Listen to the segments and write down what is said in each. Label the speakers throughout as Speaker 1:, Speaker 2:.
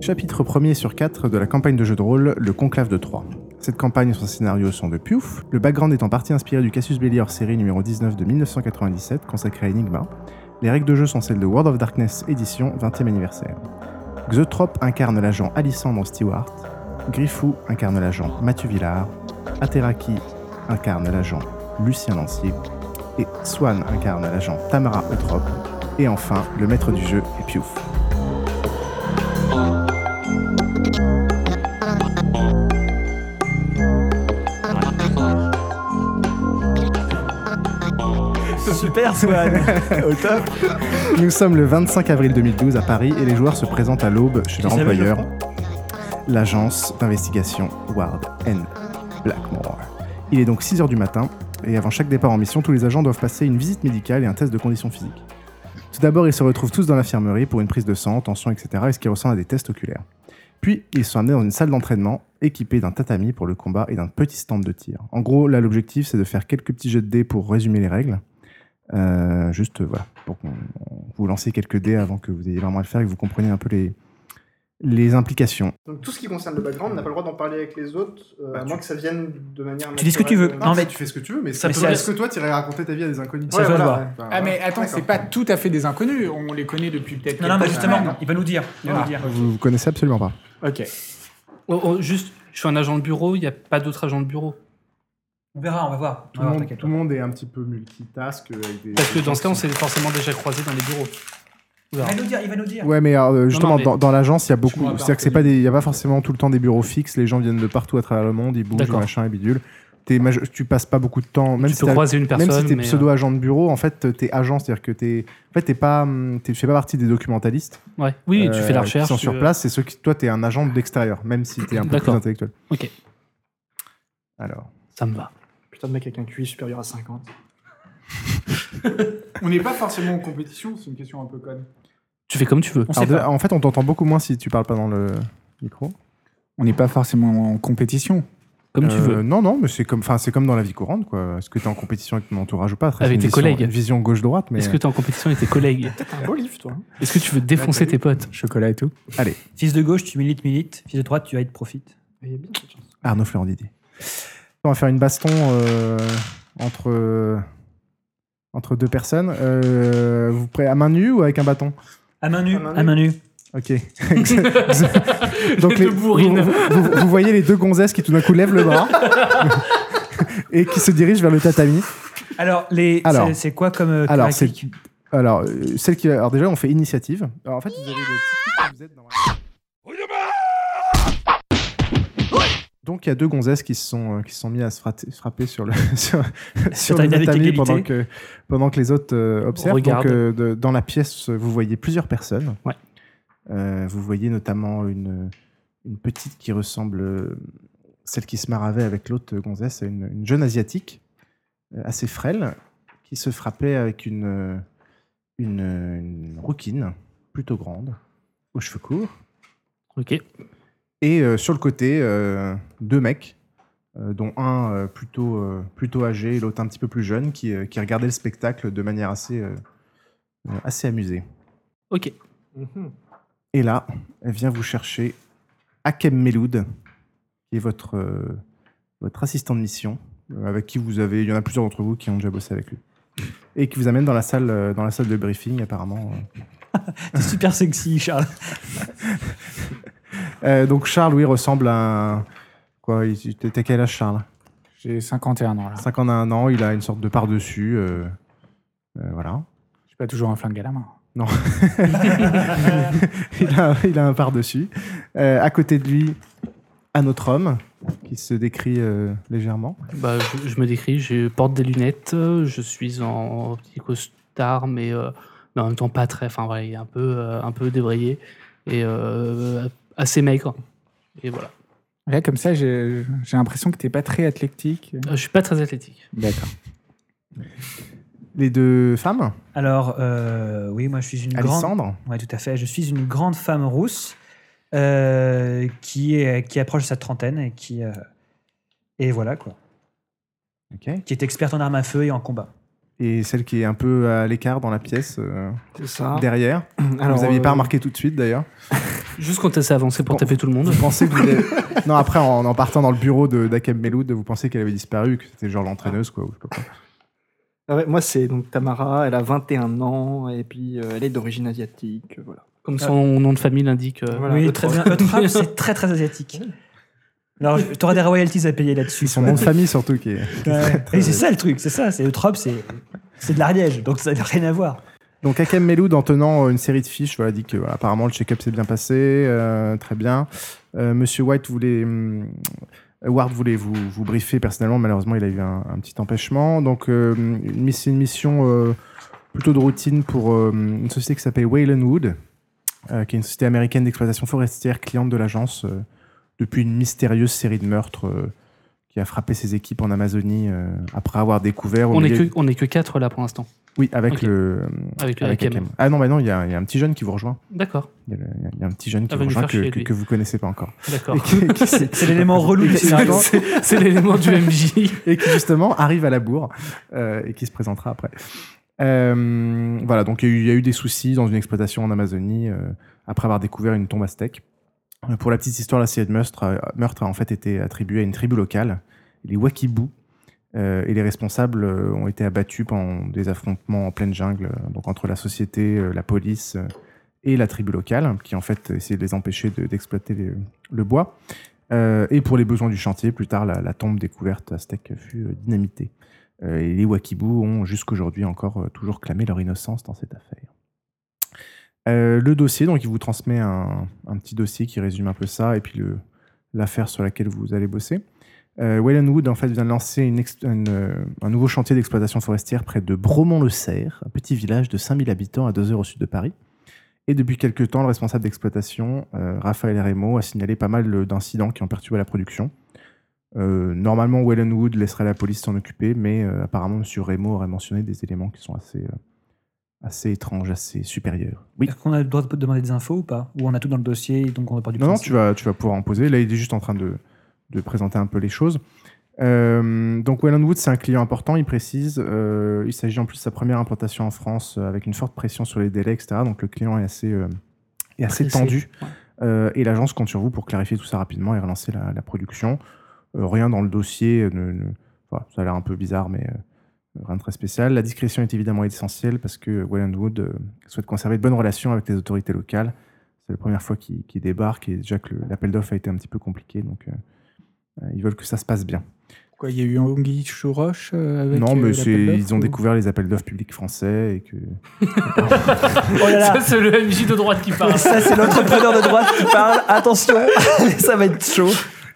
Speaker 1: Chapitre 1er sur 4 de la campagne de jeu de rôle Le Conclave de Troyes. Cette campagne et son scénario sont de Piouf, le background est en partie inspiré du Cassius Belli hors série numéro 19 de 1997 consacré à Enigma. Les règles de jeu sont celles de World of Darkness édition 20e anniversaire. Xeutrop incarne l'agent Alissandre Stewart, Griffou incarne l'agent Mathieu Villard, Ateraki incarne l'agent Lucien Lancier, et Swan incarne l'agent Tamara Eutrop, et enfin le maître du jeu est Piouf.
Speaker 2: Super Swan Au top
Speaker 1: Nous sommes le 25 avril 2012 à Paris et les joueurs se présentent à l'aube chez leur
Speaker 2: savais,
Speaker 1: employeur,
Speaker 2: Geoffroy
Speaker 1: l'agence d'investigation Ward N. Blackmore. Il est donc 6h du matin et avant chaque départ en mission, tous les agents doivent passer une visite médicale et un test de condition physique. Tout d'abord, ils se retrouvent tous dans l'infirmerie pour une prise de sang, tension, etc. et ce qui ressemble à des tests oculaires. Puis, ils sont amenés dans une salle d'entraînement équipée d'un tatami pour le combat et d'un petit stand de tir. En gros, là, l'objectif, c'est de faire quelques petits jets de dés pour résumer les règles. Euh, juste, euh, voilà, pour qu'on vous lancez quelques dés avant que vous ayez vraiment à le faire et que vous compreniez un peu les, les implications.
Speaker 3: Donc tout ce qui concerne le background, on n'a pas le droit d'en parler avec les autres, euh,
Speaker 4: Bah,
Speaker 3: à
Speaker 4: tu-
Speaker 3: moins que ça vienne de manière.
Speaker 2: Tu dis ce que tu veux.
Speaker 3: naturelle.
Speaker 2: Non, mais-
Speaker 4: Ah, tu fais ce que tu veux, mais
Speaker 2: Ça,
Speaker 4: ça
Speaker 2: mais
Speaker 4: te
Speaker 2: c'est
Speaker 4: laisse
Speaker 2: à-
Speaker 4: que toi, tu irais raconter ta vie à des inconnus.
Speaker 2: Ça,
Speaker 3: Ouais,
Speaker 2: va
Speaker 3: voilà,
Speaker 2: voir.
Speaker 3: ouais.
Speaker 4: Enfin,
Speaker 5: Ah, mais
Speaker 4: voilà.
Speaker 5: attends, c'est pas tout à fait des inconnus. On les connaît depuis peut-être.
Speaker 2: Non, non, mais
Speaker 5: quelques
Speaker 2: justement,
Speaker 5: semaines.
Speaker 2: il va nous dire. Il va
Speaker 5: Ah.
Speaker 2: nous dire.
Speaker 1: Vous vous connaissez absolument pas.
Speaker 5: Ok.
Speaker 6: Oh, oh, juste, je suis un agent de bureau, il n'y a pas d'autre agent de bureau.
Speaker 2: On verra, on va voir.
Speaker 4: Tout le monde- tout le monde est un petit peu multitask. euh, avec des-
Speaker 6: Parce que
Speaker 4: des
Speaker 6: dans ce cas, on
Speaker 4: gens qui
Speaker 6: s'est forcément déjà croisés dans les bureaux.
Speaker 2: Il va nous dire, il va nous dire.
Speaker 1: Ouais, mais euh, justement,
Speaker 6: mais-
Speaker 1: dans, dans l'agence, il y a beaucoup.
Speaker 5: m'aurais pas
Speaker 1: C'est-à-dire que c'est pas
Speaker 5: reconnu.
Speaker 1: des, il y a pas forcément tout le temps des bureaux fixes. Les gens viennent de partout à travers le monde, ils bougent,
Speaker 6: D'accord.
Speaker 1: machin, et bidule. T'es maje- tu passes pas beaucoup de temps, même
Speaker 6: tu
Speaker 1: si
Speaker 6: peux
Speaker 1: t'as-
Speaker 6: croiser une personne.
Speaker 1: Même si t'es
Speaker 6: mais, euh,
Speaker 1: pseudo agent de bureau, en fait, t'es agent, c'est-à-dire que t'es, en fait, t'es pas, hum, t'es- tu fais pas partie des documentalistes.
Speaker 6: ouais. Oui, tu
Speaker 1: euh,
Speaker 6: fais la
Speaker 1: qui
Speaker 6: recherche.
Speaker 1: sont
Speaker 6: tu-
Speaker 1: sur place, c'est ceux qui, toi, t'es un agent de l'extérieur, même si t'es un peu plus
Speaker 6: D'accord.
Speaker 1: intellectuel.
Speaker 6: Ok.
Speaker 1: Alors,
Speaker 6: Ça me va.
Speaker 3: Putain de mec avec un QI supérieur à 50.
Speaker 4: On n'est pas forcément en compétition, c'est une question un peu conne.
Speaker 6: Tu fais comme tu veux.
Speaker 2: On
Speaker 1: Alors,
Speaker 2: sait
Speaker 1: de-
Speaker 2: pas.
Speaker 1: en fait, on t'entend beaucoup moins si tu parles pas dans le micro.
Speaker 5: On n'est pas forcément en compétition.
Speaker 6: Comme tu
Speaker 1: Euh,
Speaker 6: veux.
Speaker 1: Non, non, mais c'est comme, enfin, c'est comme dans la vie courante, quoi. Est-ce que t'es en compétition avec ton entourage ou pas Après,
Speaker 6: Avec
Speaker 1: c'est une
Speaker 6: tes
Speaker 1: vision-
Speaker 6: collègues.
Speaker 1: une Vision gauche-droite, mais.
Speaker 6: Est-ce que t'es en compétition avec tes collègues
Speaker 3: T'as un beau livre, toi. hein.
Speaker 6: Est-ce que tu veux défoncer tes
Speaker 1: euh,
Speaker 6: potes
Speaker 5: Chocolat et tout.
Speaker 7: Fils de gauche, tu milites, milites. Fils de droite, tu hide, profite.
Speaker 3: Il y a bien cette chance.
Speaker 1: Arnaud Florent Didier. On va faire une baston euh, entre euh, entre deux personnes. Euh, vous prêts à main nue ou avec un bâton
Speaker 7: À main nue.
Speaker 3: À main
Speaker 7: À main nue.
Speaker 1: Ok. Donc
Speaker 6: Les deux
Speaker 1: vous,
Speaker 6: bourrines.
Speaker 1: vous- vous- vous voyez les deux gonzesses qui tout d'un coup lèvent le bras et qui se dirigent vers le tatami.
Speaker 7: Alors, les,
Speaker 1: Alors.
Speaker 7: c'est- c'est quoi comme. euh,
Speaker 1: Alors, c'est-
Speaker 7: caractéristiques
Speaker 1: Alors, euh, celle qui, alors déjà, on fait initiative. Alors, en fait, vous avez le petit truc que vous êtes normalement. Donc, il y a deux gonzesses qui se sont, euh, qui se sont mis à se fratter- frapper sur le, sur, sur le
Speaker 7: taille avec
Speaker 1: tatami
Speaker 7: égalité.
Speaker 1: pendant que, pendant que les autres euh, observent.
Speaker 6: Regarde.
Speaker 1: Donc, euh, de- dans la pièce, vous voyez plusieurs personnes.
Speaker 6: Ouais.
Speaker 1: Euh, vous voyez notamment une, une petite qui ressemble, euh, celle qui se maravait avec l'autre euh, gonzesse, à une, une jeune asiatique, euh, assez frêle, qui se frappait avec une, euh, une, euh, une rouquine plutôt grande, aux cheveux courts.
Speaker 6: Ok.
Speaker 1: Et euh, sur le côté, euh, deux mecs, euh, dont un euh, plutôt, euh, plutôt âgé et l'autre un petit peu plus jeune, qui, euh, qui regardaient le spectacle de manière assez, euh, euh, assez amusée.
Speaker 6: Ok.
Speaker 1: Et là, elle vient vous chercher Hakem Meloud, qui est votre, euh, votre assistant de mission, euh, avec qui vous avez. Il y en a plusieurs d'entre vous qui ont déjà bossé avec lui. Et qui vous amène dans la salle, euh, dans la salle de briefing, apparemment. euh.
Speaker 7: T'es super sexy, Charles.
Speaker 1: Euh, donc, Charles, oui, ressemble à. un- Quoi il- T'es t'as quel âge, Charles
Speaker 5: J'ai 51 ans là.
Speaker 1: 51 ans, il a une sorte de par-dessus. euh, euh, voilà.
Speaker 5: J'ai pas toujours un flingue à la main.
Speaker 1: il, a, il a un par-dessus. Euh, à côté de lui, un autre homme qui se décrit euh, légèrement.
Speaker 6: Bah, je, je me décris, je porte des lunettes, euh, je suis en petit costard, mais, euh, mais en même temps pas très. Enfin, voilà, il est un peu, euh, un peu débraillé et euh, assez maigre. Et voilà.
Speaker 5: Là, comme ça, j'ai j'ai l'impression que t'es pas très athlétique.
Speaker 6: Euh, Je suis pas très athlétique.
Speaker 5: D'accord.
Speaker 1: Les deux femmes,
Speaker 7: Alors, euh, oui, moi, je suis une grande.
Speaker 1: Alexandre.
Speaker 7: Ouais, tout à fait. Je suis une grande femme rousse euh, qui, est, qui approche sa trentaine et qui. euh, et voilà, quoi.
Speaker 1: Ok.
Speaker 7: Qui est experte en armes à feu et en combat.
Speaker 1: et celle qui est un peu à l'écart dans la pièce, euh,
Speaker 3: C'est ça.
Speaker 1: derrière.
Speaker 3: Alors,
Speaker 1: vous n'aviez pas
Speaker 3: euh,
Speaker 1: remarqué tout de suite d'ailleurs.
Speaker 6: Juste quand elle s'est avancée pour
Speaker 1: Bon.
Speaker 6: taper tout le monde.
Speaker 1: Vous pensez que vous avez- Non, après, en, en partant dans le bureau de- d'Akeb Meloud, vous pensez qu'elle avait disparu, que c'était genre l'entraîneuse, quoi. ou je sais pas quoi.
Speaker 3: ah ouais, moi, c'est donc Tamara, elle a 21 ans, et puis euh, elle est d'origine asiatique. euh, Voilà.
Speaker 6: Comme son nom de famille l'indique. euh,
Speaker 3: Voilà,
Speaker 7: oui,
Speaker 3: le
Speaker 7: très
Speaker 3: tra-
Speaker 7: bien. Le trap, c'est très très asiatique. Alors, tu auras des royalties à payer là-dessus.
Speaker 1: C'est son nom de famille surtout qui est.
Speaker 7: Ouais. Oui, c'est ça le truc, c'est ça. C'est le trap, c'est c'est de l'Ariège, donc ça n'a rien à voir.
Speaker 1: Donc Hakem Meloud, en tenant euh, une série de fiches, voilà, dit que voilà, apparemment le check-up s'est bien passé, euh, très bien. Euh, Monsieur White voulait, hum, Ward voulait vous, vous briefer personnellement, malheureusement il a eu un, un petit empêchement. Donc euh, une miss- c'est une mission euh, plutôt de routine pour euh, une société qui s'appelle Wayland Wood, euh, qui est une société américaine d'exploitation forestière, cliente de l'agence euh, depuis une mystérieuse série de meurtres. euh, qui a frappé ses équipes en Amazonie euh, après avoir découvert. au
Speaker 6: on, est
Speaker 1: milieu-
Speaker 6: que, on est que 4 là pour l'instant.
Speaker 1: Oui, avec
Speaker 6: Ok.
Speaker 1: le.
Speaker 6: Avec,
Speaker 1: avec
Speaker 6: Hakem.
Speaker 1: Hakem. Ah non, bah non, il y, a il y a un petit jeune qui vous rejoint.
Speaker 6: D'accord,
Speaker 1: Il y a, le- il y a- il y a un petit jeune qui
Speaker 6: Ah,
Speaker 1: vous
Speaker 6: va nous
Speaker 1: rejoint
Speaker 6: faire
Speaker 1: que,
Speaker 6: chier,
Speaker 1: que,
Speaker 6: lui.
Speaker 1: que vous connaissez pas encore.
Speaker 6: d'accord.
Speaker 1: Et qui, qui-
Speaker 7: C'est l'élément relou du scénario.
Speaker 6: C'est c'est l'élément du MJ.
Speaker 1: et qui, justement arrive à la bourre euh, et qui se présentera après. Euh, voilà, donc il y, a eu- il y a eu des soucis dans une exploitation en Amazonie euh, après avoir découvert une tombe aztèque. Euh, Pour la petite histoire, la série de meurtre, a- meurtre a en fait été attribuée à une tribu locale, les Wakibou, euh, et les responsables euh, ont été abattus pendant des affrontements en pleine jungle, euh, donc entre la société, euh, la police euh, et la tribu locale, qui en fait essayait de les empêcher de- d'exploiter les- le bois. Euh, et pour les besoins du chantier, plus tard, la, la tombe découverte aztèque fut euh, dynamitée. Euh, et les Wakibou ont jusqu'aujourd'hui encore euh, toujours clamé leur innocence dans cette affaire. Euh, le dossier, donc il vous transmet un, un petit dossier qui résume un peu ça, et puis le- l'affaire sur laquelle vous allez bosser. Euh, Wayland Wood en fait, vient de lancer une ex- une, euh, un nouveau chantier d'exploitation forestière près de Bromont-le-Cerf, un petit village de 5000 habitants à 2 heures au sud de Paris. Et depuis quelques temps, le responsable d'exploitation, euh, Raphaël Remo, a signalé pas mal euh, d'incidents qui ont perturbé la production. Euh, normalement, Wellen Wood laisserait la police s'en occuper, mais euh, apparemment, M. Remo aurait mentionné des éléments qui sont assez, euh, assez étranges, assez supérieurs. Oui.
Speaker 7: Est-ce qu'on a le droit de demander des infos ou pas Ou on a tout dans le dossier, donc on n'a pas du
Speaker 1: Non, non,
Speaker 7: principe
Speaker 1: tu vas, tu vas pouvoir en poser. Là, il est juste en train de, de présenter un peu les choses. Euh, donc, Wayland Wood, c'est un client important, il précise. Euh, il s'agit en plus de sa première implantation en France euh, avec une forte pression sur les délais, etc. Donc, le client est assez, euh, est assez
Speaker 6: Pressé.
Speaker 1: tendu.
Speaker 6: Ouais.
Speaker 1: Euh, et l'agence compte sur vous pour clarifier tout ça rapidement et relancer la, la production. Euh, rien dans le dossier, euh, ne- ne- enfin, ça a l'air un peu bizarre, mais euh, rien de très spécial. La discrétion est évidemment essentielle parce que Wayland Wood euh, souhaite conserver de bonnes relations avec les autorités locales. C'est la première fois qu'ils qu'ils débarquent et déjà que le- l'appel d'offres a été un petit peu compliqué, donc euh, euh, ils veulent que ça se passe bien.
Speaker 5: Quoi, il y a eu Anguille Chouroche euh, avec.
Speaker 1: non,
Speaker 5: euh,
Speaker 1: mais
Speaker 5: l'appel
Speaker 1: c'est-
Speaker 5: d'offres
Speaker 1: ils ont
Speaker 5: ou-
Speaker 1: découvert les appels d'offres publics français et que
Speaker 7: Oh là
Speaker 1: Ah.
Speaker 7: là
Speaker 6: Ça, c'est le MJ de droite qui parle.
Speaker 7: Ça, c'est l'entrepreneur de droite qui parle. Attention, ça va être chaud.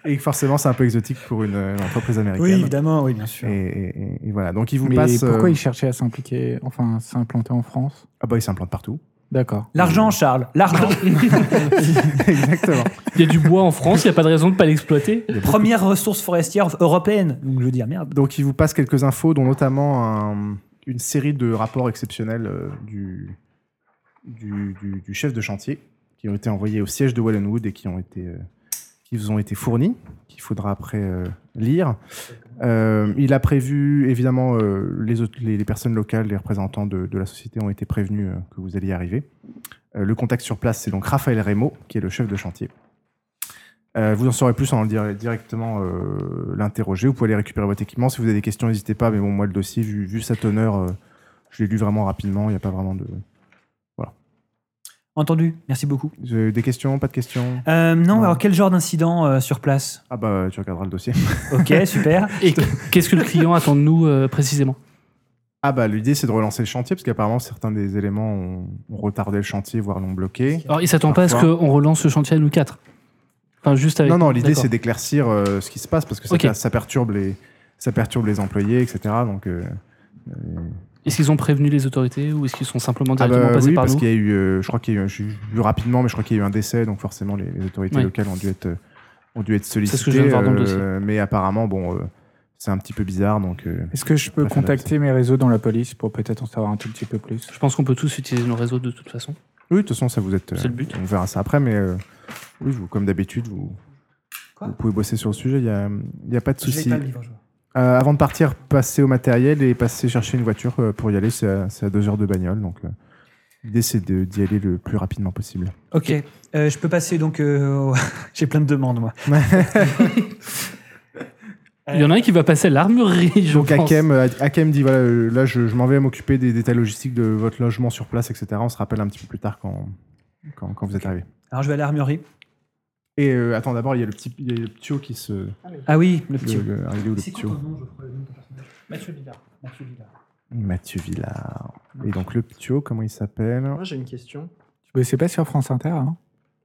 Speaker 1: et que forcément c'est un peu exotique pour une, euh, entreprise américaine.
Speaker 7: Oui, évidemment, oui, bien sûr.
Speaker 1: et, et- et- et voilà, donc ils vous
Speaker 5: Mais
Speaker 1: passent.
Speaker 5: pourquoi
Speaker 1: euh,
Speaker 5: ils cherchaient à s'impliquer, enfin, à s'implanter en France
Speaker 1: Ah bah ils s'implantent partout.
Speaker 5: D'accord.
Speaker 7: L'argent, Charles, l'argent.
Speaker 1: Exactement.
Speaker 6: Il y a du bois en France, il n'y a pas de raison de ne pas l'exploiter.
Speaker 7: Première ressource forestière européenne. Donc je veux dire, merde.
Speaker 1: Donc ils vous passent quelques infos, dont notamment un- une série de rapports exceptionnels euh, du, du, du- du chef de chantier qui ont été envoyés au siège de Wallenwood et qui ont été euh, qui vous ont été fournis, qu'il faudra après euh, lire. Euh, il a prévu, évidemment, euh, les, autres- les, les personnes locales, les représentants de, de la société ont été prévenus euh, que vous alliez arriver. Euh, le contact sur place, c'est donc Raphaël Remo, qui est le chef de chantier. Euh, vous en saurez plus en dire, directement euh, l'interroger. Vous pouvez aller récupérer votre équipement. Si vous avez des questions, n'hésitez pas. Mais bon, moi, le dossier, vu, vu sa teneur, euh, je l'ai lu vraiment rapidement. Il n'y a pas vraiment de.
Speaker 7: Entendu, merci beaucoup.
Speaker 1: Vous avez Des questions Pas de questions
Speaker 7: Euh, non,
Speaker 1: Non.
Speaker 7: alors quel genre d'incident euh, sur place
Speaker 1: Ah, bah, tu regarderas le dossier.
Speaker 7: Ok, super.
Speaker 6: Et qu'est-ce que le client attend de nous euh, précisément
Speaker 1: Ah, bah, l'idée, c'est de relancer le chantier, parce qu'apparemment, certains des éléments ont, ont retardé le chantier, voire l'ont bloqué.
Speaker 6: Alors, il s'attend pas à ce
Speaker 1: Parfois.
Speaker 6: qu'on relance le chantier à nous quatre. Enfin, juste avec.
Speaker 1: Non, non, l'idée,
Speaker 6: D'accord.
Speaker 1: c'est d'éclaircir euh, ce qui se passe, parce que ça,
Speaker 6: Ok.
Speaker 1: per- ça perturbe les, ça perturbe les employés, etc. Donc. euh, euh,
Speaker 6: Est-ce qu'ils ont prévenu les autorités ou est-ce qu'ils sont simplement
Speaker 1: Ah bah
Speaker 6: directement passés
Speaker 1: oui,
Speaker 6: par
Speaker 1: parce
Speaker 6: nous
Speaker 1: qu'il y a eu, euh, je crois qu'il y a eu, j'ai vu rapidement, mais je crois qu'il y a eu un décès, donc forcément les, les autorités
Speaker 6: Ouais.
Speaker 1: locales ont dû être, euh, ont dû être sollicitées.
Speaker 6: C'est ce que je viens de voir dans le
Speaker 1: euh, mais apparemment, bon, euh, c'est un petit peu bizarre, donc euh,
Speaker 5: Est-ce que je peux
Speaker 1: Pas fait
Speaker 5: contacter mes réseaux dans la police pour peut-être en savoir un tout petit peu plus
Speaker 6: Je pense qu'on peut tous utiliser nos réseaux de toute façon.
Speaker 1: oui, de toute façon, ça vous êtes. euh,
Speaker 6: C'est le but.
Speaker 1: On verra ça après, mais euh, oui, vous, comme d'habitude, vous,
Speaker 7: Quoi
Speaker 1: vous pouvez bosser sur le sujet. Il y a, il y a pas de
Speaker 7: Je l'ai
Speaker 1: souci.
Speaker 7: pas le livre, je vois.
Speaker 1: Euh, avant de partir, passer au matériel et passer chercher une voiture euh, pour y aller. C'est à, c'est à deux heures de bagnole, donc euh, l'idée c'est de- d'y aller le plus rapidement possible.
Speaker 7: Ok, Euh, je peux passer donc. euh, au- J'ai plein de demandes, moi.
Speaker 6: Il y en a un qui va passer à l'armurerie, je
Speaker 1: Donc
Speaker 6: pense.
Speaker 1: Hakem, euh, Hakem dit voilà, euh, là je, je m'en vais m'occuper des détails logistiques de votre logement sur place, etc. On se rappelle un petit peu plus tard quand, quand, quand vous êtes arrivé.
Speaker 7: Alors je vais à l'armurerie.
Speaker 1: Et euh, attends, d'abord il y a le petit il y a le tuyau qui se. Le,
Speaker 7: Ah oui, le petit.
Speaker 1: le- un vidéo de
Speaker 2: C'est quoi
Speaker 1: tuyau.
Speaker 2: ton nom, je crois, le nom de ton personnage Mathieu Villard. Mathieu Villard.
Speaker 1: Mathieu Villard. Et donc le Ptio, comment il s'appelle
Speaker 3: Moi, j'ai une question.
Speaker 5: Tu bossais pas sur France Inter, hein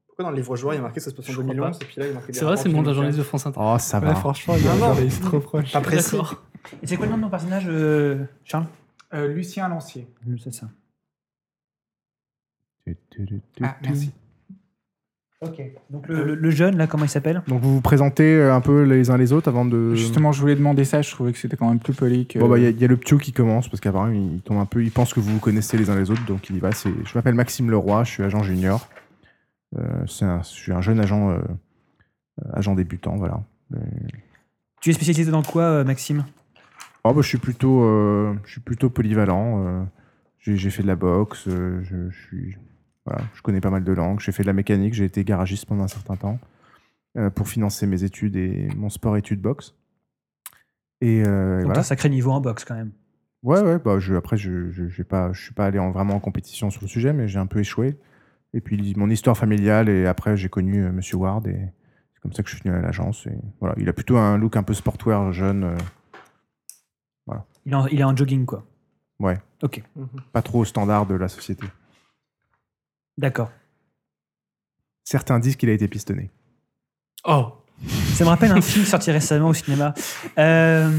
Speaker 3: Pourquoi dans le livre joie, il y a marqué ça se passe en
Speaker 6: Je crois
Speaker 3: 2011 et puis là, il y a marqué.
Speaker 6: C'est vrai, c'est le monde de la journaliste de France Inter.
Speaker 1: Oh, ça va.
Speaker 5: franchement,
Speaker 3: il y a un
Speaker 5: il se trop proche.
Speaker 3: Pas précis.
Speaker 6: D'accord.
Speaker 7: Et c'est quoi le nom de mon personnage, euh, Charles
Speaker 4: Euh, Lucien Lancier.
Speaker 7: C'est ça.
Speaker 1: Tu, tu, tu, tu,
Speaker 4: Ah,
Speaker 1: tu.
Speaker 4: merci.
Speaker 7: Ok. Donc Euh, le, le- le jeune, là, comment il s'appelle
Speaker 1: Donc vous vous présentez euh, un peu les uns les autres avant de.
Speaker 5: Justement, je voulais demander ça, je trouvais que c'était quand même plus poli que.
Speaker 1: Euh, Bon bah il y, a- il y a le Ptio qui commence parce qu'apparemment il, il tombe un peu, il pense que vous vous connaissez les uns les autres donc il y va. C'est, je m'appelle Maxime Leroy, je suis agent junior. Euh, c'est un- je suis un jeune agent, euh, agent débutant voilà. Euh,
Speaker 7: Tu es spécialisé dans quoi, euh, Maxime
Speaker 1: oh, bah, je suis plutôt, euh, je suis plutôt polyvalent. euh, j'ai, j'ai fait de la boxe, euh, je, je suis, voilà, je connais pas mal de langues. J'ai fait de la mécanique, j'ai été garagiste pendant un certain temps euh, pour financer mes études et mon sport études boxe. Et, euh, et
Speaker 7: Donc
Speaker 1: voilà.
Speaker 7: un sacré niveau en boxe, quand même.
Speaker 1: Ouais, ouais, bah je, après, je, je, j'ai pas, je suis pas allé en, vraiment en compétition sur le sujet, mais j'ai un peu échoué. Et puis, mon histoire familiale, et après, j'ai connu euh, Monsieur Ward, et c'est comme ça que je suis venu à l'agence. Et voilà, il a plutôt un look un peu sportwear jeune, euh,
Speaker 7: Il est en, il est en jogging, quoi.
Speaker 1: pas trop au standard de la société.
Speaker 7: D'accord.
Speaker 1: Certains disent qu'il a été pistonné.
Speaker 6: Oh
Speaker 7: Ça me rappelle un film sorti récemment au cinéma. Euh,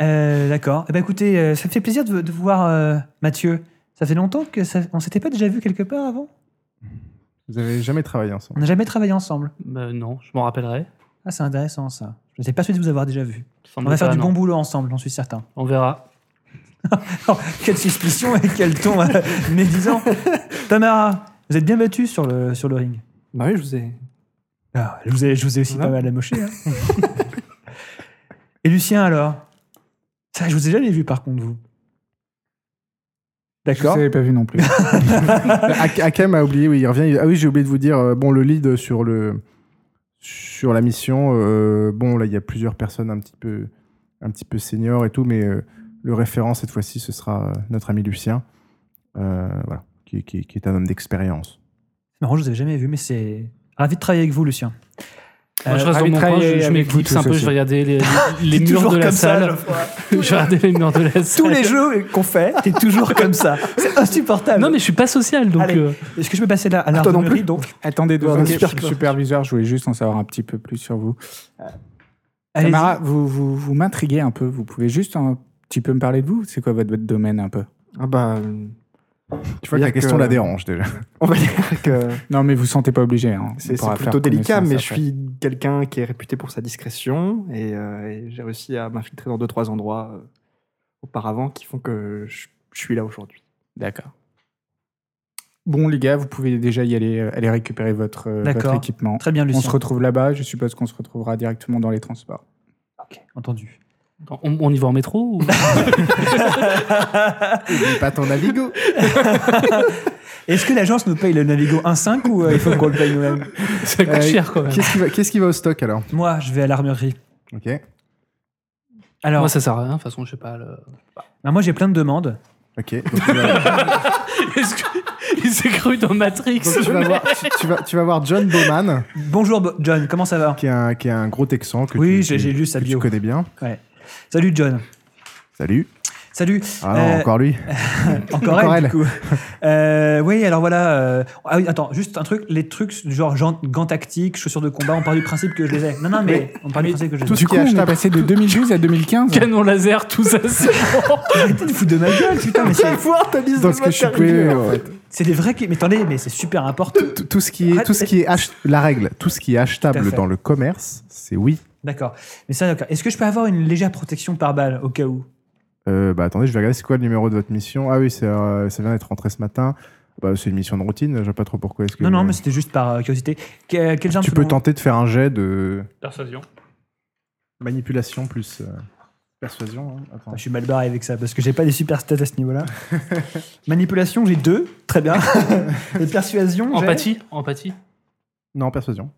Speaker 7: euh, D'accord. Eh ben, écoutez, euh, ça me fait plaisir de, de vous voir euh, Mathieu. Ça fait longtemps que ça, on s'était pas déjà vu quelque part avant.
Speaker 1: Vous avez jamais travaillé
Speaker 7: On
Speaker 1: ensemble
Speaker 7: n'a jamais travaillé ensemble.
Speaker 6: Bah non, je m'en rappellerai.
Speaker 7: Ah, c'est intéressant ça. Je n'étais pas persuadé de vous avoir déjà vu.
Speaker 6: Ça
Speaker 7: On
Speaker 6: me
Speaker 7: va
Speaker 6: dit
Speaker 7: faire
Speaker 6: pas,
Speaker 7: du
Speaker 6: non.
Speaker 7: bon boulot ensemble, j'en suis certain.
Speaker 6: On verra.
Speaker 7: Oh, quelle suspicion et quel ton euh, médisant. Tamara, vous êtes bien battu sur le, sur le ring.
Speaker 3: Bah oui, je vous ai.
Speaker 7: Ah, je, vous ai, je vous ai aussi
Speaker 3: Ouais.
Speaker 7: pas mal amoché. hein. et Lucien alors Ça, je vous ai jamais vu par contre, vous.
Speaker 5: Je
Speaker 7: D'accord.
Speaker 5: l'avais pas vu non plus.
Speaker 1: Euh, Ak- Hakem a oublié, oui, il revient. il- Ah oui, j'ai oublié de vous dire, euh, bon, le lead sur, le, sur la mission, euh, bon, là, il y a plusieurs personnes un petit peu, un petit peu seniors et tout, mais euh, le référent, cette fois-ci, ce sera euh, notre ami Lucien, euh, voilà, qui, qui- qui est un homme d'expérience.
Speaker 7: Marrant, je vous avais jamais vu, mais c'est. Ravi de travailler avec vous, Lucien.
Speaker 6: Moi, je
Speaker 5: Euh,
Speaker 6: reste dans
Speaker 5: ravi
Speaker 6: mon
Speaker 5: de
Speaker 6: coin,
Speaker 5: travailler
Speaker 6: je, je
Speaker 5: avec vous
Speaker 6: m'éclipse un
Speaker 5: tous
Speaker 6: peu,
Speaker 5: aussi.
Speaker 6: je vais regarder les, les murs
Speaker 7: toujours
Speaker 6: de la
Speaker 7: comme ça,
Speaker 6: salle. je vais regarder les murs de la salle.
Speaker 7: Tous les jeux qu'on fait, t'es toujours comme ça. C'est insupportable.
Speaker 6: Non, mais je suis pas social, donc.
Speaker 7: Allez.
Speaker 6: euh,
Speaker 7: Est-ce que je peux passer là à
Speaker 5: toi non
Speaker 7: l'armurerie
Speaker 5: plus.
Speaker 7: donc
Speaker 5: Attendez deux
Speaker 7: Ouais,
Speaker 5: secondes,
Speaker 7: super
Speaker 5: je suis
Speaker 7: corps.
Speaker 5: superviseur, je voulais juste en savoir un petit peu plus sur vous.
Speaker 7: Allez-y.
Speaker 5: Tamara, vous, vous, vous m'intriguez un peu, vous pouvez juste un petit peu me parler de vous C'est quoi votre, votre domaine un peu
Speaker 3: Ah bah. euh,
Speaker 1: Tu vois que euh, la
Speaker 3: Dire
Speaker 1: question
Speaker 3: que-
Speaker 1: la dérange déjà.
Speaker 3: On va dire que
Speaker 5: Non, mais vous sentez pas obligé. hein. On
Speaker 3: c'est c'est
Speaker 5: pourra faire
Speaker 3: plutôt délicat,
Speaker 5: connaissance
Speaker 3: mais
Speaker 5: après.
Speaker 3: je suis quelqu'un qui est réputé pour sa discrétion et, euh, et j'ai réussi à m'infiltrer dans deux, trois endroits euh, auparavant qui font que je, je suis là aujourd'hui.
Speaker 5: D'accord. Bon, les gars, vous pouvez déjà y aller, euh, aller récupérer votre, euh, votre
Speaker 7: D'accord.
Speaker 5: équipement.
Speaker 7: Très bien, Lucien.
Speaker 5: On se retrouve là-bas, je suppose qu'on se retrouvera directement dans les transports.
Speaker 7: Ok, entendu.
Speaker 6: on, on y va en métro ou...
Speaker 1: N'oublie pas ton Navigo
Speaker 7: Est-ce que l'agence nous paye le Navigo 1.5 ou euh, il faut qu'on le paye nous-mêmes
Speaker 6: Ça coûte
Speaker 1: Euh,
Speaker 6: cher quand même.
Speaker 1: Qu'est-ce qui, va- qu'est-ce qui va au stock alors
Speaker 7: Moi, je vais à l'armurerie.
Speaker 1: Ok.
Speaker 7: Alors,
Speaker 6: Moi,
Speaker 7: moi,
Speaker 6: ça sert à rien, de toute façon, je sais pas. le-
Speaker 7: moi j'ai plein de demandes.
Speaker 1: Ok. Donc, tu vas-
Speaker 6: Est-ce que- Il s'est cru dans Matrix.
Speaker 1: donc, tu vas voir- tu- tu vas- tu vas voir John Bowman.
Speaker 7: Bonjour, Bo- John, comment ça va
Speaker 1: qui est un, qui est un gros Texan que
Speaker 7: Oui,
Speaker 1: tu-
Speaker 7: j'ai-
Speaker 1: tu-
Speaker 7: j'ai lu sa
Speaker 1: que
Speaker 7: bio.
Speaker 1: Tu connais bien.
Speaker 7: Salut, John.
Speaker 1: Salut.
Speaker 7: Salut.
Speaker 1: Ah non,
Speaker 7: Euh,
Speaker 1: encore lui.
Speaker 7: Encore,
Speaker 1: Encore
Speaker 7: elle,
Speaker 1: elle.
Speaker 7: du coup. Euh, oui, alors voilà. euh, Ah oui, attends, juste un truc. Les trucs du genre gen- gants tactiques, chaussures de combat, on part du principe que je les ai. Non, non, mais, on part du principe que je les ai.
Speaker 1: Tout ce
Speaker 5: Du coup,
Speaker 1: qui est
Speaker 5: on est
Speaker 1: achetable.
Speaker 5: passé de 2012 à 2015.
Speaker 6: Canon laser, tout ça, c'est.
Speaker 7: Arrêtez de foutre de ma gueule, putain, mais c'est-
Speaker 3: voir ta liste
Speaker 1: Dans ce que je suis coupé, euh,
Speaker 7: c'est des vrais. qui- Mais attendez, mais c'est super important.
Speaker 1: tout, tout ce qui est, tout ce qui est ach- la règle, tout ce qui est
Speaker 7: Tout à
Speaker 1: achetable
Speaker 7: fait.
Speaker 1: dans le commerce, c'est oui.
Speaker 7: D'accord. Mais ça, d'accord. Est-ce que je peux avoir une légère protection par balle au cas où
Speaker 1: Euh, bah attendez, je vais regarder c'est quoi le numéro de votre mission. Ah oui, c'est, euh, ça vient d'être rentré ce matin. Bah, c'est une mission de routine. Je sais pas trop pourquoi. Est-ce que
Speaker 7: Non, non, mais c'était juste par euh, curiosité. Que- quel genre
Speaker 1: tu
Speaker 7: de
Speaker 1: peux
Speaker 7: second-
Speaker 1: tenter de faire un jet de
Speaker 6: Persuasion.
Speaker 1: manipulation plus. euh, Persuasion, hein. Attends.
Speaker 7: Ah, Bah, Je suis mal barré avec ça parce que j'ai pas des super stats à ce niveau-là. Manipulation, j'ai deux. Très bien. Et persuasion, j'ai-
Speaker 6: Empathie Empathie
Speaker 1: Non, persuasion.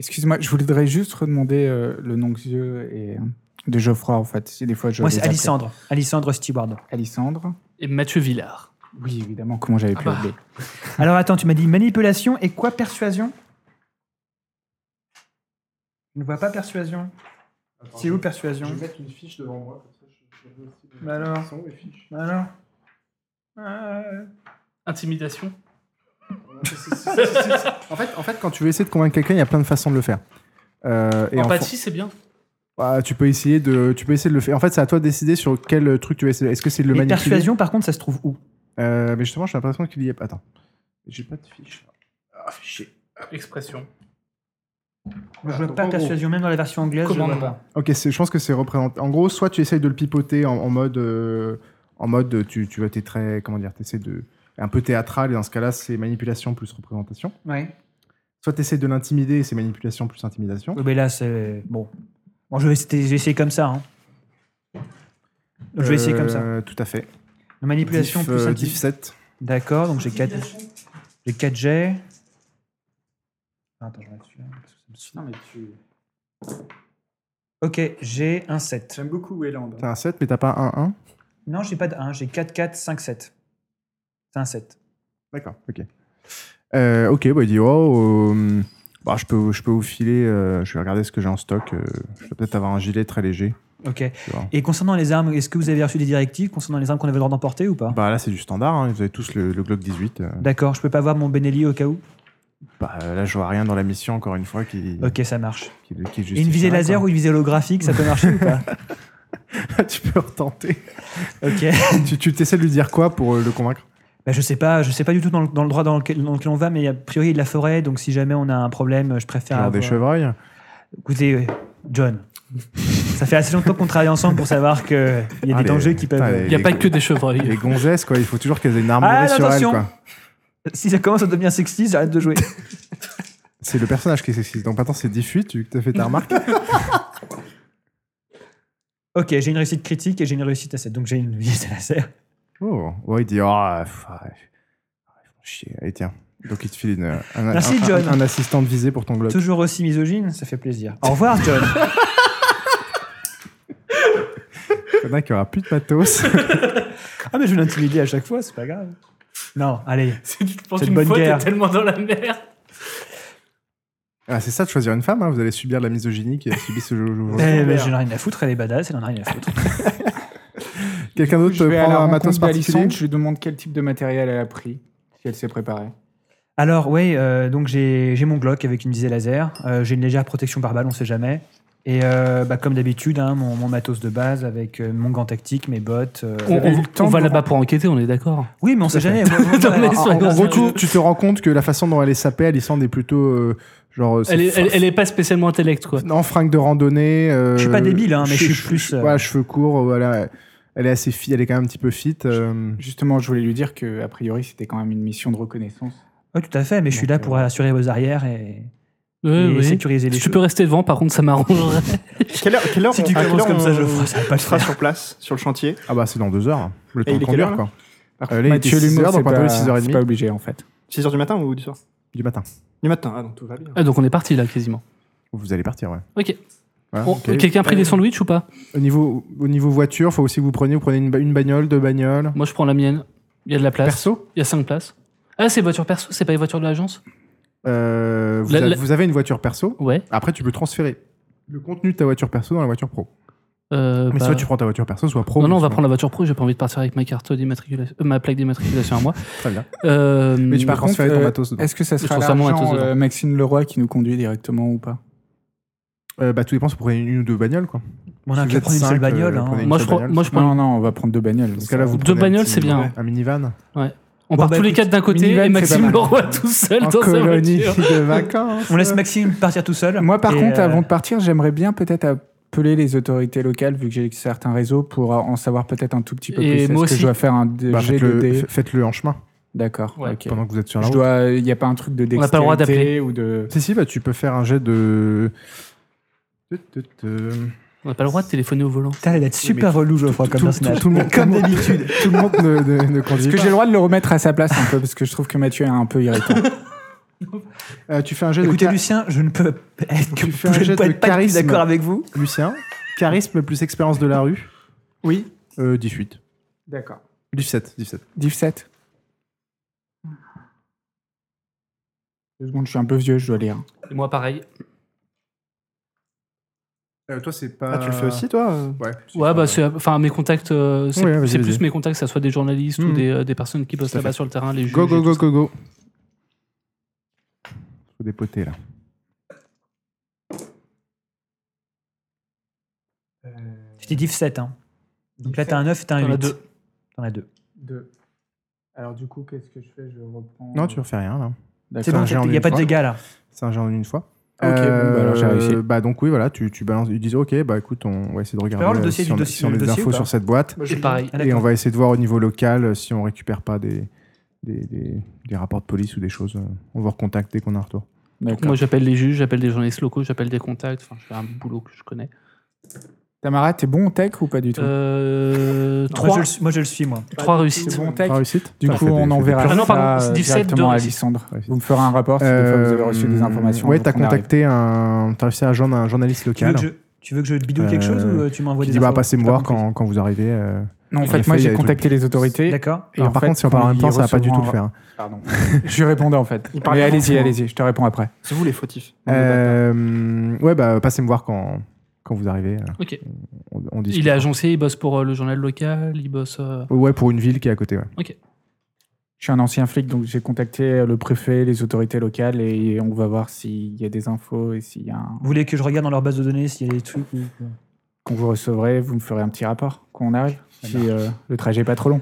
Speaker 5: Excuse-moi, je voudrais juste redemander euh, le nom que j'ai et euh, de Geoffroy, en fait. Si des fois je
Speaker 7: Moi,
Speaker 5: les
Speaker 7: c'est
Speaker 5: appelle.
Speaker 7: Alissandre. Alissandre Steward.
Speaker 5: Alissandre.
Speaker 6: Et Mathieu Villard.
Speaker 5: Oui, évidemment, comment j'avais
Speaker 6: Ah
Speaker 5: pu
Speaker 6: bah.
Speaker 5: oublier.
Speaker 7: Alors attends, tu m'as dit manipulation et quoi persuasion Je ne vois pas persuasion. C'est où persuasion
Speaker 4: Je vais mettre une fiche devant moi, comme ça je, je vais aussi les
Speaker 7: Bah alors.
Speaker 4: sons et fiches.
Speaker 7: Alors Euh,
Speaker 6: Intimidation
Speaker 1: En fait, en fait, quand tu veux essayer de convaincre quelqu'un, il y a plein de façons de le faire. Euh, et en fon-
Speaker 6: Empathie, c'est bien.
Speaker 1: Bah, tu peux essayer de, tu peux essayer de le faire. En fait, c'est à toi de décider sur quel truc tu veux essayer. Est-ce que c'est de le
Speaker 7: Et
Speaker 1: manipuler
Speaker 7: persuasion, par contre, ça se trouve où
Speaker 1: Euh, Mais justement, j'ai l'impression qu'il y est. Attends, j'ai pas de fiche. Ah, fichier.
Speaker 6: Expression.
Speaker 7: Je
Speaker 4: Voilà,
Speaker 7: vois
Speaker 4: donc,
Speaker 7: pas
Speaker 4: Bah, en gros,
Speaker 7: persuasion, même dans la version anglaise. je
Speaker 6: Commandement.
Speaker 7: vois pas.
Speaker 1: Ok, c'est- je pense que c'est représenté. En gros, soit tu essayes de le pipoter en, en mode, euh, en mode, euh, tu, tu vas t'es très, comment dire, t'essaies de, un peu théâtral. Et dans ce cas-là, c'est manipulation plus représentation.
Speaker 7: Ouais.
Speaker 1: Soit t'essaies de l'intimider, et c'est manipulation plus intimidation.
Speaker 7: Ouais, mais là, c'est. Bon. Bon, je vais essayer, je vais essayer comme ça. hein. Je vais essayer comme ça.
Speaker 1: Euh, Tout à fait.
Speaker 7: Manipulation
Speaker 1: Diff,
Speaker 7: plus
Speaker 1: euh,
Speaker 7: inti-
Speaker 1: diff 7.
Speaker 7: D'accord, donc j'ai 4 j'ai quatre jets. Attends, je reste celui-là, parce que ça me saoule.
Speaker 4: Non, mais tu.
Speaker 7: Ok, j'ai un 7.
Speaker 4: J'aime beaucoup Wayland.
Speaker 1: T'as un 7, mais t'as pas un 1.
Speaker 7: Non, j'ai pas de 1, j'ai 4, 4, 5, 7. C'est un 7.
Speaker 1: D'accord, ok. Euh, ok, bah, il dit Oh, euh, bah, je, peux, je peux vous filer, euh, je vais regarder ce que j'ai en stock. euh, je vais peut-être avoir un gilet très léger.
Speaker 7: Ok.
Speaker 1: vois.
Speaker 7: Et concernant les armes, est-ce que vous avez reçu des directives concernant les armes qu'on avait le droit d'emporter ou pas
Speaker 1: Bah, là, c'est du standard, hein, vous avez tous le, le Glock 18. euh.
Speaker 7: D'accord, je peux pas voir mon Benelli au cas où
Speaker 1: Bah, euh, là, je vois rien dans la mission, encore une fois, qui,
Speaker 7: Ok, ça marche.
Speaker 1: qui, qui
Speaker 7: Et Euh, une visée
Speaker 1: justifierait,
Speaker 7: laser ou une visée holographique, ça peut marcher ou pas
Speaker 1: quoi. tu peux retenter.
Speaker 7: Ok.
Speaker 1: tu tu t'essaies de lui dire quoi pour euh, le convaincre
Speaker 7: Bah, je sais pas, je sais pas du tout dans le, dans le droit dans lequel, dans lequel on va, mais a priori il y a de la forêt, donc si jamais on a un problème, je préfère.
Speaker 1: Genre des
Speaker 7: avoir-
Speaker 1: chevreuils
Speaker 7: Écoutez, euh, John, ça fait assez longtemps qu'on travaille ensemble pour savoir qu'il y a
Speaker 1: Ah,
Speaker 7: des
Speaker 1: les-
Speaker 7: dangers qui peuvent.
Speaker 1: putain, les-
Speaker 6: Il n'y a pas que des chevreuils.
Speaker 1: Les gonzesses, quoi, il faut toujours qu'elles aient une arme
Speaker 7: Ah,
Speaker 1: sur elles,
Speaker 7: attention.
Speaker 1: quoi.
Speaker 7: Si ça commence à devenir sexiste, j'arrête de jouer.
Speaker 1: C'est le personnage qui est sexiste. Donc maintenant, c'est 18, vu que t'as fait ta remarque.
Speaker 7: ok, j'ai une réussite critique et j'ai une réussite à 7, donc j'ai une visée laser.
Speaker 1: Oh, ouais, il dit, ah, pff, ah, ils font chier. Allez, tiens. Donc, il te file une, un, un-
Speaker 7: Merci,
Speaker 1: un-
Speaker 7: John.
Speaker 1: un assistant de visée pour ton globe.
Speaker 7: Toujours aussi misogyne, ça fait plaisir. Au revoir, John.
Speaker 1: Il y en a qui aura plus de matos.
Speaker 7: ah, mais je vais l'intimider à chaque fois, c'est pas grave. Non, allez.
Speaker 6: C'est tu te penses
Speaker 7: C'est une
Speaker 6: une
Speaker 7: bonne
Speaker 6: fois, t'es
Speaker 7: guerre.
Speaker 6: tellement dans la merde.
Speaker 1: ah, c'est ça de choisir une femme, hein. vous allez subir de la misogynie qui a subi ce jeu.
Speaker 7: Eh, ben, je n'en ai rien à foutre, elle est badass, elle en a rien à foutre.
Speaker 1: Quelqu'un d'autre
Speaker 5: Je
Speaker 1: peut
Speaker 5: vais à la
Speaker 1: prendre un matos
Speaker 5: rencontre
Speaker 1: particulier
Speaker 5: d'Alissandre, je lui demande quel type de matériel elle a pris, si elle s'est préparée.
Speaker 7: Alors, ouais, euh, donc j'ai j'ai mon Glock avec une visée laser. euh, j'ai une légère protection par balle, on sait jamais. Et euh, bah, comme d'habitude, hein, mon, mon matos de base avec euh, mon gant tactique, mes bottes. euh,
Speaker 6: On,
Speaker 5: avez eu le temps
Speaker 6: on va
Speaker 5: pour-
Speaker 6: là-bas pour enquêter, on est d'accord.
Speaker 7: Oui, mais on sait jamais.
Speaker 6: Non, mais
Speaker 1: En-
Speaker 6: soyons
Speaker 1: En gros,
Speaker 6: sérieux.
Speaker 1: tu, tu te rends compte que la façon dont elle est sapée, Alissandre est plutôt. euh, genre. euh, c'est
Speaker 6: Elle est,
Speaker 1: fa-
Speaker 6: elle, elle est pas spécialement intellect, quoi.
Speaker 1: Non, fringue de randonnée. euh,
Speaker 7: Je suis pas débile, hein, mais je suis
Speaker 1: che-
Speaker 7: plus,
Speaker 1: che-
Speaker 7: euh,
Speaker 1: voilà, cheveux courts, voilà. Elle est assez fille, elle est quand même un petit peu fit. euh,
Speaker 5: Justement, je voulais lui dire que a priori, c'était quand même une mission de reconnaissance.
Speaker 7: Oui, tout à fait, mais je suis là
Speaker 5: Donc,
Speaker 7: pour
Speaker 5: euh,
Speaker 7: assurer vos arrières et,
Speaker 6: Ouais,
Speaker 7: et
Speaker 6: ouais.
Speaker 7: sécuriser les
Speaker 6: Si tu
Speaker 7: choses.
Speaker 6: peux rester devant, par contre, ça m'arrangerait.
Speaker 3: Quelle heure, quelle heure
Speaker 7: Si
Speaker 3: on-
Speaker 7: tu
Speaker 3: à quelle
Speaker 7: commences
Speaker 3: heure
Speaker 7: comme ça,
Speaker 3: on-
Speaker 7: je ferai, ça va pas
Speaker 3: on
Speaker 7: le
Speaker 3: sera
Speaker 7: faire.
Speaker 3: sur place, sur le chantier.
Speaker 1: Ah bah, c'est dans deux heures. Le temps de
Speaker 5: il est quelle
Speaker 1: conduire,
Speaker 5: heure,
Speaker 1: quoi.
Speaker 5: Par
Speaker 1: Euh, là, il est
Speaker 5: Mathieu,
Speaker 1: 6
Speaker 5: l'humour,
Speaker 1: heures, donc
Speaker 5: c'est
Speaker 1: on doit aller
Speaker 5: pas-
Speaker 1: 6h30.
Speaker 5: C'est pas obligé, en fait.
Speaker 3: 6 h du matin ou du soir
Speaker 1: Du matin.
Speaker 3: Du matin, ah non, tout va bien.
Speaker 6: Ah, donc on est parti là, quasiment.
Speaker 1: Vous allez partir, ouais.
Speaker 6: Oh, Ok.
Speaker 1: Ouais,
Speaker 6: On-
Speaker 1: Ah, ok.
Speaker 6: Quelqu'un a pris des sandwichs ou pas
Speaker 1: Au niveau, au niveau voiture, faut aussi que vous preniez, vous prenez une, ba- une bagnole, deux bagnoles.
Speaker 6: Moi, je prends la mienne. Il y a de la place.
Speaker 1: Perso
Speaker 6: Il y a 5 places. Ah, c'est voiture perso, c'est pas les voitures de l'agence
Speaker 1: Euh, vous,
Speaker 6: La-
Speaker 1: avez-
Speaker 6: la-
Speaker 1: vous avez une voiture perso.
Speaker 6: Ouais.
Speaker 1: Après, tu peux transférer le contenu de ta voiture perso dans la voiture pro.
Speaker 6: Euh,
Speaker 1: Mais
Speaker 6: bah,
Speaker 1: soit tu prends ta voiture perso, soit pro.
Speaker 6: non, non, on va
Speaker 1: sinon-
Speaker 6: prendre la voiture pro, j'ai pas envie de partir avec ma carte d'immatriculation, euh, ma plaque d'immatriculation à moi.
Speaker 1: Très bien.
Speaker 6: Euh,
Speaker 1: Mais tu peux
Speaker 5: Par contre,
Speaker 1: transférer ton
Speaker 5: euh,
Speaker 1: matos dedans.
Speaker 5: Est-ce que ça
Speaker 6: Je
Speaker 5: sera
Speaker 6: trouve ça moins
Speaker 5: l'argent,
Speaker 6: intéressant.
Speaker 5: euh, Maxime Leroy qui nous conduit directement ou pas
Speaker 1: Euh, bah, tout dépend si vous prenez une ou deux bagnoles, quoi.
Speaker 7: On a
Speaker 1: Si vous
Speaker 7: qu'à
Speaker 1: êtes
Speaker 7: prendre une seule
Speaker 1: cinq, euh,
Speaker 7: bagnole. hein.
Speaker 1: prenez une
Speaker 6: moi,
Speaker 1: seule
Speaker 6: je prends,
Speaker 1: bagnole.
Speaker 6: moi, je prends.
Speaker 5: Non, non, on va prendre deux bagnoles.
Speaker 1: Dans ce cas-là, vous
Speaker 6: Deux
Speaker 1: prenez un
Speaker 6: bagnoles,
Speaker 1: petit-
Speaker 6: c'est bien.
Speaker 1: Un minivan.
Speaker 6: On part
Speaker 7: bah,
Speaker 6: tous les
Speaker 7: écoute,
Speaker 6: quatre d'un côté
Speaker 5: minivan,
Speaker 6: et
Speaker 5: c'est pas
Speaker 6: Maxime
Speaker 5: mal.
Speaker 6: Leroy tout seul
Speaker 1: En
Speaker 6: dans sa
Speaker 1: colonie
Speaker 6: voiture.
Speaker 1: de vacances.
Speaker 7: On laisse Maxime partir tout seul.
Speaker 5: Moi, par
Speaker 7: Et,
Speaker 5: contre,
Speaker 7: euh,
Speaker 5: avant de partir, j'aimerais bien peut-être appeler les autorités locales, vu que j'ai certains réseaux, pour en savoir peut-être un tout petit peu
Speaker 6: Et
Speaker 5: plus. Est-ce
Speaker 6: moi
Speaker 5: que
Speaker 6: aussi.
Speaker 5: je dois faire un
Speaker 1: Bah,
Speaker 5: jet de
Speaker 1: faites-le
Speaker 5: dés
Speaker 1: faites-le en chemin
Speaker 5: D'accord.
Speaker 6: Ouais.
Speaker 5: ok.
Speaker 1: pendant que vous êtes sur la
Speaker 5: Je
Speaker 1: route.
Speaker 5: dois. Il n'y a pas un truc de
Speaker 6: On n'a pas le droit
Speaker 5: dextérité ou de.
Speaker 1: Si, si, bah, tu peux faire un jet de.
Speaker 6: On n'a pas le droit de téléphoner au volant.
Speaker 7: Putain, elle va être super relou, je crois, comme
Speaker 1: tout,
Speaker 7: personnage.
Speaker 1: tout- tout le monde,
Speaker 7: Comme
Speaker 1: tout le monde-
Speaker 7: d'habitude.
Speaker 1: Tout le monde ne, ne- ne
Speaker 5: Est-ce
Speaker 1: conduit
Speaker 5: que j'ai
Speaker 1: pas.
Speaker 5: le droit de le remettre à sa place un peu Parce que je trouve que Mathieu est un peu irritant.
Speaker 1: Euh, tu fais un jet
Speaker 7: Écoutez,
Speaker 1: de
Speaker 7: Lucien, je ne peux être que
Speaker 1: Tu fais un
Speaker 7: je
Speaker 1: jet
Speaker 7: ne peux
Speaker 1: de
Speaker 7: être pas du tout
Speaker 1: charisme.
Speaker 7: d'accord avec vous.
Speaker 1: ca- Lucien. Charisme plus expérience de la rue.
Speaker 5: Oui.
Speaker 1: Euh, 18.
Speaker 5: D'accord.
Speaker 1: 17, 17.
Speaker 5: Div 7. Deux secondes, je suis un peu vieux, je dois lire.
Speaker 6: Et moi, pareil.
Speaker 1: Euh, toi, c'est pas.
Speaker 3: Ah, tu le fais aussi, toi euh
Speaker 1: Ouais.
Speaker 6: Ouais, bah, c'est, enfin, mes contacts, euh, c'est,
Speaker 1: Ouais, vas-y,
Speaker 6: c'est
Speaker 1: vas-y.
Speaker 6: plus mes contacts, que ça soit des journalistes ou
Speaker 5: Mhm.
Speaker 6: des, euh, des personnes qui bossent
Speaker 1: Tout à
Speaker 6: là-bas
Speaker 1: fait.
Speaker 6: sur le terrain, les juges.
Speaker 1: Go, go,
Speaker 6: et
Speaker 1: go,
Speaker 6: tout ça.
Speaker 1: go, go. Faut dépoter, là.
Speaker 7: Je t'ai dit 7. Hein. Donc là, t'as un 9 et t'as un
Speaker 6: T'en as
Speaker 7: 8.
Speaker 6: deux.
Speaker 7: T'en as deux.
Speaker 5: Deux. Alors, du coup, qu'est-ce que je fais Je reprends.
Speaker 1: Non, tu refais rien, là.
Speaker 7: C'est bon,
Speaker 1: j'ai en
Speaker 7: il n'y a
Speaker 1: une
Speaker 7: pas de
Speaker 1: fois.
Speaker 7: dégâts là.
Speaker 1: C'est un jet en une fois.
Speaker 5: Ok, bon, bah alors j'ai réussi.
Speaker 1: Euh, Bah donc oui, voilà, tu, tu balances. Ils disent ok, bah écoute, on va essayer de regarder
Speaker 7: avoir le
Speaker 1: euh,
Speaker 7: dossier
Speaker 1: si
Speaker 7: du
Speaker 1: on a,
Speaker 7: dossier-
Speaker 1: si on a
Speaker 7: le
Speaker 1: des
Speaker 7: dossier ou
Speaker 1: infos
Speaker 7: pas
Speaker 1: sur cette boîte.
Speaker 6: Et pareil.
Speaker 7: Ah,
Speaker 1: et
Speaker 7: d'accord.
Speaker 1: on va essayer de voir au niveau local euh, si on récupère pas des, des, des- des rapports de police ou des choses. euh, On vous recontacte dès qu'on a un retour.
Speaker 5: D'accord.
Speaker 6: Moi, j'appelle les juges, j'appelle des journalistes locaux, j'appelle des contacts. Enfin, je fais un boulot que je connais.
Speaker 5: Tamara, t'es bon en tech ou pas du tout
Speaker 6: Euh,
Speaker 7: Non,
Speaker 6: trois,
Speaker 7: Moi, je le suis- moi, je le suis, moi.
Speaker 6: trois réussites.
Speaker 5: C'est bon en tech
Speaker 1: Pas réussite
Speaker 5: Du
Speaker 1: Ça
Speaker 5: coup,
Speaker 1: fait des-
Speaker 5: on
Speaker 1: fait
Speaker 5: enverra
Speaker 6: Ah non, pardon,
Speaker 5: ça euh,
Speaker 6: 17 de
Speaker 5: directement à
Speaker 6: réussite.
Speaker 5: Alexandre.
Speaker 1: Réussite.
Speaker 5: Vous me ferez un rapport si
Speaker 1: Euh,
Speaker 5: des fois vous avez reçu des informations.
Speaker 1: Ouais,
Speaker 5: avant
Speaker 1: t'as
Speaker 5: qu'on arrive.
Speaker 1: contacté un. T'as réussi à joindre un journaliste
Speaker 7: Tu veux,
Speaker 1: local.
Speaker 7: que je, tu veux que je bidouille quelque chose
Speaker 1: Euh,
Speaker 7: ou euh, tu m'envoies
Speaker 1: Qui dit
Speaker 7: des
Speaker 1: bah
Speaker 7: infos
Speaker 1: passez me
Speaker 7: J'ai pas
Speaker 1: voir
Speaker 7: compris.
Speaker 1: quand, quand vous arrivez. euh.
Speaker 5: Non, en
Speaker 1: Il a
Speaker 5: fait,
Speaker 1: fait,
Speaker 5: moi,
Speaker 1: il y a
Speaker 5: j'ai
Speaker 1: des
Speaker 5: contacté les autorités.
Speaker 7: D'accord.
Speaker 5: Et
Speaker 1: Alors,
Speaker 5: en
Speaker 1: par
Speaker 5: fait,
Speaker 1: contre, si on parle en
Speaker 5: quand
Speaker 1: même temps,
Speaker 5: ils
Speaker 1: ça va pas du tout le
Speaker 5: recevront
Speaker 1: faire. hein.
Speaker 5: Pardon. je répondais en fait.
Speaker 3: Il parle
Speaker 5: Mais
Speaker 3: pas
Speaker 5: allez-y,
Speaker 3: forcément.
Speaker 5: allez-y, je te réponds après.
Speaker 3: C'est vous les fautifs.
Speaker 1: Euh, ouais, bah passez me voir quand quand vous arrivez. euh,
Speaker 6: Ok.
Speaker 1: On, on discute.
Speaker 6: Il est agencé, il bosse pour euh, le journal local, il bosse. euh,
Speaker 1: Ouais, pour une ville qui est à côté. Ouais.
Speaker 5: Je suis un ancien flic, donc j'ai contacté le préfet, les autorités locales et on va voir s'il y a des infos et s'il y a un...
Speaker 7: Vous voulez que je regarde dans leur base de données s'il y a des trucs ou...
Speaker 5: qu'on vous recevrez. Vous me ferez un petit rapport quand on arrive, si euh, le trajet est pas trop long.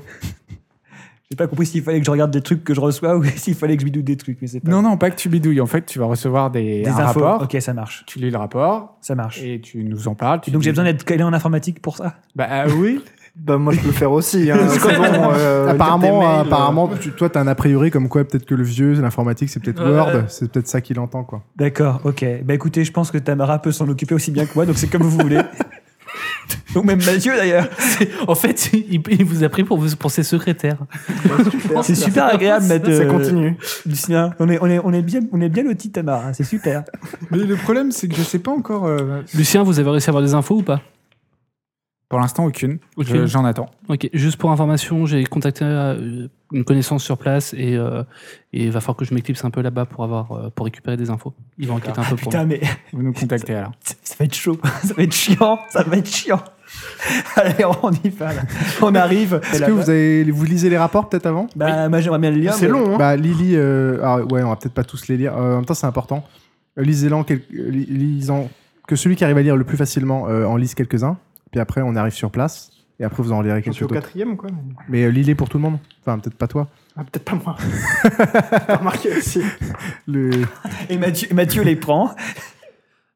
Speaker 7: J'ai pas compris s'il fallait que je regarde des trucs que je reçois ou s'il fallait que je bidouille des trucs, mais c'est pas.
Speaker 5: Non, non, pas que tu bidouilles. En fait, tu vas recevoir des,
Speaker 7: Des
Speaker 5: un
Speaker 7: infos.
Speaker 5: rapport.
Speaker 7: Ok, ça marche.
Speaker 5: Tu lis le rapport
Speaker 7: Ça marche.
Speaker 5: et tu nous en parles. Tu
Speaker 7: Donc j'ai
Speaker 5: dis-
Speaker 7: besoin d'être calé en informatique pour ça.
Speaker 5: Bah euh, oui.
Speaker 3: Bah, moi, je peux le faire aussi. hein. C'est bon, euh, lire
Speaker 1: apparemment,
Speaker 3: tes mails,
Speaker 5: euh.
Speaker 1: apparemment tu- toi, t'as un a priori comme quoi peut-être que le vieux, l'informatique, c'est peut-être
Speaker 6: Ouais.
Speaker 1: Word, c'est peut-être ça qu'il entend, quoi.
Speaker 7: D'accord, ok. Bah écoutez, je pense que Tamara peut s'en occuper aussi bien que moi, donc c'est comme vous voulez. Ou même Mathieu d'ailleurs.
Speaker 6: En fait, il, il vous a pris pour, vous- pour ses secrétaires.
Speaker 3: euh, super.
Speaker 7: C'est super agréable, Matt.
Speaker 3: Ça
Speaker 7: euh,
Speaker 3: continue.
Speaker 7: Lucien. On est, on est, on est bien, on est bien lotis, Tamara. hein, C'est super.
Speaker 5: Mais le problème, c'est que je sais pas encore. euh,
Speaker 6: Lucien, vous avez réussi à avoir des infos ou pas
Speaker 5: Pour l'instant, aucune.
Speaker 6: Ok.
Speaker 5: Je- J'en attends.
Speaker 6: Ok, juste pour information, j'ai contacté euh, une connaissance sur place et, euh, et il va falloir que je m'éclipse un peu là-bas pour, avoir, euh, pour récupérer des infos. Il va enquêter un peu pour
Speaker 7: Putain, mais
Speaker 5: Vous nous contactez alors.
Speaker 7: ça va être chaud. Ça va être chiant. Ça va être chiant. Allez, on y va. là. On arrive.
Speaker 1: Est-ce que vous, avez, vous lisez les rapports peut-être avant
Speaker 7: Bah, moi j'aimerais bien le lire.
Speaker 3: C'est
Speaker 7: mais-
Speaker 3: long, hein.
Speaker 1: Bah, Lily, euh, ah, ouais, on va peut-être pas tous les lire. Euh, en même temps, c'est important. Euh, Lisez-en, quel- euh, li- lisant- que celui qui arrive à lire le plus facilement euh, en lise quelques-uns. Puis après, on arrive sur place. Et après, vous en lirez
Speaker 3: Je suis
Speaker 1: quelques
Speaker 3: au
Speaker 1: autres.
Speaker 3: quatrième, quoi. mais-
Speaker 1: Mais euh, lisez pour tout le monde. Enfin, peut-être pas toi.
Speaker 3: Ah, peut-être pas moi. T'as remarqué aussi.
Speaker 1: Le...
Speaker 7: Et Mathieu, Mathieu les prend.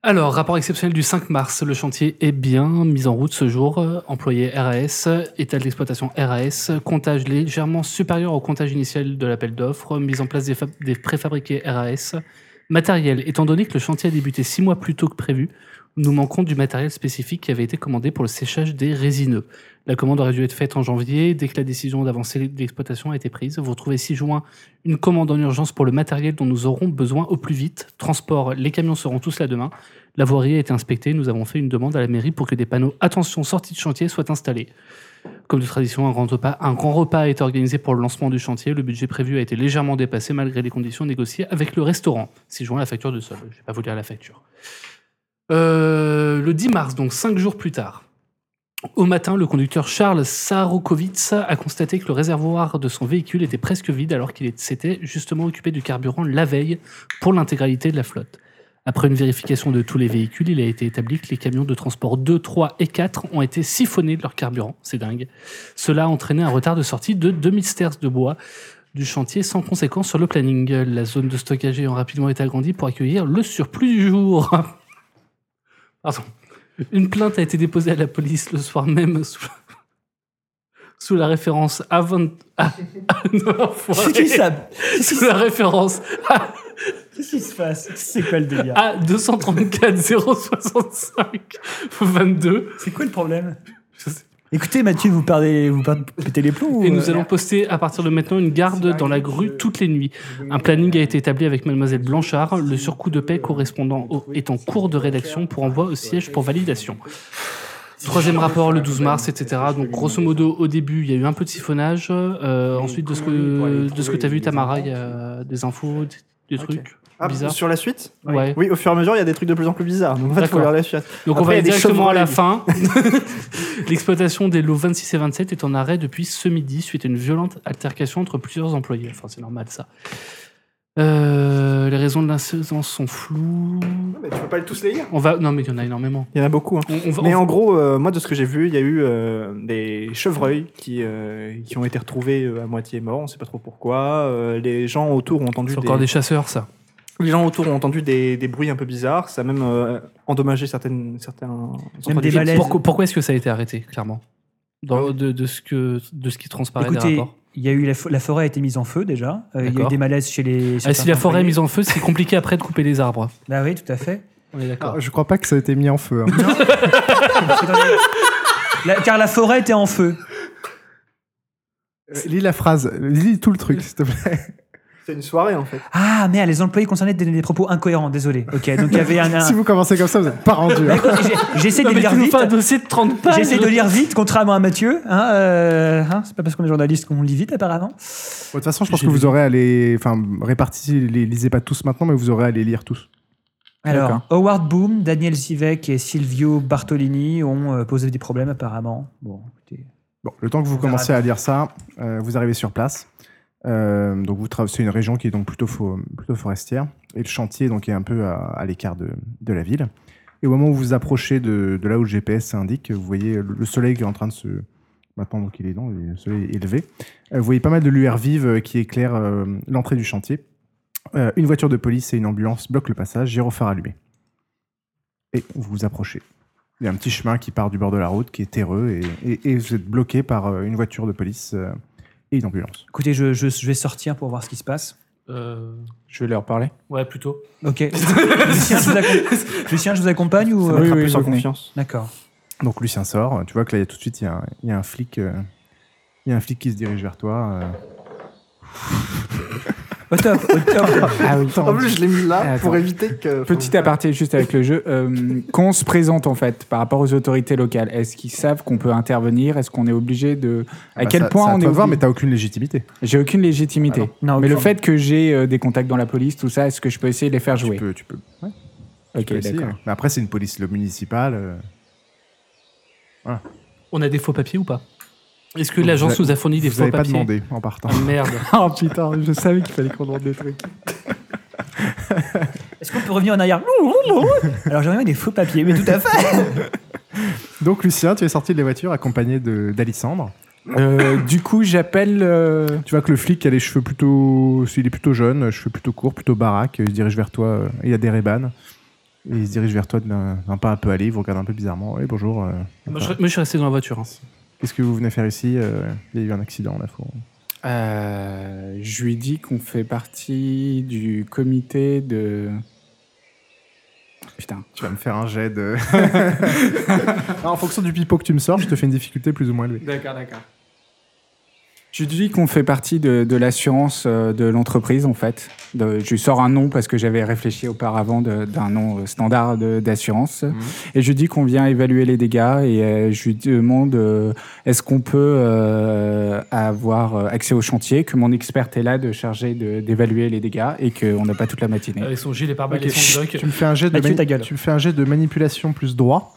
Speaker 6: Alors, rapport exceptionnel du 5 mars. Le chantier est bien mis en route ce jour. Euh, Employé RAS, état de l'exploitation RAS, comptage légèrement supérieur au comptage initial de l'appel d'offres, mise en place des, fa- des préfabriqués RAS. Matériel, étant donné que le chantier a débuté six mois plus tôt que prévu, nous manquons du matériel spécifique qui avait été commandé pour le séchage des résineux. La commande aurait dû être faite en janvier. Dès que la décision d'avancer l'exploitation a été prise, vous retrouvez 6 juin une commande en urgence pour le matériel dont nous aurons besoin au plus vite. Transport, les camions seront tous là demain. La voirie a été inspectée. Nous avons fait une demande à la mairie pour que des panneaux attention sortie de chantier soient installés. Comme de tradition, un grand repas, un grand repas a été organisé pour le lancement du chantier. Le budget prévu a été légèrement dépassé malgré les conditions négociées avec le restaurant. Si joint la facture de sol. Je vais pas vous lire la facture. Euh, le 10 mars, donc 5 jours plus tard. Au matin, le conducteur Charles Sarokowitz a constaté que le réservoir de son véhicule était presque vide alors qu'il est- s'était justement occupé du carburant la veille pour l'intégralité de la flotte. Après une vérification de tous les véhicules, il a été établi que les camions de transport 2, 3 et 4 ont été siphonnés de leur carburant. C'est dingue. Cela a entraîné un retard de sortie de 2000 sters de bois du chantier sans conséquence sur le planning. La zone de stockage ayant rapidement été agrandie pour accueillir le surplus du jour. Pardon. Une plainte a été déposée à la police le soir même sous, sous la référence à 20... Ah, ah, non, enfoiré.
Speaker 7: C'est qui ça
Speaker 6: Sous la référence à,
Speaker 7: Qu'est-ce qui se passe C'est quoi le délire
Speaker 6: Ah, 234 065 22.
Speaker 7: C'est quoi le problème
Speaker 6: Je sais
Speaker 7: Écoutez, Mathieu, vous perdez, vous perdez, pétez les plombs.
Speaker 6: Et
Speaker 7: ou,
Speaker 6: nous
Speaker 7: euh,
Speaker 6: allons poster à partir de maintenant une garde dans la grue toutes les nuits. Un planning a été établi avec Mademoiselle Blanchard. Le surcoût de paix correspondant au- est en cours de rédaction pour envoi au siège pour validation. Troisième rapport le 12 mars, etc. Donc grosso modo, au début, il y a eu un peu de siphonnage. Euh, ensuite, de ce que, de ce que tu as vu, Tamara, il y a des infos, des, des
Speaker 3: Ok.
Speaker 6: trucs
Speaker 3: Ah,
Speaker 6: bizarres.
Speaker 3: sur la suite
Speaker 6: Ouais.
Speaker 3: Oui, au fur et à mesure, il y a des trucs de plus en plus bizarres. Donc, en fait, il faut
Speaker 6: D'accord.
Speaker 3: lire la suite.
Speaker 6: Donc on
Speaker 3: Après,
Speaker 6: va
Speaker 3: il y a des
Speaker 6: directement à la
Speaker 3: chevreuils.
Speaker 6: fin. L'exploitation des lots 26 et 27 est en arrêt depuis ce midi suite à une violente altercation entre plusieurs employés. Enfin, c'est normal ça. Euh, les raisons de l'incendie sont floues.
Speaker 3: Mais tu peux pas tous les lire
Speaker 6: On va... Non, mais il y en a énormément.
Speaker 3: Il y en a beaucoup. hein.
Speaker 6: On, on va...
Speaker 3: Mais
Speaker 6: on-
Speaker 3: en gros, euh, moi, de ce que j'ai vu, il y a eu euh, des chevreuils qui, euh, qui ont été retrouvés euh, à moitié morts, on sait pas trop pourquoi. Euh, les gens autour ont entendu
Speaker 6: C'est encore des chasseurs, ça.
Speaker 3: Les gens autour ont entendu des, des bruits un peu bizarres, ça a même euh, endommagé certaines, certains certains
Speaker 7: des
Speaker 3: objets.
Speaker 7: malaises.
Speaker 6: Pourquoi, pourquoi est-ce que ça a été arrêté, clairement Dans- de, de ce que, de ce qui transparaît des
Speaker 7: Écoutez,
Speaker 6: rapports.
Speaker 7: il y a eu la, fo- la forêt a été mise en feu déjà. Euh, il y a eu
Speaker 6: D'accord.
Speaker 7: des malaises chez les. chez
Speaker 6: Ah, si la
Speaker 7: certains
Speaker 6: forêt est
Speaker 7: employés.
Speaker 6: mise en feu, c'est compliqué après de couper les arbres.
Speaker 7: Bah oui, tout à fait.
Speaker 6: On est d'accord.
Speaker 1: Ah, je crois pas que ça a été mis en feu. hein.
Speaker 7: La- car la forêt était en feu.
Speaker 1: Euh, lis la phrase, lis tout le truc, s'il te plaît.
Speaker 3: C'est une soirée, en fait.
Speaker 7: Ah merde, les employés concernés donnaient des propos incohérents. Désolé. Ok, donc il y avait un. un-
Speaker 1: Si vous commencez comme ça, vous êtes pas rendu. hein.
Speaker 7: Écoute, j'ai- J'essaie de
Speaker 6: Non, mais
Speaker 7: lire
Speaker 6: tu nous
Speaker 7: vite.
Speaker 6: fais un dossier de 30 pages.
Speaker 7: J'essaie de lire vite, contrairement à Mathieu. Hein, euh, hein, c'est pas parce qu'on est journaliste qu'on lit vite, apparemment.
Speaker 1: Bon, De toute façon, je pense
Speaker 6: J'ai
Speaker 1: que vous aurez à les. Enfin, répartis, les lisez pas tous maintenant, mais vous aurez à les lire tous.
Speaker 7: Alors,
Speaker 5: D'accord.
Speaker 7: Howard Boom, Daniel Zivek et Silvio Bartolini ont euh, posé des problèmes, apparemment. Bon, écoutez.
Speaker 1: Bon, le temps que vous
Speaker 7: verra
Speaker 1: commencez à lire ça, euh, vous arrivez sur place. Euh, donc, vous traversez une région qui est donc plutôt, fo- plutôt forestière. Et le chantier donc, est un peu à, à l'écart de, de la ville. Et au moment où vous vous approchez de, de là où le GPS indique, vous voyez le- le soleil qui est en train de se. Maintenant, donc, il est dans, le soleil est élevé. Euh, vous voyez pas mal de lueurs vives euh, qui éclairent euh, l'entrée du chantier. Euh, une voiture de police et une ambulance bloquent le passage, gyrophare allumé. Et vous vous approchez. Il y a un petit chemin qui part du bord de la route, qui est terreux, et, et- et vous êtes bloqué par euh, une voiture de police euh, et une ambulance.
Speaker 7: Écoutez, je, je- je vais sortir pour voir ce qui se passe.
Speaker 6: Euh,
Speaker 5: Je vais leur parler.
Speaker 6: Ouais, plutôt.
Speaker 7: Ok. Lucien, je vous accom- Lucien, je vous accompagne ou.
Speaker 3: Ça
Speaker 7: euh,
Speaker 3: mettra
Speaker 5: oui,
Speaker 3: plus en
Speaker 5: revenez.
Speaker 3: confiance.
Speaker 7: D'accord.
Speaker 1: Donc Lucien sort, tu vois que là, il y a tout de suite, il y a un, il y a un flic. euh, il y a un flic qui se dirige vers toi. euh.
Speaker 7: Au top, au top.
Speaker 5: Ah oui.
Speaker 3: En plus, je l'ai mis là
Speaker 5: Ah, attends.
Speaker 3: pour éviter que.
Speaker 5: Petit aparté juste avec le jeu, euh, qu'on se présente en fait par rapport aux autorités locales. Est-ce qu'ils savent qu'on peut intervenir Est-ce qu'on est obligé de À
Speaker 1: Bah,
Speaker 5: quel
Speaker 1: ça-
Speaker 5: point
Speaker 1: ça à
Speaker 5: on
Speaker 1: toi
Speaker 5: est
Speaker 1: de voir,
Speaker 5: obligé-
Speaker 1: mais t'as aucune légitimité.
Speaker 5: J'ai aucune légitimité.
Speaker 7: Non,
Speaker 5: mais le
Speaker 7: aucun-
Speaker 5: fait que j'ai euh, des contacts dans la police, tout ça, est-ce que je peux essayer de les faire
Speaker 1: Tu
Speaker 5: jouer
Speaker 1: peux, tu peux. ouais, tu
Speaker 5: Ok,
Speaker 1: peux essayer,
Speaker 5: d'accord.
Speaker 1: ouais. Mais après, c'est une police le municipale. euh.
Speaker 6: On a des faux papiers ou pas Est-ce que l'agence
Speaker 1: Vous a-
Speaker 6: nous a fourni des
Speaker 1: vous
Speaker 6: faux
Speaker 1: avez pas
Speaker 6: papiers
Speaker 1: demandé en partant.
Speaker 6: Ah, merde.
Speaker 5: Oh putain, je savais qu'il fallait qu'on demande des trucs.
Speaker 7: Est-ce qu'on peut revenir en arrière Alors, j'aurais bien des faux papiers, mais tout à fait.
Speaker 1: Donc Lucien, tu es sorti de la voiture accompagné de- d'Alissandre.
Speaker 5: Euh, du coup, j'appelle. euh,
Speaker 1: Tu vois que le flic a les cheveux plutôt. Il est plutôt jeune, cheveux plutôt courts, plutôt baraque. Il se dirige vers toi. euh, Il a des rébanes. Et il se dirige vers toi d'un d'un pas un peu allé. Il vous regarde un peu bizarrement. Oui, bonjour. euh,
Speaker 6: Moi, je, moi, je suis resté dans la voiture. hein.
Speaker 1: Qu'est-ce que vous venez faire ici Euh, Il y a eu un accident là. Faut...
Speaker 5: euh, je lui dis qu'on fait partie du comité de. Putain.
Speaker 1: Tu vas me faire un jet de. Non, en fonction du pipeau que tu me sors, je te fais une difficulté plus ou moins élevée.
Speaker 3: D'accord, d'accord.
Speaker 5: Je lui dis qu'on fait partie de, de l'assurance euh, de l'entreprise, en fait. De- je lui sors un nom parce que j'avais réfléchi auparavant de- d'un nom euh, standard de- d'assurance. Et je lui dis qu'on vient évaluer les dégâts et euh, je lui demande euh, est-ce qu'on peut euh, avoir euh, accès au chantier, que mon experte est là de charger de- d'évaluer les dégâts et qu'on n'a pas toute la matinée.
Speaker 6: Avec son gilet pare-balles et
Speaker 1: Ok.
Speaker 6: son bloc.
Speaker 1: Tu me fais un jet de,
Speaker 7: Mathieu,
Speaker 1: mani-
Speaker 7: ta gueule.
Speaker 1: tu me fais un jet de manipulation plus droit.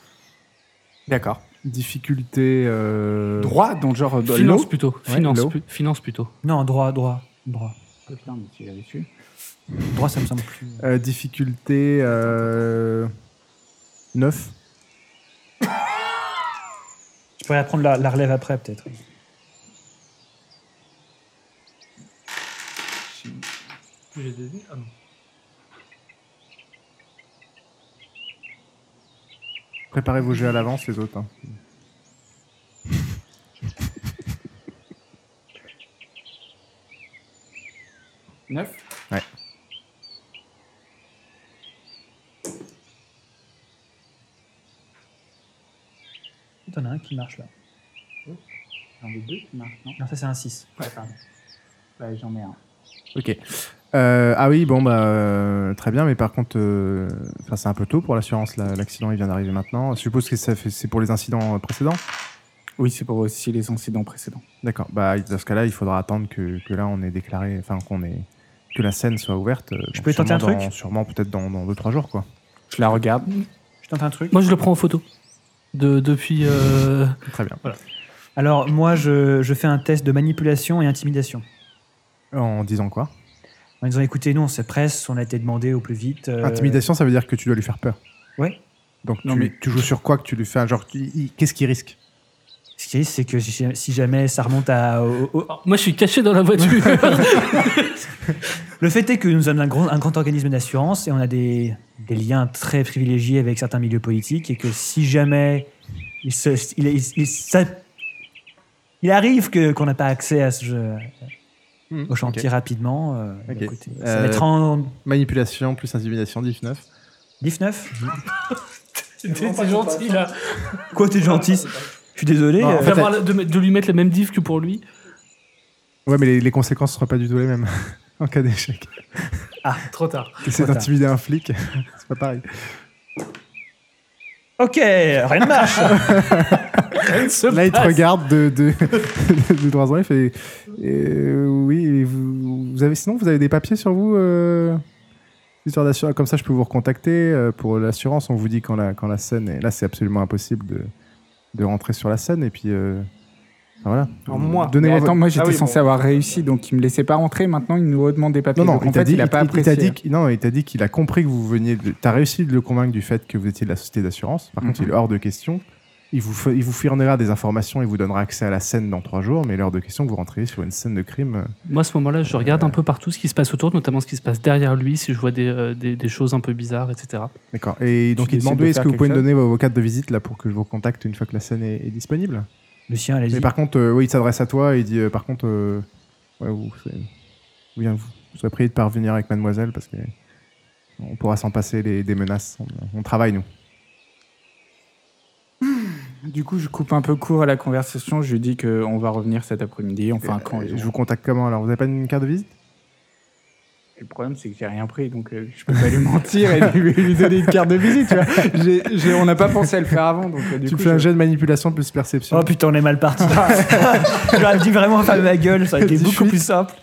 Speaker 5: D'accord.
Speaker 1: Difficulté. euh,
Speaker 5: Droit, dans le genre de
Speaker 6: Finance plutôt. Finance,
Speaker 5: l'eau.
Speaker 6: pu- finance plutôt.
Speaker 7: Non, droit, droit, droit.
Speaker 5: Oh, Putain, mais tu l'avais su.
Speaker 7: Droit, ça me semble plus.
Speaker 1: euh, difficulté. euh, 9.
Speaker 7: Je pourrais apprendre la, la relève après, peut-être.
Speaker 1: Préparez vos jets à l'avance, les autres. hein.
Speaker 5: Neuf
Speaker 1: Ouais.
Speaker 7: t'en as un qui marche là.
Speaker 2: J'en ai deux qui marchent, non
Speaker 7: Non, ça c'est un 6.
Speaker 2: Ouais, pardon. Bah, j'en ai un.
Speaker 1: Ok. Euh, ah oui, bon, bah, euh, très bien, mais par contre, euh, enfin, c'est un peu tôt pour l'assurance, là, l'accident il vient d'arriver maintenant. Je suppose que ça fait- c'est pour les incidents euh, précédents
Speaker 5: Oui, c'est pour aussi les incidents précédents.
Speaker 1: D'accord. Bah, dans ce cas-là, il faudra attendre que, que là, on ait déclaré, enfin, qu'on ait, que la scène soit ouverte. euh,
Speaker 7: Je
Speaker 1: donc
Speaker 7: peux tenter un
Speaker 1: sûrement dans-
Speaker 7: truc
Speaker 1: Sûrement, peut-être dans 2-3 jours, quoi.
Speaker 5: Je la regarde.
Speaker 7: Je tente un truc.
Speaker 6: Moi, je le prends en photo. De, depuis. euh,
Speaker 1: Très bien.
Speaker 7: Alors, moi, je, je fais un test de manipulation et intimidation.
Speaker 1: En disant quoi
Speaker 7: En disant, écoutez, nous, on se presse, on a été demandé au plus vite. euh,
Speaker 1: Intimidation, ça veut dire que tu dois lui faire peur.
Speaker 7: Ouais.
Speaker 1: Donc,
Speaker 5: Non,
Speaker 1: tu,
Speaker 5: mais-
Speaker 1: tu joues sur quoi que tu lui fais un Genre, tu- il- qu'est-ce qu'il risque
Speaker 7: Ce qui est, c'est que si si jamais ça remonte à. au- au-
Speaker 6: Moi, je suis caché dans la voiture.
Speaker 7: Le fait est que nous sommes un grand, un grand organisme d'assurance et on a des, des liens très privilégiés avec certains milieux politiques et que si jamais il, se, il, il- il- ça- il arrive que, qu'on n'a pas accès à ce jeu-
Speaker 1: Hmm,
Speaker 7: au chantier
Speaker 1: ok.
Speaker 7: rapidement, euh, bah,
Speaker 1: Ok.
Speaker 7: écoutez, ça
Speaker 1: Euh,
Speaker 7: mettra en
Speaker 1: Manipulation plus intimidation, 19.
Speaker 7: 19
Speaker 6: C'est c'est gentil, là.
Speaker 7: Quoi, t'es gentil Je suis désolé.
Speaker 1: Non, en
Speaker 7: euh,
Speaker 1: fait,
Speaker 6: D'avoir la- de, de lui mettre la même diff que pour lui.
Speaker 1: Ouais, mais les, les conséquences ne seront pas du tout les mêmes en cas d'échec.
Speaker 6: Trop tard.
Speaker 1: C'est
Speaker 7: tard.
Speaker 1: intimider un flic, c'est pas pareil.
Speaker 7: Ok, rien ne marche.
Speaker 1: Là, il te regarde de, de, de trois ans, il fait euh, Oui, et vous, vous avez, sinon, vous avez des papiers sur vous euh, histoire d'assurance. Comme ça, je peux vous recontacter euh, pour l'assurance. On vous dit quand la, quand la scène est. Là, c'est absolument impossible de, de rentrer sur la scène. Et puis, euh, enfin, voilà.
Speaker 3: Alors, moi,
Speaker 5: Mais
Speaker 1: Donnez-moi
Speaker 5: attends,
Speaker 1: votre-
Speaker 5: moi j'étais
Speaker 3: Ah oui,
Speaker 5: censé
Speaker 3: bon.
Speaker 5: avoir réussi, donc il me laissait pas rentrer. Maintenant, il nous redemande des papiers.
Speaker 1: Non, non,
Speaker 5: donc, en
Speaker 1: il t'a
Speaker 5: fait,
Speaker 1: dit,
Speaker 5: il a
Speaker 1: il-
Speaker 5: pas
Speaker 1: il t'a
Speaker 5: apprécié.
Speaker 1: dit qu'il- non, il t'a dit qu'il a compris que vous veniez de. T'as réussi de le convaincre du fait que vous étiez de la société d'assurance. Par contre,
Speaker 5: Mhm.
Speaker 1: il est hors de question. Il vous, fe- il vous fournira des informations et vous donnera accès à la scène dans trois jours, mais il est hors de question que vous rentriez sur une scène de crime. euh,
Speaker 6: Moi, à ce moment-là, je regarde un peu partout ce qui se passe autour, notamment ce qui se passe derrière lui, si je vois des, euh, des, des choses un peu bizarres, etc.
Speaker 1: D'accord. Et donc, il
Speaker 5: décides
Speaker 1: demande
Speaker 5: de
Speaker 1: est-ce
Speaker 5: faire
Speaker 1: que vous pouvez me
Speaker 5: quelque
Speaker 1: donner vos, vos cartes de visite là pour que je vous contacte une fois que la scène est, est disponible
Speaker 7: Lucien, allez-y.
Speaker 1: Mais par contre, euh, oui, il s'adresse à toi et il dit euh, par contre, euh, ouais, vous, c'est- vous- bien, vous, vous serez prié de parvenir avec mademoiselle parce que on pourra s'en passer les- des menaces. On- on travaille, nous.
Speaker 5: Du coup, je coupe un peu court à la conversation. Je lui dis qu'on va revenir cet après-midi. Enfin, quand
Speaker 1: Euh, je vous contacte comment alors Vous n'avez pas une carte de visite
Speaker 5: Le problème, c'est que j'ai rien pris, donc euh, je peux pas lui mentir et lui, lui donner une carte de visite. Tu vois. J'ai- j'ai- on n'a pas pensé à le faire avant, donc euh, du
Speaker 1: Tu
Speaker 5: coup,
Speaker 1: fais un
Speaker 5: je- Ah,
Speaker 1: jet de manipulation plus perception.
Speaker 7: Oh putain, on est mal parti. J'aurais dû vraiment faire ma gueule, ça aurait été beaucoup
Speaker 1: 18.
Speaker 7: plus simple.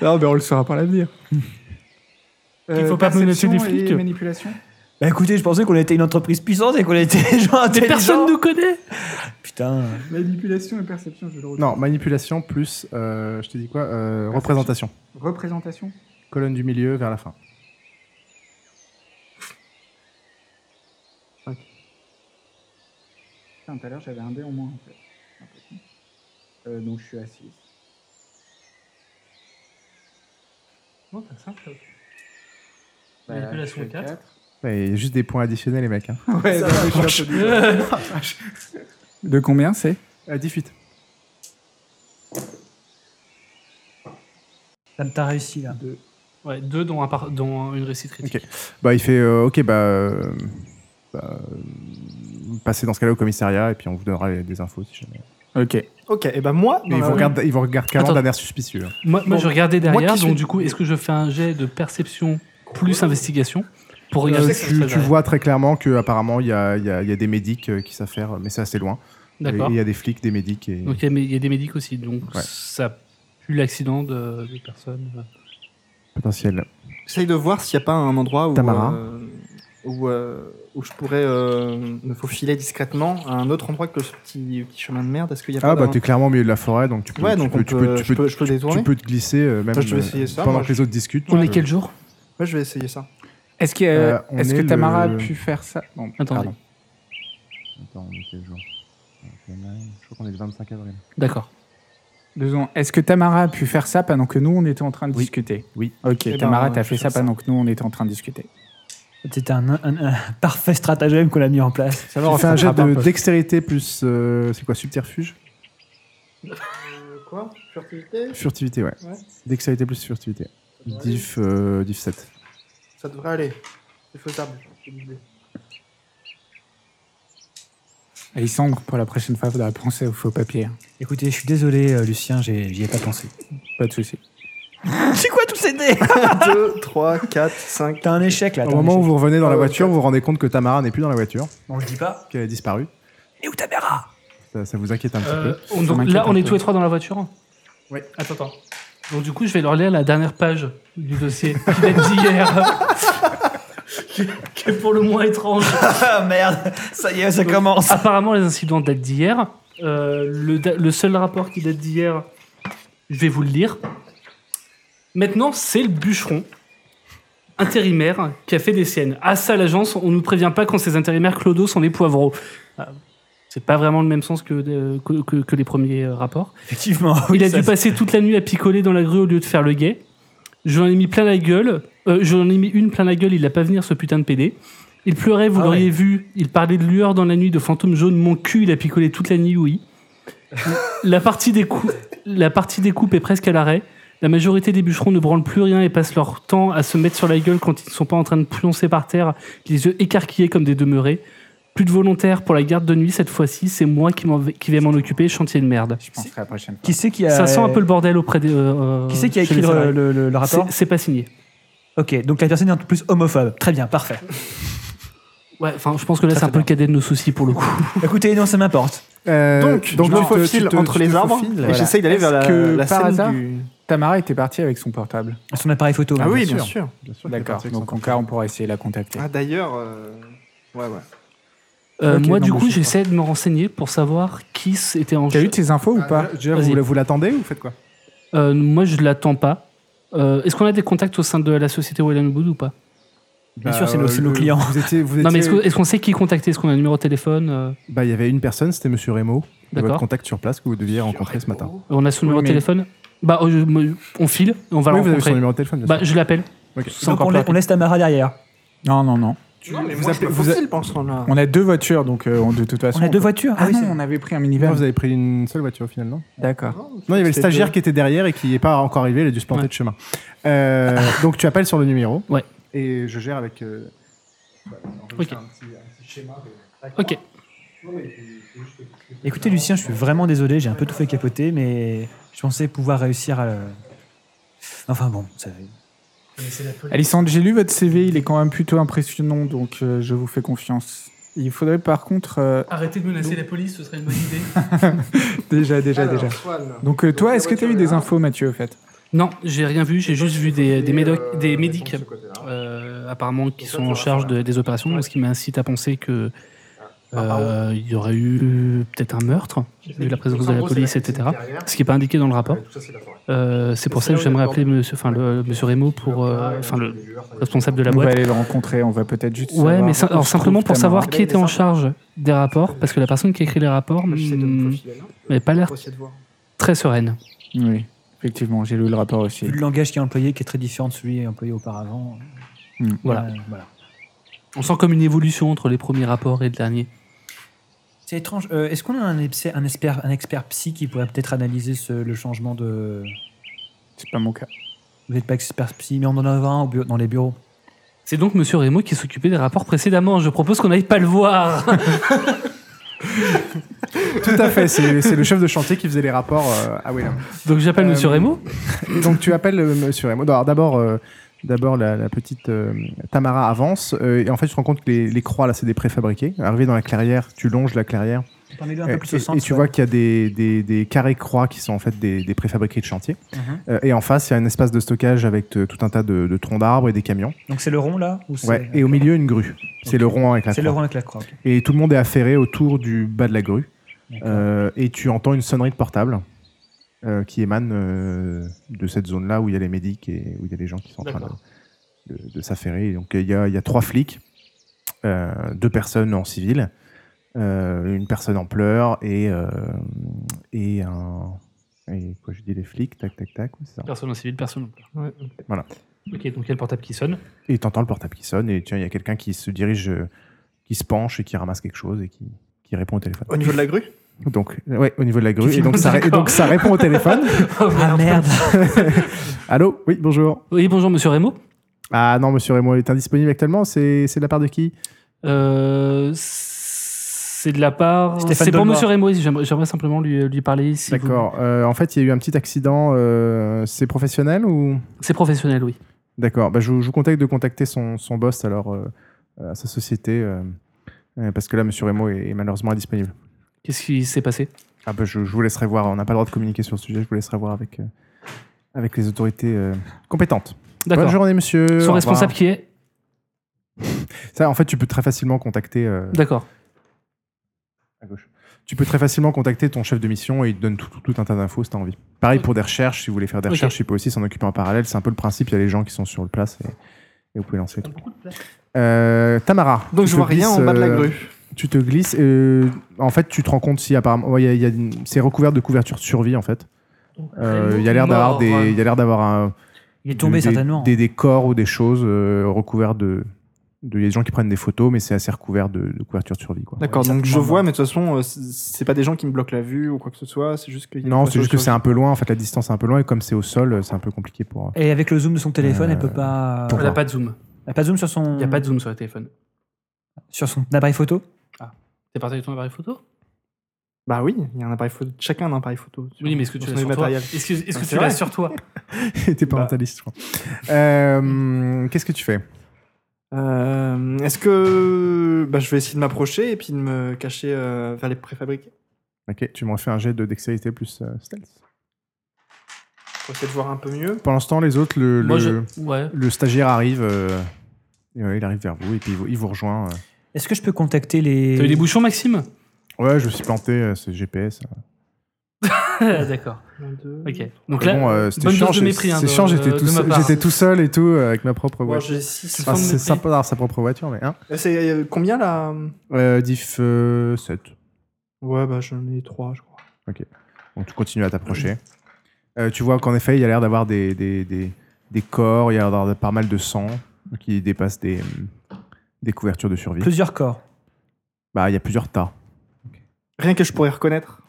Speaker 5: Non, mais on le saura par l'avenir.
Speaker 6: Il faut pas menacer
Speaker 5: Euh, perception
Speaker 6: des flics.
Speaker 5: et manipulation.
Speaker 7: Bah écoutez, je pensais qu'on était une entreprise puissante et qu'on était des gens intelligents.
Speaker 6: Personne nous connaît
Speaker 7: Putain.
Speaker 2: Manipulation et perception, je le retrouve.
Speaker 1: Non, manipulation plus, euh, je te dis quoi euh, Représentation.
Speaker 2: Représentation
Speaker 1: Colonne du milieu vers la fin.
Speaker 2: Putain, tout à l'heure, j'avais un dé en moins, en fait. C'est impossible. Euh, donc, je suis à 6.
Speaker 3: Non, t'as ça, toi.
Speaker 2: Bah,
Speaker 3: Euh,
Speaker 6: Manipulation quatre.
Speaker 1: Ouais, Il y a juste des points additionnels, les mecs. hein.
Speaker 3: Ouais, non,
Speaker 2: bah,
Speaker 3: mais je suis un peu bizarre.
Speaker 5: De combien c'est
Speaker 1: Euh, 18.
Speaker 7: Ça me t'a réussi là.
Speaker 6: Ouais, deux dont, un par- dont une réussite
Speaker 1: Ok.
Speaker 6: critique.
Speaker 1: Bah, il fait euh, Ok, bah. euh, bah, euh, passez dans ce cas-là au commissariat et puis on vous donnera les- des infos si jamais.
Speaker 5: Ok.
Speaker 3: Ok, et ben moi,
Speaker 5: Ah,
Speaker 1: Mais
Speaker 3: dans
Speaker 1: ils
Speaker 5: bah
Speaker 3: la
Speaker 1: vous
Speaker 3: rue-
Speaker 1: regardent, ils vous regardent carrément
Speaker 6: Attends.
Speaker 1: d'un air suspicieux. hein.
Speaker 6: Moi, moi,
Speaker 3: Bon.
Speaker 6: je regardais
Speaker 3: Moi
Speaker 6: derrière,
Speaker 3: qui
Speaker 6: donc
Speaker 3: suis-
Speaker 6: du coup, est-ce que je fais un jet de perception plus investigation pour
Speaker 1: Euh,
Speaker 6: regarder ce qui se
Speaker 1: tu,
Speaker 6: passe
Speaker 1: tu
Speaker 6: derrière
Speaker 1: vois très clairement qu'apparemment, il y a, il y a- il y a des médics euh, qui s'affairent, mais c'est assez loin. Et
Speaker 6: D'accord.
Speaker 1: Il y a des flics, des médics. Et...
Speaker 6: Donc il y a mes- il y, a des médics aussi, donc
Speaker 1: Ouais.
Speaker 6: ça pue l'accident de, de personnes.
Speaker 1: Potentiel.
Speaker 3: J'essaye de voir s'il n'y a pas un endroit où,
Speaker 1: Tamara.
Speaker 3: euh, où, euh, où je pourrais euh, me faufiler discrètement à un autre endroit que ce petit, petit chemin de merde. Est-ce qu'il y a
Speaker 1: Ah
Speaker 3: pas
Speaker 1: bah
Speaker 3: d'un-
Speaker 1: t'es clairement au milieu de la forêt donc tu peux
Speaker 3: Ouais,
Speaker 1: tu
Speaker 3: donc
Speaker 1: peux-
Speaker 3: on
Speaker 1: tu
Speaker 3: peut-
Speaker 1: peux- tu
Speaker 3: je
Speaker 1: peux-
Speaker 3: peux- je peux
Speaker 1: tu-
Speaker 3: détourner.
Speaker 1: tu peux te glisser euh, même
Speaker 3: Toi, je vais
Speaker 1: euh,
Speaker 3: essayer ça,
Speaker 1: pendant
Speaker 3: moi,
Speaker 1: que
Speaker 3: je-
Speaker 1: les autres discutent.
Speaker 6: On
Speaker 1: tu
Speaker 6: est
Speaker 1: peux-
Speaker 6: quel jour
Speaker 3: Ouais, je vais essayer ça.
Speaker 5: Est-ce que,
Speaker 1: Euh, on
Speaker 5: est-ce que
Speaker 1: est
Speaker 5: Tamara
Speaker 1: le-
Speaker 5: a pu faire ça Bon,
Speaker 6: Attendez.
Speaker 5: pardon.
Speaker 1: Attends, on est quel jour Je crois qu'on est le 25 avril.
Speaker 6: D'accord.
Speaker 5: Deux secondes. Est-ce que Tamara a pu faire ça pendant que nous, on était en train de
Speaker 1: Oui.
Speaker 5: discuter
Speaker 1: Oui.
Speaker 5: Ok,
Speaker 3: Eh ben,
Speaker 5: Tamara, t'as
Speaker 3: je
Speaker 5: fait
Speaker 3: fais
Speaker 5: ça
Speaker 3: ça.
Speaker 5: pendant que nous, on était en train de discuter.
Speaker 7: C'était un, un- un- un parfait stratagème qu'on a mis en place.
Speaker 5: Ça
Speaker 1: Alors on fait un jet
Speaker 5: rattrape
Speaker 1: de
Speaker 5: peu.
Speaker 1: dextérité plus euh, c'est quoi subterfuge
Speaker 3: Euh, quoi Furtivité
Speaker 1: Furtivité ouais.
Speaker 3: Ouais.
Speaker 1: Dextérité plus furtivité. Diff euh, diff 7.
Speaker 3: Ça devrait aller. C'est faisable.
Speaker 5: Et il semble que pour la prochaine fois, il faudra penser au faux papier. hein.
Speaker 7: Écoutez, je suis désolé, euh, Lucien, j'ai- j'y ai pas pensé.
Speaker 5: Pas de souci.
Speaker 7: C'est quoi tous ces dés
Speaker 3: 2, 3, 4, 5.
Speaker 7: T'as un échec là. t'as
Speaker 1: Au
Speaker 7: un
Speaker 1: moment où
Speaker 7: échec.
Speaker 1: vous revenez dans la
Speaker 3: Ah ouais,
Speaker 1: voiture, vous vous rendez compte que Tamara n'est plus dans la voiture,
Speaker 7: Non, je dis pas.
Speaker 1: qu'elle a disparu.
Speaker 7: Et où ta mère
Speaker 1: Ça, ça vous inquiète un petit
Speaker 6: Euh,
Speaker 1: peu.
Speaker 6: on- donc
Speaker 5: m'inquiète
Speaker 6: là, on
Speaker 5: un
Speaker 6: est
Speaker 5: peu.
Speaker 6: tous les trois dans la voiture
Speaker 1: Oui.
Speaker 6: Attends, attends. Donc du coup, je vais leur lire la dernière page du dossier qui date d'hier. qui, qui est pour le moins étrange.
Speaker 7: Ah merde, ça y est, ça
Speaker 6: Donc-
Speaker 7: commence.
Speaker 6: Apparemment, les incidents datent d'hier. Euh, le, da- le seul rapport qui date d'hier, je vais vous le lire. Maintenant, c'est le bûcheron intérimaire qui a fait des siennes. Ah ça, l'agence, on nous prévient pas quand ces intérimaires clodo sont des poivreaux. Ah, c'est pas vraiment le même sens que, euh, que- que- que les premiers euh, rapports.
Speaker 7: Effectivement.
Speaker 6: Il a
Speaker 7: ça-
Speaker 6: dû passer toute la nuit à picoler dans la grue au lieu de faire le guet. Je lui en ai mis plein la gueule. Euh, je lui en ai mis une plein la gueule, il l'a pas venir ce putain de PD. Il pleurait, vous
Speaker 7: Ah
Speaker 6: l'auriez
Speaker 7: ouais.
Speaker 6: vu. Il parlait de lueur dans la nuit, de fantôme jaune. Mon cul, il a picolé toute la nuit, oui. la, partie des cou- la partie des coupes est presque à l'arrêt. La majorité des bûcherons ne branlent plus rien et passent leur temps à se mettre sur la gueule quand ils ne sont pas en train de pioncer par terre, les yeux écarquillés comme des demeurés. Plus de volontaires pour la garde de nuit cette fois-ci, c'est moi qui, m'en vais- qui vais m'en occuper, chantier de merde.
Speaker 5: Je penserai la prochaine fois.
Speaker 7: Qui c'est qui a.
Speaker 6: Ça sent un peu le bordel auprès des. euh,
Speaker 7: Euh, Qui c'est qui a
Speaker 6: chez
Speaker 7: écrit
Speaker 6: les
Speaker 7: le,
Speaker 6: salariés.
Speaker 7: le- le- le rapport
Speaker 6: C'est- C'est pas signé.
Speaker 7: Ok, donc la personne est un peu plus homophobe. Très bien, parfait.
Speaker 6: Ouais, enfin, je pense que là,
Speaker 7: Ça,
Speaker 6: c'est un
Speaker 7: c'est
Speaker 6: peu le cadet de nos soucis pour le coup.
Speaker 7: Écoutez, non, ça m'importe.
Speaker 1: Euh,
Speaker 3: Donc, je me
Speaker 1: tu te- tu
Speaker 3: faufile
Speaker 1: te-
Speaker 3: entre
Speaker 1: tu
Speaker 3: les
Speaker 1: te
Speaker 3: arbres
Speaker 1: faufiles,
Speaker 3: et
Speaker 1: voilà.
Speaker 3: j'essaye d'aller vers la,
Speaker 5: Est-ce que,
Speaker 3: la
Speaker 5: par
Speaker 3: scène
Speaker 5: hasard
Speaker 3: du...
Speaker 5: Tamara était partie avec son portable.
Speaker 7: Son appareil photo.
Speaker 3: Ah
Speaker 7: hein.
Speaker 3: oui,
Speaker 1: bien
Speaker 3: bien,
Speaker 1: sûr.
Speaker 3: sûr.
Speaker 1: Bien sûr qu'il est
Speaker 5: D'accord.
Speaker 1: parti avec son
Speaker 5: Donc en cas, on pourra essayer de la contacter.
Speaker 3: Ah d'ailleurs... euh, Ouais, ouais.
Speaker 6: Euh,
Speaker 5: Ok,
Speaker 6: moi,
Speaker 5: non,
Speaker 6: du
Speaker 5: mais
Speaker 6: coup,
Speaker 5: je sais
Speaker 6: j'essaie de me renseigner pour savoir qui s- était en
Speaker 5: T'as
Speaker 6: jeu.
Speaker 5: eu tes infos ou
Speaker 1: Ah,
Speaker 5: pas
Speaker 1: déjà,
Speaker 6: Vas-y.
Speaker 1: vous, vous l'attendez ou vous faites quoi
Speaker 6: Euh, moi, je l'attends pas. Euh, Est-ce qu'on a des contacts au sein de la société Wayland Wood ou pas
Speaker 1: Bien
Speaker 7: sûr, c'est nos- c'est nos clients.
Speaker 1: Bah, euh, Vous étiez, vous
Speaker 6: Non, mais est-ce
Speaker 1: étiez-
Speaker 6: que- est-ce qu'on sait qui contacter Est-ce qu'on a un numéro de téléphone Euh,
Speaker 1: Bah, il y avait une personne, c'était Monsieur Remo, votre
Speaker 6: D'accord.
Speaker 1: contact sur place que vous deviez rencontrer ce matin.
Speaker 6: On a son numéro de
Speaker 5: mais-
Speaker 6: téléphone Bah, euh, je- moi, on file, et on va
Speaker 1: oui,
Speaker 6: le
Speaker 1: vous avez son
Speaker 6: rencontrer.
Speaker 1: numéro de téléphone. bien
Speaker 6: Bah,
Speaker 1: sûr.
Speaker 6: je l'appelle.
Speaker 1: Ok.
Speaker 6: C'est
Speaker 7: Donc
Speaker 6: encore
Speaker 7: on,
Speaker 6: plus
Speaker 7: la- on laisse Tamara derrière.
Speaker 5: Non, non, non.
Speaker 3: Non, mais
Speaker 1: vous
Speaker 3: moi, je
Speaker 1: appelez-
Speaker 3: me
Speaker 1: vous
Speaker 3: faufile pendant ce temps-là.
Speaker 5: On a deux voitures, donc euh, on- de toute façon.
Speaker 7: On a
Speaker 5: on
Speaker 7: deux
Speaker 5: peut-
Speaker 7: voitures.
Speaker 5: Ah,
Speaker 7: c'est-
Speaker 5: non, on avait pris un minivan.
Speaker 1: Non, vous avez pris une seule voiture au final, non
Speaker 5: D'accord.
Speaker 1: Non, il y avait le
Speaker 3: C'était
Speaker 1: stagiaire
Speaker 3: deux.
Speaker 1: qui était derrière et qui n'est pas encore arrivé, il a dû se planter
Speaker 6: Ouais.
Speaker 1: de chemin. Euh, donc tu appelles sur le numéro.
Speaker 6: Ouais.
Speaker 1: Et je gère avec. euh,
Speaker 6: Ok.
Speaker 4: Un petit, un petit schéma. De...
Speaker 6: Ok.
Speaker 4: Non, mais c'est- c'est juste que-
Speaker 7: Écoutez, Lucien, je suis vraiment désolé, j'ai un peu tout fait capoter, mais je pensais pouvoir réussir à. le- Enfin bon, ça...
Speaker 5: Alissandre, j'ai lu votre CV, il est quand même plutôt impressionnant, donc euh, je vous fais confiance. Il faudrait par contre. euh,
Speaker 6: Arrêtez de menacer la police, ce serait une bonne idée.
Speaker 5: déjà, déjà,
Speaker 4: Alors,
Speaker 5: déjà.
Speaker 4: Swan.
Speaker 5: Donc euh, toi,
Speaker 4: Donc,
Speaker 5: est-ce que
Speaker 4: la
Speaker 5: tu as eu
Speaker 4: voiture est
Speaker 5: des
Speaker 4: là.
Speaker 5: infos, Mathieu, au fait
Speaker 6: Non, j'ai rien vu, j'ai juste vu des, des, médoc-
Speaker 4: Euh,
Speaker 6: des
Speaker 4: elles
Speaker 6: médics.
Speaker 4: sont de ce côté-là.
Speaker 6: euh, apparemment qui
Speaker 4: Donc,
Speaker 6: sont
Speaker 4: ça,
Speaker 6: en
Speaker 4: ça va
Speaker 6: charge
Speaker 4: faire
Speaker 6: de- des opérations,
Speaker 4: Ouais.
Speaker 6: ce qui m'incite à penser que
Speaker 4: Ah, ah,
Speaker 6: euh, il y aurait eu peut-être un meurtre, vu la présence de la police, etc. Ce qui n'est pas indiqué dans le rapport.
Speaker 4: Tout ça, c'est la forêt.
Speaker 6: Euh, c'est pour
Speaker 4: C'est
Speaker 6: ça
Speaker 4: là
Speaker 6: que
Speaker 4: où il y a
Speaker 6: j'aimerais
Speaker 4: le
Speaker 6: appeler monsieur, enfin, le, monsieur Remo pour, euh, enfin, le responsable de
Speaker 5: On
Speaker 6: la
Speaker 5: va
Speaker 6: boîte.
Speaker 5: aller le rencontrer, on va peut-être juste.
Speaker 6: Ouais,
Speaker 5: savoir
Speaker 6: mais ça-
Speaker 5: où
Speaker 6: alors
Speaker 5: se
Speaker 6: simplement
Speaker 5: trouve
Speaker 6: pour
Speaker 5: Tamara.
Speaker 6: savoir qui était en charge des rapports, parce que la personne qui a écrit les rapports
Speaker 3: J'essaie de
Speaker 6: hmm,
Speaker 3: me faufiler là.
Speaker 6: n'avait pas l'air
Speaker 3: Pour essayer de voir.
Speaker 6: très sereine.
Speaker 5: Oui, effectivement, j'ai lu le rapport aussi.
Speaker 7: vu le langage qui est employé, qui est très différent de celui employé auparavant.
Speaker 5: Hmm.
Speaker 6: Voilà.
Speaker 7: euh, voilà.
Speaker 6: On sent comme une évolution entre les premiers rapports et le dernier.
Speaker 7: C'est étrange. Euh, Est-ce qu'on a un, eps- un, expert, un expert psy qui pourrait peut-être analyser ce- le changement de.
Speaker 5: C'est pas mon cas.
Speaker 7: Vous n'êtes pas expert psy, mais on en a un au bureau- dans les bureaux.
Speaker 6: C'est donc monsieur Remo qui s'occupait des rapports précédemment. Je propose qu'on n'aille pas le voir.
Speaker 1: Tout à fait, c'est c'est le chef de chantier qui faisait les rapports euh, à Wayland.
Speaker 6: Donc j'appelle
Speaker 1: Euh,
Speaker 6: monsieur Remo.
Speaker 1: Donc tu appelles euh, Monsieur Raymond. Alors d'abord, euh, d'abord la, la petite euh, Tamara avance euh, et en fait tu te rends compte que les, les croix là c'est des préfabriqués. Arrivé dans la clairière, tu longes la clairière
Speaker 7: Parlez-le un
Speaker 1: et,
Speaker 7: peu plus au
Speaker 1: Euh, et-
Speaker 7: centre.
Speaker 1: et tu vois qu'il y a des, des, des carrés croix qui sont en fait des, des préfabriqués de chantier.
Speaker 7: Mhm.
Speaker 1: Euh, et en face il y a un espace de stockage avec euh, tout un tas de, de troncs d'arbres et des camions.
Speaker 7: Donc c'est le rond là ou c'est-
Speaker 1: Ouais. Et au milieu une grue. C'est
Speaker 7: Ok.
Speaker 1: le rond avec la
Speaker 7: C'est
Speaker 1: croix.
Speaker 7: le rond avec la croix. ok.
Speaker 1: Et tout le monde est affairé autour du bas de la grue.
Speaker 7: D'accord.
Speaker 1: Euh, et tu entends une sonnerie de portable euh, qui émane euh, de cette zone-là où il y a les médics et où il y a les gens qui sont en train
Speaker 6: D'accord.
Speaker 1: de, de- de s'affairer. Et Donc euh, il y, a, il y a trois flics, euh, deux personnes en civil, euh, une personne en pleurs et, euh, et un. Et quoi, je dis les flics, tac, tac, tac, oui, c'est ça.
Speaker 6: Personne en civil, personne en pleurs.
Speaker 3: Ouais.
Speaker 1: Voilà.
Speaker 6: Ok, donc il y a le portable qui sonne.
Speaker 1: Et t'entends le portable qui sonne, et tiens, il y a quelqu'un qui se dirige, euh, qui se penche et qui ramasse quelque chose et qui, qui répond au téléphone.
Speaker 3: Au niveau de la grue
Speaker 1: Donc, ouais, au niveau de la grue, et
Speaker 6: filmes,
Speaker 1: donc, ça, ré- et donc ça répond au téléphone.
Speaker 7: Ah merde
Speaker 1: Allô Oui, bonjour.
Speaker 6: Oui, bonjour monsieur Remo.
Speaker 1: Ah non, monsieur Raymond, il est indisponible actuellement. C'est c'est de la part de qui
Speaker 6: Euh, c'est C'est de la part.
Speaker 7: Stéphane
Speaker 6: C'est pour
Speaker 7: Dolmar.
Speaker 6: Monsieur Rémois. J'aimerais j'aimerais simplement lui, lui parler. si vous-
Speaker 1: D'accord. Euh, en fait, il y a eu un petit accident. euh, c'est professionnel ou
Speaker 6: C'est professionnel, oui.
Speaker 1: D'accord. Bah, je, vous- je vous contacte de contacter son, son boss, alors, euh, à sa société, euh, euh, parce que là, Monsieur Remo est, est malheureusement indisponible.
Speaker 6: Qu'est-ce qui s'est passé
Speaker 1: Ah, bah, je, je vous laisserai voir. On n'a pas le droit de communiquer sur le sujet. Je vous laisserai voir avec, euh, avec les autorités euh, compétentes. Bonne
Speaker 6: D'accord.
Speaker 1: journée, monsieur. Au
Speaker 6: Son
Speaker 1: revoir.
Speaker 6: responsable qui est
Speaker 1: Ça, en fait, tu peux très facilement contacter. euh,
Speaker 6: D'accord.
Speaker 1: à gauche. Tu peux très facilement contacter ton chef de mission et il te donne tout, tout- tout un tas d'infos si tu as envie. Pareil pour des recherches, si vous voulez faire des
Speaker 6: Ok.
Speaker 1: recherches, il peut aussi s'en occuper en parallèle. C'est un peu le principe, il y a les gens qui sont sur le place et, et vous pouvez lancer. tout. Euh, Tamara.
Speaker 3: Donc
Speaker 1: tu
Speaker 3: je
Speaker 1: te
Speaker 3: vois rien
Speaker 1: glisses,
Speaker 3: en bas de la
Speaker 1: euh,
Speaker 3: grue.
Speaker 1: Tu te glisses. euh, en fait, tu te rends compte si apparemment. ouais, il y a- il y a une- C'est recouvert de couverture de survie en fait. Euh, Il y a l'air d'avoir
Speaker 6: Mort.
Speaker 1: des. Il y a l'air d'avoir un.
Speaker 7: Il est tombé
Speaker 1: des-
Speaker 7: certainement.
Speaker 1: Des, des corps ou des choses euh, recouverts de. de- Il y a des gens qui prennent des photos, mais c'est assez recouvert de, de couverture de survie. Quoi.
Speaker 3: D'accord,
Speaker 7: Ouais,
Speaker 3: donc je
Speaker 7: certainement,
Speaker 3: vois, mais de toute façon, euh, c'est- c'est pas des gens qui me bloquent la vue ou quoi que ce soit, c'est juste qu'il y a
Speaker 1: Non,
Speaker 3: des
Speaker 1: c'est juste que
Speaker 3: choses
Speaker 1: c'est un peu loin. En fait, la distance est un peu loin et comme c'est au sol, euh, c'est un peu compliqué pour.
Speaker 7: Et avec le zoom de son téléphone,
Speaker 1: Euh,
Speaker 7: elle peut pas.
Speaker 1: pour
Speaker 6: Elle n'a pas de zoom.
Speaker 7: Elle a pas de zoom sur son.
Speaker 6: Il n'y a pas de zoom sur le téléphone.
Speaker 7: Sur son appareil photo.
Speaker 6: T'es parti avec ton appareil photo
Speaker 3: Bah oui, il y a un appareil photo, chacun a un appareil photo.
Speaker 6: Oui, mais est-ce que
Speaker 3: Dans
Speaker 6: tu
Speaker 3: son
Speaker 6: l'as sur toi
Speaker 3: matériel.
Speaker 6: Est-ce que, est-ce
Speaker 3: Ah,
Speaker 6: que
Speaker 3: c'est
Speaker 6: tu l'as
Speaker 3: vrai.
Speaker 6: sur toi
Speaker 1: T'es pas
Speaker 3: Bah.
Speaker 1: mentaliste, je crois. Euh, Qu'est-ce que tu fais
Speaker 3: Euh, Est-ce que bah, je vais essayer de m'approcher et puis de me cacher euh, vers les préfabriqués
Speaker 1: Ok, tu me refais un jet de dextérité plus euh, stealth.
Speaker 3: pour essayer de voir un peu mieux
Speaker 1: Pour l'instant, les autres, le,
Speaker 6: Moi,
Speaker 1: le,
Speaker 6: je. Ouais.
Speaker 1: le stagiaire arrive. euh, et, ouais, il arrive vers vous et puis il vous, il vous rejoint. euh.
Speaker 7: Est-ce que je peux contacter les.
Speaker 6: T'as eu des bouchons, Maxime
Speaker 1: Ouais, je me suis planté, euh, c'est GPS.
Speaker 6: D'accord.
Speaker 3: Un, deux.
Speaker 6: Ok. Donc
Speaker 1: Mais
Speaker 6: là,
Speaker 1: bon, euh, c'était
Speaker 6: bonne
Speaker 1: chiant,
Speaker 6: dose de
Speaker 1: j'ai-
Speaker 6: mépris. hein,
Speaker 1: c'est
Speaker 6: de-
Speaker 1: chiant, j'étais
Speaker 6: de
Speaker 1: tout,
Speaker 6: ma
Speaker 1: seul-
Speaker 6: part.
Speaker 1: j'étais tout seul et tout euh, avec ma propre
Speaker 3: Moi,
Speaker 1: voiture.
Speaker 3: j'ai six.
Speaker 1: Enfin,
Speaker 6: sans
Speaker 1: c'est
Speaker 6: mépris.
Speaker 1: sympa d'avoir sa propre voiture, mais hein.
Speaker 3: Euh, C'est euh, combien là
Speaker 1: Euh, diff 7.
Speaker 3: Ouais, bah j'en ai trois, je crois.
Speaker 1: Donc tu continues à t'approcher. Euh, tu vois qu'en effet, il y a l'air d'avoir des, des, des- des corps, il y a l'air d'avoir pas mal de sang qui dépasse des, euh, des couvertures de survie.
Speaker 7: Plusieurs corps.
Speaker 1: Bah, il y a plusieurs tas.
Speaker 3: Rien que je pourrais reconnaître.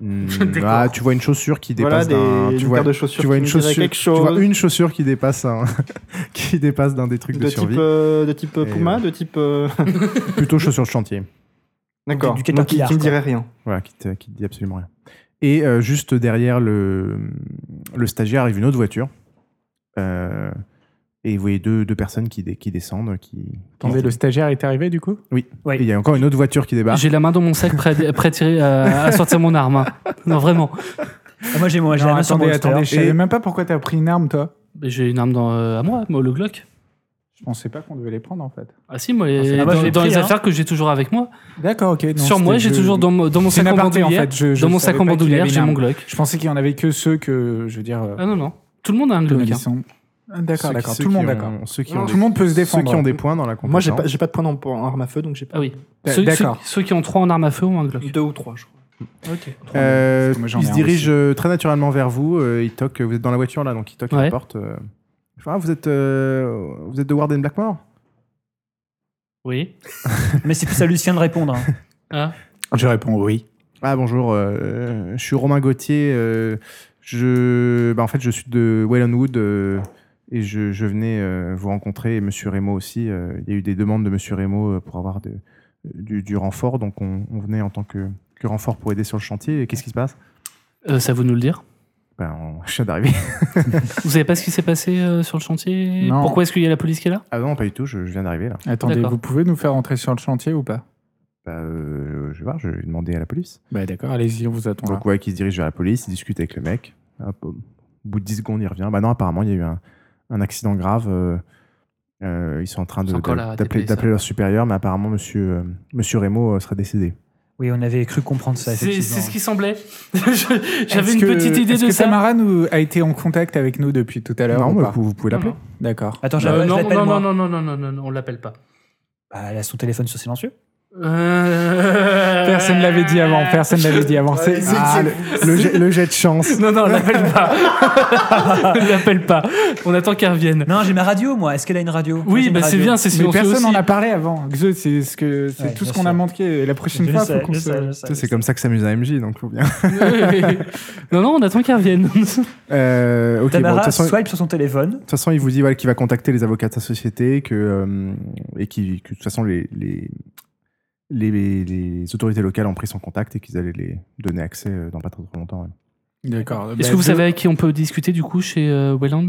Speaker 1: Hmm,
Speaker 6: D'accord.
Speaker 1: ah, tu vois une chaussure qui
Speaker 3: Voilà,
Speaker 1: dépasse
Speaker 3: des,
Speaker 1: d'un.
Speaker 3: une
Speaker 1: Tu vois,
Speaker 3: paire de chaussures.
Speaker 1: tu vois
Speaker 3: qui
Speaker 1: une
Speaker 3: me diraient
Speaker 1: chaussure,
Speaker 3: quelque
Speaker 1: tu vois
Speaker 3: chose
Speaker 1: une chaussure qui dépasse un, qui dépasse d'un des trucs de,
Speaker 3: de, type,
Speaker 1: survie.
Speaker 3: euh, de type euh,
Speaker 1: Et
Speaker 3: Puma,
Speaker 1: ouais.
Speaker 3: de type. euh,
Speaker 1: Plutôt chaussure de chantier.
Speaker 3: D'accord.
Speaker 7: Du- du
Speaker 3: Donc, Qui qui
Speaker 7: caterpillar,
Speaker 3: me
Speaker 7: quoi.
Speaker 3: dirait rien.
Speaker 1: Voilà, qui te, qui te dit absolument rien. Et euh, juste derrière le, le stagiaire arrive une autre voiture. Euh, et vous voyez deux, deux personnes qui, dé- qui descendent. Qui, qui-
Speaker 5: Attendez, le stagiaire est arrivé du coup
Speaker 1: Et il y a encore une autre voiture qui débarque.
Speaker 6: J'ai la main dans mon sac, prêt, à- prêt à, tirer, à- à sortir mon arme. hein. Non, vraiment.
Speaker 7: Ah, moi j'ai moi j'ai
Speaker 5: Non,
Speaker 7: la main sur mon
Speaker 5: Attendez,
Speaker 7: holster.
Speaker 5: attendez, je
Speaker 1: Et-
Speaker 5: savais même pas pourquoi t'as pris une arme toi.
Speaker 6: Mais J'ai une arme dans, euh, à moi, moi, le Glock.
Speaker 5: Je pensais pas qu'on devait les prendre en fait.
Speaker 6: Ah si, moi, les-
Speaker 7: Ah, moi, je
Speaker 6: dans,
Speaker 7: l'ai
Speaker 6: dans
Speaker 7: pris,
Speaker 6: les
Speaker 7: hein.
Speaker 6: affaires que j'ai toujours avec moi.
Speaker 5: D'accord, ok. non,
Speaker 6: Sur moi,
Speaker 5: c'était-
Speaker 6: j'ai
Speaker 5: je-
Speaker 6: toujours dans, mon- dans mon
Speaker 5: C'est
Speaker 6: sac
Speaker 5: une
Speaker 6: en
Speaker 5: aparté,
Speaker 6: bandoulière.
Speaker 5: en fait. Je- je
Speaker 6: dans mon
Speaker 5: savais
Speaker 6: sac en
Speaker 5: pas qu'il
Speaker 6: bandoulière,
Speaker 5: avait une
Speaker 6: j'ai mon
Speaker 5: arme.
Speaker 6: Glock.
Speaker 5: Je pensais qu'il y en avait que ceux que, je veux dire, euh,
Speaker 6: Ah non, non. Tout le monde a un Glock.
Speaker 5: qui
Speaker 6: hein.
Speaker 5: sont- Ah, D'accord,
Speaker 1: Ceux qui-
Speaker 5: d'accord.
Speaker 1: ceux
Speaker 5: Tout le
Speaker 1: qui
Speaker 5: monde
Speaker 1: ont-
Speaker 5: d'accord.
Speaker 1: Ceux qui
Speaker 5: Tout
Speaker 1: ont
Speaker 5: le
Speaker 1: des-
Speaker 5: monde peut se
Speaker 1: ceux
Speaker 5: défendre.
Speaker 1: qui ont des points dans la hein.
Speaker 3: Moi, j'ai
Speaker 1: compétence.
Speaker 3: pas, j'ai pas de point en, en arme à feu, donc j'ai pas.
Speaker 6: Ah oui.
Speaker 5: D-
Speaker 6: Ceux, ceux,
Speaker 5: Euh, D'accord.
Speaker 6: ceux qui ont trois en arme à feu ont un Glock.
Speaker 3: Deux ou trois, je crois.
Speaker 6: Ok.
Speaker 1: Euh,
Speaker 5: Parce que moi, j'en
Speaker 1: il
Speaker 5: ai
Speaker 1: se
Speaker 5: un
Speaker 1: dirige euh, très naturellement vers vous. euh, il toque. Vous êtes dans la voiture là, donc il toque à la
Speaker 6: Ouais.
Speaker 1: porte. euh. Il fait, Ah, vous êtes, euh, vous êtes de Warden Blackmore
Speaker 6: Oui.
Speaker 7: Mais c'est plus à Lucien de répondre. hein.
Speaker 6: Ah.
Speaker 5: Je réponds oui.
Speaker 1: Ah bonjour, euh, je suis Romain Gauthier. euh, je, bah, en fait, je suis de Wellonwood euh, et je, je venais euh, vous rencontrer et Monsieur Rémo aussi. euh, il y a eu des demandes de Monsieur Rémo euh, pour avoir de- du, du renfort, donc on, on venait en tant que, que renfort pour aider sur le chantier. Et qu'est-ce qui se passe
Speaker 6: Euh, ça vous nous le dire.
Speaker 1: ben, on- Je viens d'arriver.
Speaker 6: Vous savez pas ce qui s'est passé euh, sur le chantier
Speaker 5: Non.
Speaker 6: Pourquoi est-ce qu'il y a la police qui est là
Speaker 1: Ah non, pas du tout. Je, je viens d'arriver là.
Speaker 5: Attendez,
Speaker 6: D'accord.
Speaker 5: vous pouvez nous faire entrer sur le chantier ou pas
Speaker 1: Bah, euh, je vais voir. Je vais demander à la police.
Speaker 5: Bah d'accord, allez-y, on vous attend. là.
Speaker 1: Donc ouais, qui se dirige vers la police, il discute avec le mec. Hop, au bout de 10 secondes, il revient. Bah non, apparemment, il y a eu un, un accident grave. euh, euh, ils sont en train de-
Speaker 6: C'est encore la
Speaker 1: d'a- d'appeler
Speaker 6: TP,
Speaker 1: d'appeler leur supérieur, mais apparemment, monsieur, euh, monsieur Rémo euh, serait décédé.
Speaker 7: Oui, on avait cru comprendre ça,
Speaker 6: C'est
Speaker 7: effectivement.
Speaker 6: c'est ce qui semblait. Je- J'avais
Speaker 5: Est-ce
Speaker 6: une
Speaker 5: que-
Speaker 6: petite idée
Speaker 5: est-ce
Speaker 6: de
Speaker 5: que
Speaker 6: ça.
Speaker 5: Tamara nous a été en contact avec nous depuis tout à l'heure
Speaker 1: Non,
Speaker 5: ou
Speaker 1: mais
Speaker 5: pas
Speaker 1: vous, vous pouvez l'appeler.
Speaker 5: D'accord.
Speaker 7: Attends, je
Speaker 6: Euh,
Speaker 7: l'appelle- je
Speaker 6: non,
Speaker 7: l'appelle,
Speaker 6: non,
Speaker 7: moi.
Speaker 6: non, non, non, non, non, non, non, on l'appelle pas.
Speaker 7: Bah, elle a son téléphone sur silencieux.
Speaker 5: Personne
Speaker 6: Personne
Speaker 5: ne l'avait dit avant, personne ne l'avait dit avant. C'est-
Speaker 3: c'est-
Speaker 5: Ah,
Speaker 3: c'est-
Speaker 5: le-
Speaker 1: Le, jet, le jet de chance.
Speaker 6: Non, non, on l'appelle pas. on l'appelle pas. On attend qu'elle revienne.
Speaker 7: Non, j'ai ma radio, moi. Est-ce qu'elle a une radio Moi, j'ai
Speaker 6: Oui,
Speaker 7: une
Speaker 6: bah c'est
Speaker 7: radio.
Speaker 6: bien, c'est
Speaker 5: Mais
Speaker 6: silencieux
Speaker 5: personne
Speaker 6: aussi.
Speaker 5: n'en a parlé avant. Xe, C'est ce que- c'est
Speaker 7: Ouais,
Speaker 5: tout ce
Speaker 7: bien
Speaker 5: qu'on a
Speaker 7: sûr.
Speaker 5: manqué. Et la
Speaker 7: Je
Speaker 5: prochaine fois,
Speaker 7: sais,
Speaker 5: faut qu'on
Speaker 7: je sais,
Speaker 5: se...
Speaker 7: je
Speaker 1: Tu sais,
Speaker 7: sais, je
Speaker 1: C'est comme ça que s'amuse AMG, donc faut bien.
Speaker 6: non, non, on attend qu'elle revienne.
Speaker 1: Euh, ok, bon, de
Speaker 7: Tamara
Speaker 1: toute façon, de
Speaker 7: swipe sur son téléphone.
Speaker 1: toute façon, il vous dit voilà, qu'il va contacter les avocats de sa société que, euh, et qui, que de toute façon, les, les, les, les- les autorités locales ont pris son contact et qu'ils allaient les donner accès euh, dans pas trop, trop longtemps. ouais.
Speaker 5: D'accord.
Speaker 6: Est-ce
Speaker 5: Bah,
Speaker 6: que vous
Speaker 5: de-
Speaker 6: savez avec qui on peut discuter du coup chez euh, Wayland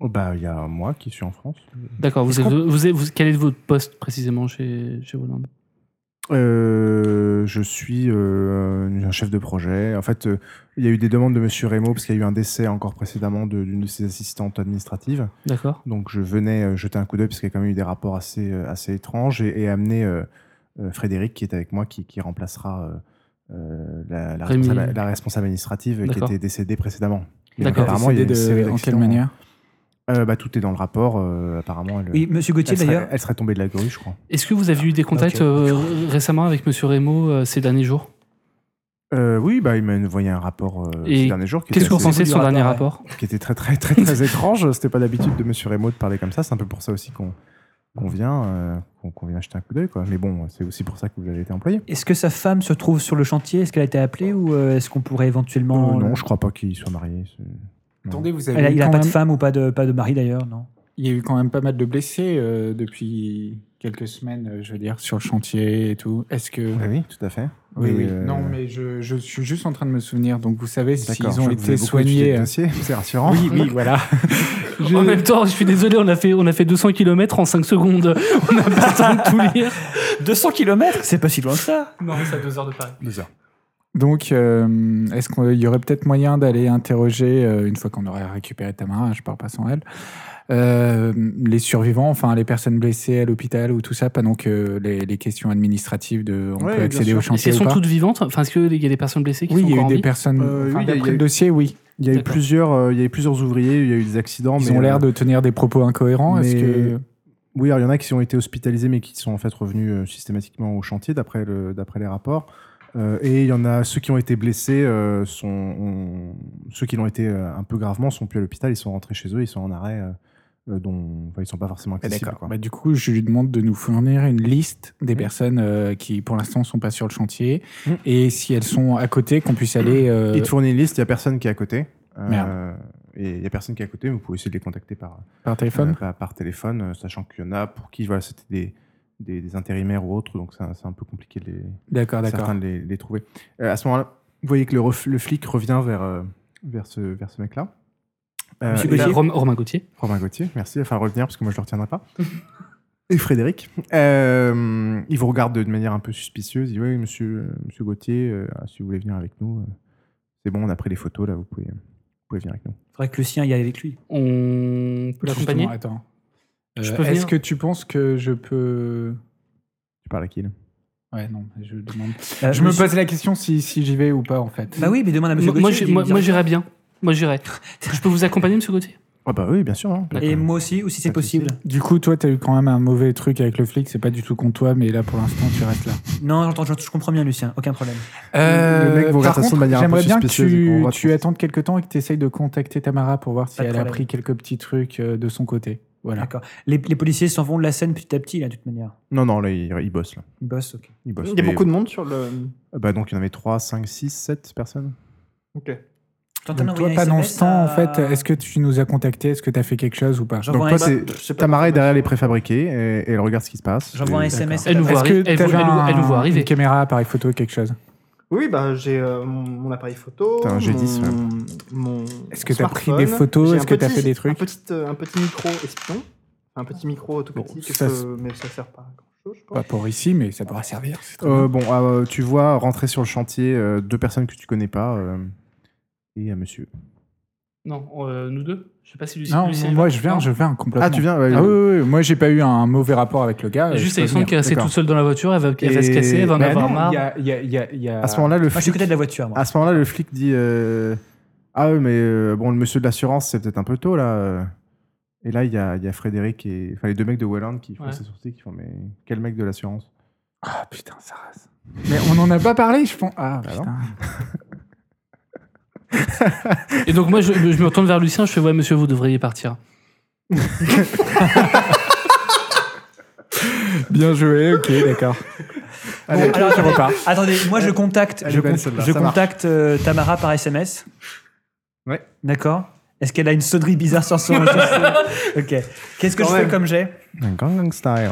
Speaker 1: Oh, bah, il y a moi qui suis en France.
Speaker 6: D'accord, vous,
Speaker 7: Est-ce
Speaker 6: êtes- vous êtes- vous- quel est votre poste précisément chez, chez Wayland
Speaker 1: Euh, je suis euh, un chef de projet. En fait, euh, il y a eu des demandes de Monsieur Rémo parce qu'il y a eu un décès encore précédemment de- d'une de, ses assistantes administratives.
Speaker 6: D'accord.
Speaker 1: Donc je venais euh, jeter un coup d'œil parce qu'il y a quand même eu des rapports assez, euh, assez étranges et, et amener euh, euh, Frédéric qui est avec moi qui, qui remplacera euh, euh, la, la
Speaker 6: Rémi.
Speaker 1: responsable, la responsable administrative qui
Speaker 6: D'accord.
Speaker 1: était décédée précédemment. Et
Speaker 6: D'accord.
Speaker 1: Apparemment, il y a
Speaker 5: décidé
Speaker 1: une série
Speaker 5: de, en quelle
Speaker 1: d'accidents.
Speaker 5: manière
Speaker 1: Euh, bah, Tout est dans le rapport. euh, apparemment, elle,
Speaker 7: Oui, monsieur Gauthier
Speaker 1: elle, serait,
Speaker 7: d'ailleurs.
Speaker 1: elle serait tombée de la grue, je crois.
Speaker 6: Est-ce que vous avez eu des contacts
Speaker 7: ok.
Speaker 6: euh, récemment avec Monsieur Remo euh, ces derniers jours
Speaker 1: Euh, oui, bah, il m'a envoyé un rapport euh,
Speaker 6: Et
Speaker 1: ces derniers jours. qui
Speaker 6: Qu'est-ce
Speaker 1: était
Speaker 6: que vous
Speaker 1: assez-
Speaker 6: pensez de
Speaker 7: du
Speaker 6: son
Speaker 5: Ah,
Speaker 7: rapport,
Speaker 6: dernier
Speaker 5: bah,
Speaker 7: ouais.
Speaker 6: rapport
Speaker 1: qui était très très très très étrange. C'était pas l'habitude de Monsieur Raymond de parler comme ça. C'est un peu pour ça aussi qu'on qu'on vient euh, qu'on qu'on vient jeter un coup d'œil quoi. Mais bon, c'est aussi pour ça que vous avez été employé.
Speaker 7: Est-ce que sa femme se trouve sur le chantier Est-ce qu'elle a été appelée ou euh, est-ce qu'on pourrait éventuellement.
Speaker 1: Euh, non, je crois pas qu'il soit marié. c'est-
Speaker 5: Attendez, vous avez
Speaker 7: Elle a-
Speaker 5: eu
Speaker 7: il n'a
Speaker 5: quand
Speaker 7: pas de
Speaker 5: même-
Speaker 7: femme ou pas de, pas de mari d'ailleurs, non
Speaker 5: Il y a eu quand même pas mal de blessés euh, depuis quelques semaines, euh, je veux dire, sur le chantier et tout. Est-ce que...
Speaker 1: Oui, oui, tout à fait.
Speaker 5: Oui,
Speaker 1: Et,
Speaker 5: oui.
Speaker 1: euh,
Speaker 5: Non, mais je, je suis juste en train de me souvenir. Donc, vous savez
Speaker 1: d'accord,
Speaker 5: s'ils ont
Speaker 1: je- vous avez
Speaker 5: été
Speaker 1: beaucoup étudié
Speaker 5: soignés.
Speaker 1: le
Speaker 5: euh,
Speaker 1: dossier, C'est rassurant.
Speaker 5: Oui, oui, voilà.
Speaker 6: En même temps, je suis désolé, on a fait, on a fait 200 km en 5 secondes. On n'a pas le temps de tout lire.
Speaker 7: 200 km C'est pas si loin que ça
Speaker 6: Non, c'est à 2 heures de Paris.
Speaker 1: Deux heures.
Speaker 5: Donc, euh, est-ce qu'il y aurait peut-être moyen d'aller interroger, euh, une fois qu'on aurait récupéré Tamara, je parle pas sans elle, euh, les survivants, enfin les personnes blessées à l'hôpital ou tout ça, pendant que les, les questions administratives de on
Speaker 1: Ouais,
Speaker 5: peut
Speaker 1: bien
Speaker 5: accéder
Speaker 1: sûr.
Speaker 5: au
Speaker 6: Est-ce
Speaker 5: chantier
Speaker 6: qu'elles
Speaker 5: ou
Speaker 6: sont
Speaker 5: pas
Speaker 6: toutes vivantes Enfin, est-ce qu'il y a des personnes blessées qui
Speaker 5: Oui,
Speaker 6: sont
Speaker 5: il y a
Speaker 6: encore
Speaker 5: eu
Speaker 6: en
Speaker 5: des
Speaker 6: vie
Speaker 5: personnes.
Speaker 1: Euh,
Speaker 5: enfin,
Speaker 1: oui, il y a
Speaker 5: d'après
Speaker 1: eu-
Speaker 5: le dossier, oui.
Speaker 1: Il y a eu
Speaker 6: D'accord.
Speaker 1: plusieurs, euh, il y a eu plusieurs ouvriers, il y a eu des accidents.
Speaker 5: Ils
Speaker 1: mais,
Speaker 5: ont l'air
Speaker 1: euh,
Speaker 5: de tenir des propos incohérents. Est-ce
Speaker 1: mais- eh,
Speaker 5: que
Speaker 1: Oui, alors il y en a qui ont été hospitalisés, mais qui sont en fait revenus euh, systématiquement au chantier, d'après le, d'après les rapports. Euh, et il y en a ceux qui ont été blessés, euh, sont, ont- ceux qui l'ont été euh, un peu gravement sont plus à l'hôpital, ils sont rentrés chez eux, ils sont en arrêt, euh, euh, dont enfin, ils sont pas forcément
Speaker 5: Ah,
Speaker 1: accessibles.
Speaker 5: d'accord.
Speaker 1: quoi.
Speaker 5: Bah, du coup, je lui demande de nous fournir une liste des
Speaker 1: Mm.
Speaker 5: personnes euh, qui, pour l'instant, sont pas sur le chantier.
Speaker 1: Mm.
Speaker 5: Et si elles sont à côté, qu'on puisse aller. euh,
Speaker 1: Ils te fournissent une liste, il y a personne qui est à côté. Euh,
Speaker 5: Merde.
Speaker 1: Et il y a personne qui est à côté, mais vous pouvez essayer de les contacter par,
Speaker 5: par téléphone
Speaker 1: euh, par, par téléphone, euh, sachant qu'il y en a pour qui voilà, c'était des, des, des intérimaires ou autres, donc c'est un- c'est un peu compliqué de les,
Speaker 7: Ah,
Speaker 5: D'accord, d'accord.
Speaker 1: Euh, certains de les, les trouver. Euh, à ce moment-là, vous voyez que le, ref- le flic revient vers, euh, vers ce, vers ce mec-là. Euh,
Speaker 7: Monsieur
Speaker 1: et
Speaker 7: Gauthier.
Speaker 1: là-
Speaker 6: Rom- Romain Gauthier.
Speaker 1: Romain Gauthier, merci. Enfin, revenir, parce que moi, je ne le retiendrai pas. Et Frédéric. Euh, il vous regarde de de manière un peu suspicieuse. Il dit Oui, monsieur, euh, monsieur Gauthier, euh, ah, si vous voulez venir avec nous, euh, c'est bon, on a pris les photos, là, vous pouvez, vous pouvez venir avec nous.
Speaker 7: Faudrait que Lucien y aille avec lui.
Speaker 6: On peut l'accompagner
Speaker 5: Justement, Attends.
Speaker 6: Je
Speaker 5: Euh,
Speaker 6: peux
Speaker 5: Est-ce
Speaker 6: venir
Speaker 5: que tu penses que je peux.
Speaker 1: Tu parles à qui, là
Speaker 5: Ouais, non, je demande.
Speaker 7: Euh,
Speaker 5: Je me
Speaker 7: monsieur-
Speaker 5: pose la question si, si j'y vais ou pas, en fait.
Speaker 7: Bah oui, mais demande à monsieur
Speaker 6: Moi, moi,
Speaker 7: Gauthier.
Speaker 6: j'ai-
Speaker 7: il
Speaker 6: moi-
Speaker 7: dira-
Speaker 6: moi, j'irai bien. Moi, j'irai. Je peux vous accompagner, monsieur Gauthier
Speaker 1: Ah, bah oui, bien sûr. hein.
Speaker 7: Et moi aussi, ou si c'est
Speaker 1: Pas de souci.
Speaker 7: possible.
Speaker 5: Du coup, toi, t'as eu quand même un mauvais truc avec le flic, c'est pas du tout contre toi, mais là, pour l'instant, tu restes là.
Speaker 7: Non, j'entends, j'entends, je comprends bien, Lucien, aucun problème.
Speaker 1: Le mec vous
Speaker 5: Euh, par
Speaker 1: regarde de
Speaker 5: contre,
Speaker 1: manière un peu
Speaker 5: J'aimerais bien que
Speaker 1: suspicieuse et qu'on
Speaker 5: tu,
Speaker 1: voit
Speaker 5: tu
Speaker 1: ton-
Speaker 5: attendes quelques temps et que tu essayes de contacter Tamara pour voir si
Speaker 7: Pas de
Speaker 5: elle a
Speaker 7: problème.
Speaker 5: pris quelques petits trucs euh, de son côté. Voilà.
Speaker 7: D'accord. Les, les policiers s'en vont de la scène petit à petit, là, de toute manière.
Speaker 1: Non, non, là, il, il bosse, là.
Speaker 7: Ils bossent, ok.
Speaker 1: Il bosse.
Speaker 3: Il y a
Speaker 1: Mais-
Speaker 3: beaucoup de monde sur le.
Speaker 1: Bah, donc, il y en avait 3, 5, 6, 7 personnes.
Speaker 3: Ok.
Speaker 7: T'entends
Speaker 5: Donc, toi,
Speaker 7: d'envoyer un
Speaker 5: pendant
Speaker 7: SMS
Speaker 5: ce temps, en
Speaker 7: à-
Speaker 5: fait, est-ce que tu nous as contacté Est-ce que tu as fait quelque chose ou pas
Speaker 7: J'envoie
Speaker 3: bah,
Speaker 1: Donc,
Speaker 7: un
Speaker 1: toi,
Speaker 7: SMS.
Speaker 3: Je sais pas.
Speaker 1: Tamara est derrière les préfabriqués et, et elle regarde ce qui se passe.
Speaker 7: J'envoie un
Speaker 1: Et-
Speaker 7: SMS.
Speaker 6: Elle nous
Speaker 7: Est-ce
Speaker 6: voit,
Speaker 5: Est-ce
Speaker 6: arri-
Speaker 5: que
Speaker 6: elle,
Speaker 5: t'avais
Speaker 6: voit- elle nous-
Speaker 5: un-
Speaker 6: elle nous voit arriver.
Speaker 5: Une caméra, appareil photo, quelque chose
Speaker 3: Oui, bah j'ai euh, mon, mon appareil photo.
Speaker 1: T'as un G10, ouais.
Speaker 3: mon, mon
Speaker 5: Est-ce que t'as pris
Speaker 3: smartphone.
Speaker 5: des photos
Speaker 3: J'ai
Speaker 5: Est-ce
Speaker 3: un
Speaker 5: que t'as
Speaker 3: petit-
Speaker 5: fait des trucs
Speaker 3: un petit, euh, un petit micro espion. Un petit micro tout
Speaker 5: Bon,
Speaker 3: petit, que
Speaker 5: ça,
Speaker 3: je peux- mais ça sert pas à grand chose, je pense.
Speaker 5: Pas pour ici, mais ça pourra servir. c'est très
Speaker 1: Euh, bon, euh, tu vois rentrer sur le chantier euh, deux personnes que tu connais pas euh, et un monsieur.
Speaker 6: Non, euh, nous deux. Je sais pas si
Speaker 5: bien.
Speaker 6: Lucien.
Speaker 5: Non,
Speaker 6: Lucien y
Speaker 5: moi
Speaker 6: va.
Speaker 5: je viens,
Speaker 6: Non.
Speaker 5: je viens complètement.
Speaker 1: Ah, tu viens ouais,
Speaker 5: Ah oui, oui, oui, moi j'ai pas eu un mauvais rapport avec le gars. euh,
Speaker 6: Juste
Speaker 5: je peux
Speaker 6: Alexandre
Speaker 5: venir.
Speaker 6: qui est restée
Speaker 1: D'accord.
Speaker 6: toute seule dans la voiture, elle va, elle va se
Speaker 1: Et-
Speaker 6: casser, elle va en
Speaker 5: Bah
Speaker 6: avoir
Speaker 5: non,
Speaker 6: marre.
Speaker 5: il y a- il y a- il y a- il y a-
Speaker 1: À ce moment-là, le
Speaker 7: Moi, je suis à
Speaker 1: flic.
Speaker 7: côté de la voiture, moi.
Speaker 1: À ce moment-là, le flic dit euh, Ah ouais, mais euh, bon, le monsieur de l'assurance, c'est peut-être un peu tôt là. euh. Et là, il y a, il y a Frédéric et. Enfin, les deux mecs de Welland qui font
Speaker 6: Ouais.
Speaker 1: ses sourcils, qui font Mais quel mec de l'assurance
Speaker 5: Ah putain, ça rase. Mais on en a pas parlé, je pense. Ah
Speaker 1: Bah
Speaker 5: putain.
Speaker 6: Et donc moi, je, je me retourne vers Lucien, je fais ouais, monsieur, vous devriez partir.
Speaker 5: Bien joué, ok, d'accord.
Speaker 7: Bon, alors,
Speaker 5: je
Speaker 7: attendez,
Speaker 5: repars.
Speaker 7: attendez, moi je contacte,
Speaker 1: elle est
Speaker 7: je,
Speaker 1: belle,
Speaker 7: con-
Speaker 1: celle-là,
Speaker 7: je
Speaker 1: ça marche.
Speaker 7: contacte euh, Tamara par SMS.
Speaker 1: Ouais.
Speaker 7: D'accord. Est-ce qu'elle a une sonnerie bizarre sur son Ok. Qu'est-ce que
Speaker 3: Quand
Speaker 7: je
Speaker 3: même.
Speaker 7: fais comme j'ai
Speaker 1: Ah, Un gang gang style.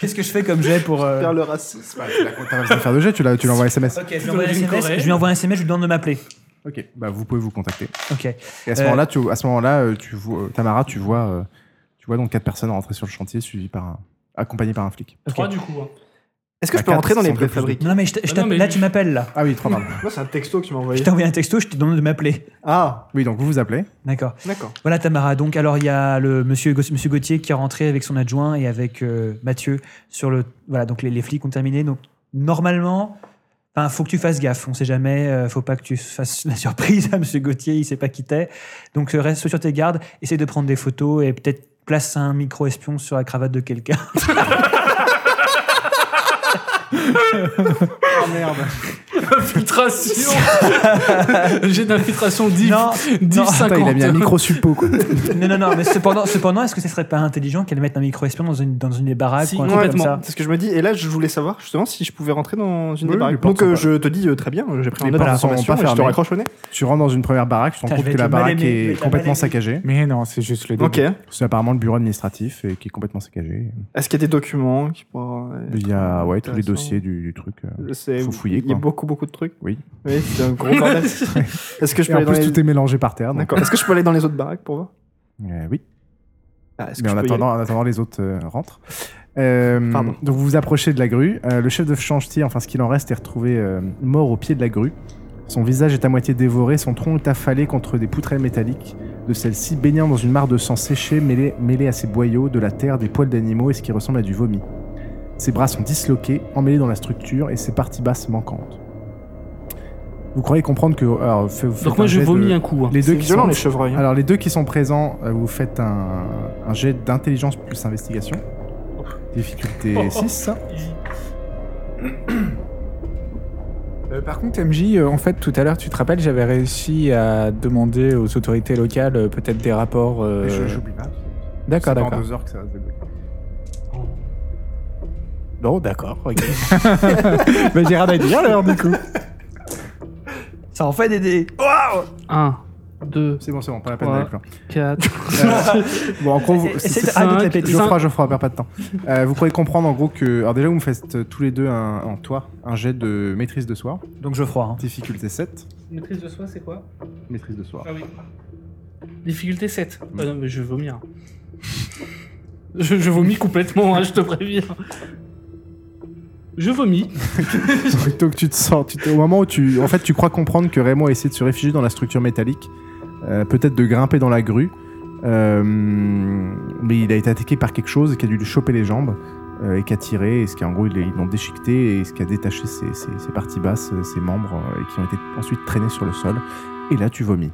Speaker 7: Qu'est-ce que je fais comme jet pour. euh,
Speaker 3: Faire le racisme.
Speaker 1: Bah, tu l'as- T'as pas besoin de faire de jet, tu l'as- tu l'envoies SMS.
Speaker 7: Ok, je lui envoie un SMS, je lui envoie un SMS, je lui demande de m'appeler.
Speaker 1: Ok, bah vous pouvez vous contacter.
Speaker 7: Ok.
Speaker 1: Et à ce
Speaker 7: Euh,
Speaker 1: moment-là, tu, à ce moment-là, euh, tu vois, euh, Tamara, tu vois, euh, tu vois donc quatre personnes rentrer sur le chantier, suivies par un, accompagnées par un flic.
Speaker 6: Trois du coup. hein.
Speaker 3: Est-ce que
Speaker 1: Bah,
Speaker 3: je peux
Speaker 1: quatre,
Speaker 3: rentrer dans
Speaker 1: c'est
Speaker 3: les
Speaker 1: en deux plus
Speaker 3: préfabriques
Speaker 7: Non, mais, je t- je
Speaker 6: Ah non,
Speaker 7: t'appelle-
Speaker 6: mais
Speaker 7: là,
Speaker 6: lui-
Speaker 7: tu m'appelles, là.
Speaker 1: Ah oui, trois pardon.
Speaker 3: Moi, c'est un texto que tu m'as
Speaker 7: Je
Speaker 3: envoyé.
Speaker 7: t'ai envoyé un texto, je te demande de m'appeler.
Speaker 3: Ah,
Speaker 1: Oui, donc vous vous appelez.
Speaker 7: D'accord.
Speaker 3: d'accord.
Speaker 7: Voilà, Tamara. Donc, alors, il y a le monsieur, Gau- monsieur Gauthier qui est rentré avec son adjoint et avec euh, Mathieu sur le. Voilà, donc les, les flics ont terminé. Donc, normalement, il faut que tu fasses gaffe. On sait jamais. euh, faut pas que tu fasses la surprise à monsieur Gauthier. Il sait pas qui t'es. Donc, euh, reste sur tes gardes. Essaie de prendre des photos et peut-être place un micro-espion sur la cravate de quelqu'un.
Speaker 3: Ah merde.
Speaker 6: Infiltration J'ai d'infiltration 10,
Speaker 7: Non,
Speaker 6: 10
Speaker 7: non.
Speaker 1: Putain,
Speaker 6: 50.
Speaker 1: il a mis un micro suppo quoi.
Speaker 7: non, non, non. Mais cependant, cependant est-ce que ce serait pas intelligent qu'elle mette un micro-espion dans une, dans une des baraques
Speaker 6: Si,
Speaker 7: ou un truc comme
Speaker 6: complètement.
Speaker 7: ça
Speaker 3: C'est ce que je me dis. Et là, je voulais savoir justement si je pouvais rentrer dans une
Speaker 1: Oui,
Speaker 3: des
Speaker 1: les
Speaker 3: barraques.
Speaker 1: portes
Speaker 3: Donc, euh,
Speaker 1: sont
Speaker 3: je te dis euh, très bien, j'ai pris
Speaker 1: Les
Speaker 3: un note
Speaker 1: portes sont pas
Speaker 3: d'information et je te
Speaker 1: fermées.
Speaker 3: raccroche au nez.
Speaker 1: tu rentres dans une première baraque, tu te rends
Speaker 7: Putain,
Speaker 1: compte
Speaker 7: je vais
Speaker 1: que
Speaker 7: être
Speaker 1: la
Speaker 7: le mal
Speaker 1: baraque
Speaker 7: aimé, je vais
Speaker 1: est
Speaker 7: être le
Speaker 1: complètement
Speaker 7: mal aimé.
Speaker 1: saccagée.
Speaker 5: Mais non, c'est juste le début.
Speaker 3: Ok. Est-ce
Speaker 1: C'est apparemment le bureau administratif et qui est complètement saccagé.
Speaker 3: qu'il y a des documents qui pourraient être
Speaker 1: Il y a ouais, tous les
Speaker 3: intéressants
Speaker 1: dossiers du, du truc. euh.
Speaker 3: C'est-
Speaker 1: Faut fouiller,
Speaker 3: Il y a
Speaker 1: quoi.
Speaker 3: beaucoup, beaucoup de trucs.
Speaker 1: Oui.
Speaker 3: Oui, c'est un gros bordel. Est-ce que je
Speaker 1: Et
Speaker 3: peux
Speaker 1: en
Speaker 3: aller dans
Speaker 1: plus,
Speaker 3: les...
Speaker 1: tout est mélangé par terre. donc,
Speaker 3: D'accord. Est-ce que je peux aller dans les autres baraques pour voir
Speaker 1: euh, oui.
Speaker 3: Ah, est-ce que
Speaker 1: Mais en
Speaker 3: je peux y
Speaker 1: attendant, en attendant, les autres euh, rentrent. Euh,
Speaker 3: Pardon.
Speaker 1: donc vous vous approchez de la grue. Euh, le chef de chantier, enfin ce qu'il en reste, est retrouvé euh, mort au pied de la grue. Son visage est à moitié dévoré, son tronc est affalé contre des poutrelles métalliques, de celles-ci baignant dans une mare de sang séché mêlée mêlée à ses boyaux, de la terre, des poils d'animaux et ce qui ressemble à du vomi. Ses bras sont disloqués, emmêlés dans la structure et ses parties basses manquantes. Vous croyez comprendre que... euh, alors, fais- faites
Speaker 6: Donc moi
Speaker 1: un
Speaker 6: je
Speaker 1: jet
Speaker 6: vomis
Speaker 1: de-
Speaker 6: un coup. hein.
Speaker 1: Les
Speaker 3: C'est
Speaker 1: deux qui
Speaker 3: violent,
Speaker 1: sont
Speaker 3: les chevreuils. hein.
Speaker 1: alors les deux qui sont présents, euh, vous faites un, un jet d'intelligence plus investigation. Difficulté 6.
Speaker 5: Euh, par contre, MJ, euh, en fait, tout à l'heure, tu te rappelles, j'avais réussi à demander aux autorités locales euh, peut-être des rapports. euh,
Speaker 1: pas.
Speaker 5: D'accord, d'accord.
Speaker 1: heures que ça va se débloquer. Oh,
Speaker 5: Non, d'accord. ok. bah, j'ai rien à dire alors, du coup.
Speaker 7: Ça en fait des dés.
Speaker 6: 1, 2,
Speaker 1: C'est bon, c'est bon, pas la peine
Speaker 6: Ouais.
Speaker 1: d'aller plus loin.
Speaker 6: 4.
Speaker 1: Bon, en gros, vous-
Speaker 7: Essaie
Speaker 1: c'est-
Speaker 7: de- arrête de te la
Speaker 6: cinq,
Speaker 7: péter.
Speaker 1: Geoffroy, Geoffroy, perds pas de temps. Euh, vous pourrez comprendre en gros que. Alors déjà, vous me faites euh, tous les deux un, en toi un jet de maîtrise de soir.
Speaker 7: Donc Geoffroy. hein.
Speaker 1: Difficulté 7.
Speaker 6: Maîtrise de soi, c'est quoi
Speaker 1: Maîtrise de soir.
Speaker 6: Ah oui. Difficulté 7. Ah non, mais je vais vomir. Je, je vomis complètement, hein, je te préviens. Je vomis.
Speaker 1: Plutôt que tu te sors, tu te- au moment où tu, en fait, tu crois comprendre que Raymond a essayé de se réfugier dans la structure métallique, euh, peut-être de grimper dans la grue, euh, mais il a été attaqué par quelque chose qui a dû lui choper les jambes euh, et qui a tiré, et ce qui en gros ils ils l'ont déchiqueté et ce qui a détaché ses, ses- ses parties basses, euh, ses membres, euh, et qui ont été ensuite traînés sur le sol. Et là, tu vomis.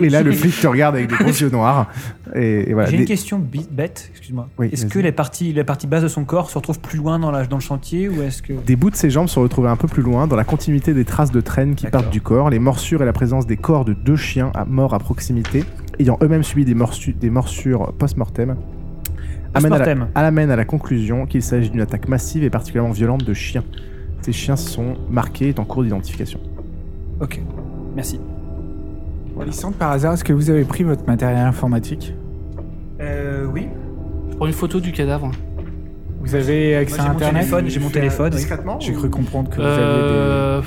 Speaker 1: Et là, le flic te regarde avec des gros yeux noirs. Et, et voilà.
Speaker 7: J'ai
Speaker 1: Des-
Speaker 7: une question bi- bête, excuse-moi.
Speaker 1: Oui,
Speaker 7: est-ce
Speaker 1: vas-y.
Speaker 7: que les parties, les parties basses de son corps se retrouvent plus loin dans, la, dans le chantier ou est-ce que.
Speaker 1: Des bouts de ses jambes sont retrouvés un peu plus loin, dans la continuité des traces de traîne qui
Speaker 7: D'accord.
Speaker 1: partent du corps, les morsures et la présence des corps de deux chiens à morts à proximité, ayant eux-mêmes subi des, morsu- des morsures post-mortem, amènent à la-
Speaker 7: Postmortem.
Speaker 1: à l'amène à la conclusion qu'il s'agit d'une attaque massive et particulièrement violente de chiens. Ces chiens sont marqués et en cours d'identification.
Speaker 7: Ok, merci.
Speaker 5: Alexandre, par hasard, est-ce que vous avez pris votre matériel informatique
Speaker 7: Euh, oui.
Speaker 6: Je prends une photo du cadavre.
Speaker 5: Vous avez accès
Speaker 7: Moi, j'ai
Speaker 5: à
Speaker 7: mon
Speaker 5: Internet
Speaker 7: téléphone, j'ai mon téléphone, oui.
Speaker 5: J'ai cru comprendre que vous aviez
Speaker 6: Euh,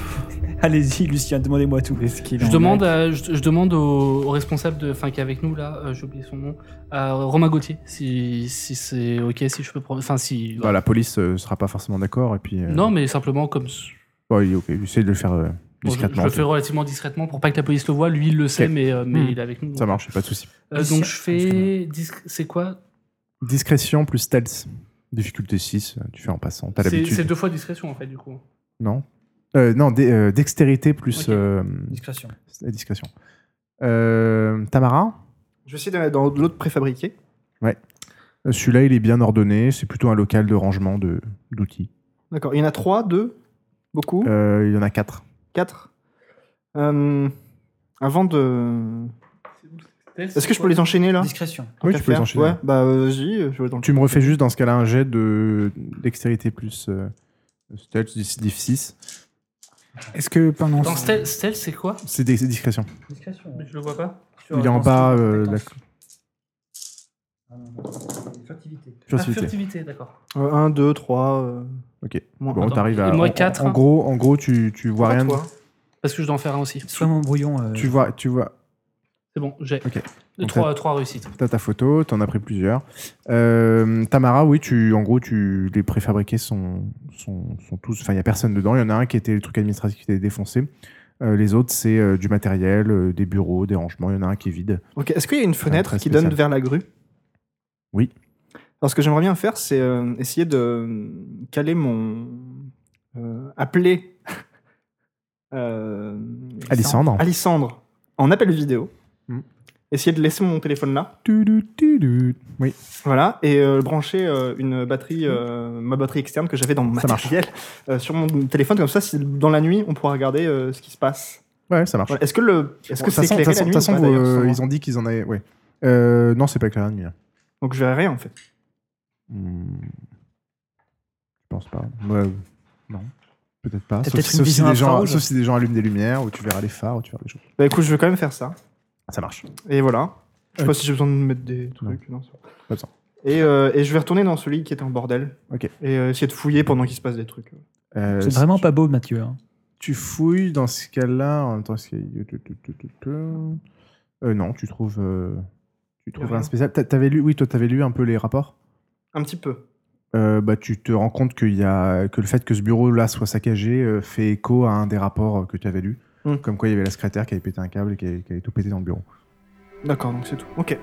Speaker 7: Allez-y, Lucien, demandez-moi tout.
Speaker 5: des, des skills.
Speaker 6: je
Speaker 5: en
Speaker 6: demande,
Speaker 5: hack.
Speaker 6: à- je, je demande au, au responsable, de, enfin qui est avec nous là, euh, j'ai oublié son nom, à Romain Gauthier, si, si c'est ok, si je peux prendre, enfin si.
Speaker 1: Bah, la police ne sera pas forcément d'accord et puis. euh,
Speaker 6: Non, mais simplement comme
Speaker 1: bon, il- ok, il essaie de le faire euh,
Speaker 6: Bon, je-
Speaker 1: discrètement.
Speaker 6: je, le fais relativement discrètement pour pas que la police le voie. Lui, il le sait,
Speaker 1: Ok.
Speaker 6: mais, euh, mais
Speaker 5: Hmm.
Speaker 6: il est avec nous.
Speaker 1: Ça marche, pas de souci.
Speaker 6: Euh, donc je fais. disc- C'est quoi
Speaker 1: Discrétion plus stealth. Difficulté 6, euh, tu fais en passant. T'as
Speaker 6: C'est
Speaker 1: l'habitude.
Speaker 6: c'est deux fois discrétion en fait, du coup.
Speaker 1: Non. Euh, non, dé- euh, dextérité plus
Speaker 6: Ok.
Speaker 1: euh,
Speaker 7: Discrétion.
Speaker 1: la discrétion. Euh, Tamara
Speaker 3: Je vais essayer d'aller dans l'autre préfabriqué.
Speaker 1: Euh, Celui-là, il est bien ordonné. C'est plutôt un local de rangement de- d'outils.
Speaker 3: D'accord. Il y en a trois, deux, beaucoup,
Speaker 1: Euh, il y en a quatre.
Speaker 3: quatre. Euh, avant de. Est-ce que je peux les enchaîner
Speaker 1: Hein
Speaker 3: là
Speaker 7: Discrétion.
Speaker 3: Tant
Speaker 1: Oui,
Speaker 3: qu'à
Speaker 1: tu peux les
Speaker 3: faire.
Speaker 1: enchaîner.
Speaker 3: Ouais, bah euh, vas-y, euh, je vais dans le.
Speaker 1: Tu me refais juste, dans ce cas-là, un jet de dextérité plus euh, stealth, dis- diff 6.
Speaker 5: Est-ce que pendant.
Speaker 6: Dans Stel, Stel, c'est quoi
Speaker 1: C'est dex- c'est discrétion.
Speaker 7: Discrétion.
Speaker 6: Mais je le vois pas.
Speaker 1: Il est en bas. euh, la-
Speaker 6: Furtivité.
Speaker 1: Furtivité.
Speaker 6: Ah, furtivité, d'accord.
Speaker 3: 1, 2, 3.
Speaker 1: Ok.
Speaker 3: euh, Moins
Speaker 1: Bon,
Speaker 6: Attends,
Speaker 1: t'arrives à.
Speaker 6: et moi,
Speaker 1: en- en-
Speaker 6: quatre,
Speaker 1: En
Speaker 6: hein.
Speaker 1: gros, en gros, tu, tu vois rien. de-
Speaker 6: Parce que je dois en faire un aussi.
Speaker 7: Sois mon brouillon. euh,
Speaker 1: Tu vois, tu vois.
Speaker 6: C'est bon, j'ai
Speaker 1: Ok.
Speaker 6: Trois-
Speaker 1: Donc,
Speaker 6: trois réussites.
Speaker 1: T'as ta photo, t'en as pris plusieurs. Euh, Tamara, oui, tu, en gros, tu, les préfabriqués sont, sont, sont tous. Enfin, il n'y a personne dedans. Il y en a un qui était le truc administratif qui était défoncé. Euh, les autres, c'est euh, du matériel, euh, des bureaux, des rangements. Il y en a un qui est vide.
Speaker 3: Ok, est-ce qu'il y a une fenêtre
Speaker 1: Ah, très
Speaker 3: qui donne
Speaker 1: spécial.
Speaker 3: vers la grue
Speaker 1: Oui.
Speaker 3: Alors, ce que j'aimerais bien faire, c'est euh, essayer de caler mon. euh, appeler. euh,
Speaker 1: Alissandre.
Speaker 3: Alissandre en appel vidéo.
Speaker 1: Hmm.
Speaker 3: Essayer de laisser mon téléphone là.
Speaker 1: Tudu, tudu. Oui,
Speaker 3: Voilà. Et euh, brancher euh, une batterie, euh, ma batterie externe que j'avais dans mon
Speaker 1: Ça marche.
Speaker 3: matériel euh, sur mon téléphone. Comme ça, si, dans la nuit, on pourra regarder euh, ce qui se passe.
Speaker 1: ouais, ça marche.
Speaker 3: Voilà. Est-ce que le. Est-ce que
Speaker 1: Bon,
Speaker 3: c'est
Speaker 1: de toute façon-
Speaker 3: éclairé
Speaker 1: de toute
Speaker 3: la
Speaker 1: façon- de
Speaker 3: nuit
Speaker 1: toute
Speaker 3: ou
Speaker 1: façon,
Speaker 3: pas, d'ailleurs,
Speaker 1: euh,
Speaker 3: sur moi
Speaker 1: ils ont dit qu'ils en avaient. Ouais. Euh, non, c'est pas éclairé la nuit. là.
Speaker 3: Donc, je verrai rien en fait.
Speaker 1: Hmm. Je pense pas. Ouais, non, peut-être pas.
Speaker 7: T'as
Speaker 1: Sauf,
Speaker 7: peut-être
Speaker 1: sauf
Speaker 7: une
Speaker 1: si
Speaker 7: vision
Speaker 1: des gens,
Speaker 7: infrarouge.
Speaker 1: sauf si des gens allument des lumières ou tu verras les phares ou tu verras des choses.
Speaker 3: Bah écoute, je vais quand même faire ça.
Speaker 1: Ça marche.
Speaker 3: Et voilà. Je sais pas
Speaker 1: Ok.
Speaker 3: si j'ai besoin de mettre des trucs. Non. c'est bon.
Speaker 1: Pas besoin.
Speaker 3: Et, euh, et je vais retourner dans ce lit qui était en bordel.
Speaker 1: Ok.
Speaker 3: Et euh, essayer de fouiller pendant qu'il se passe des trucs.
Speaker 1: Euh,
Speaker 7: C'est vraiment pas beau, Mathieu. hein.
Speaker 1: Tu fouilles dans ce cas-là en même temps. est-ce qu'il y a- tu- tu- tu- tu- tu- Euh, non, tu trouves, euh, tu trouves
Speaker 3: rien.
Speaker 1: un spécial. T'a- T'avais lu, oui, toi, t'avais lu un peu les rapports.
Speaker 3: Un petit peu.
Speaker 1: Euh, bah, tu te rends compte qu'il y a, que le fait que ce bureau-là soit saccagé euh, fait écho à un des rapports euh, que tu avais lu.
Speaker 3: Hmm.
Speaker 1: Comme quoi, il y avait la secrétaire qui avait pété un câble et qui avait, qui avait tout pété dans le bureau.
Speaker 3: D'accord, donc c'est tout. Ok.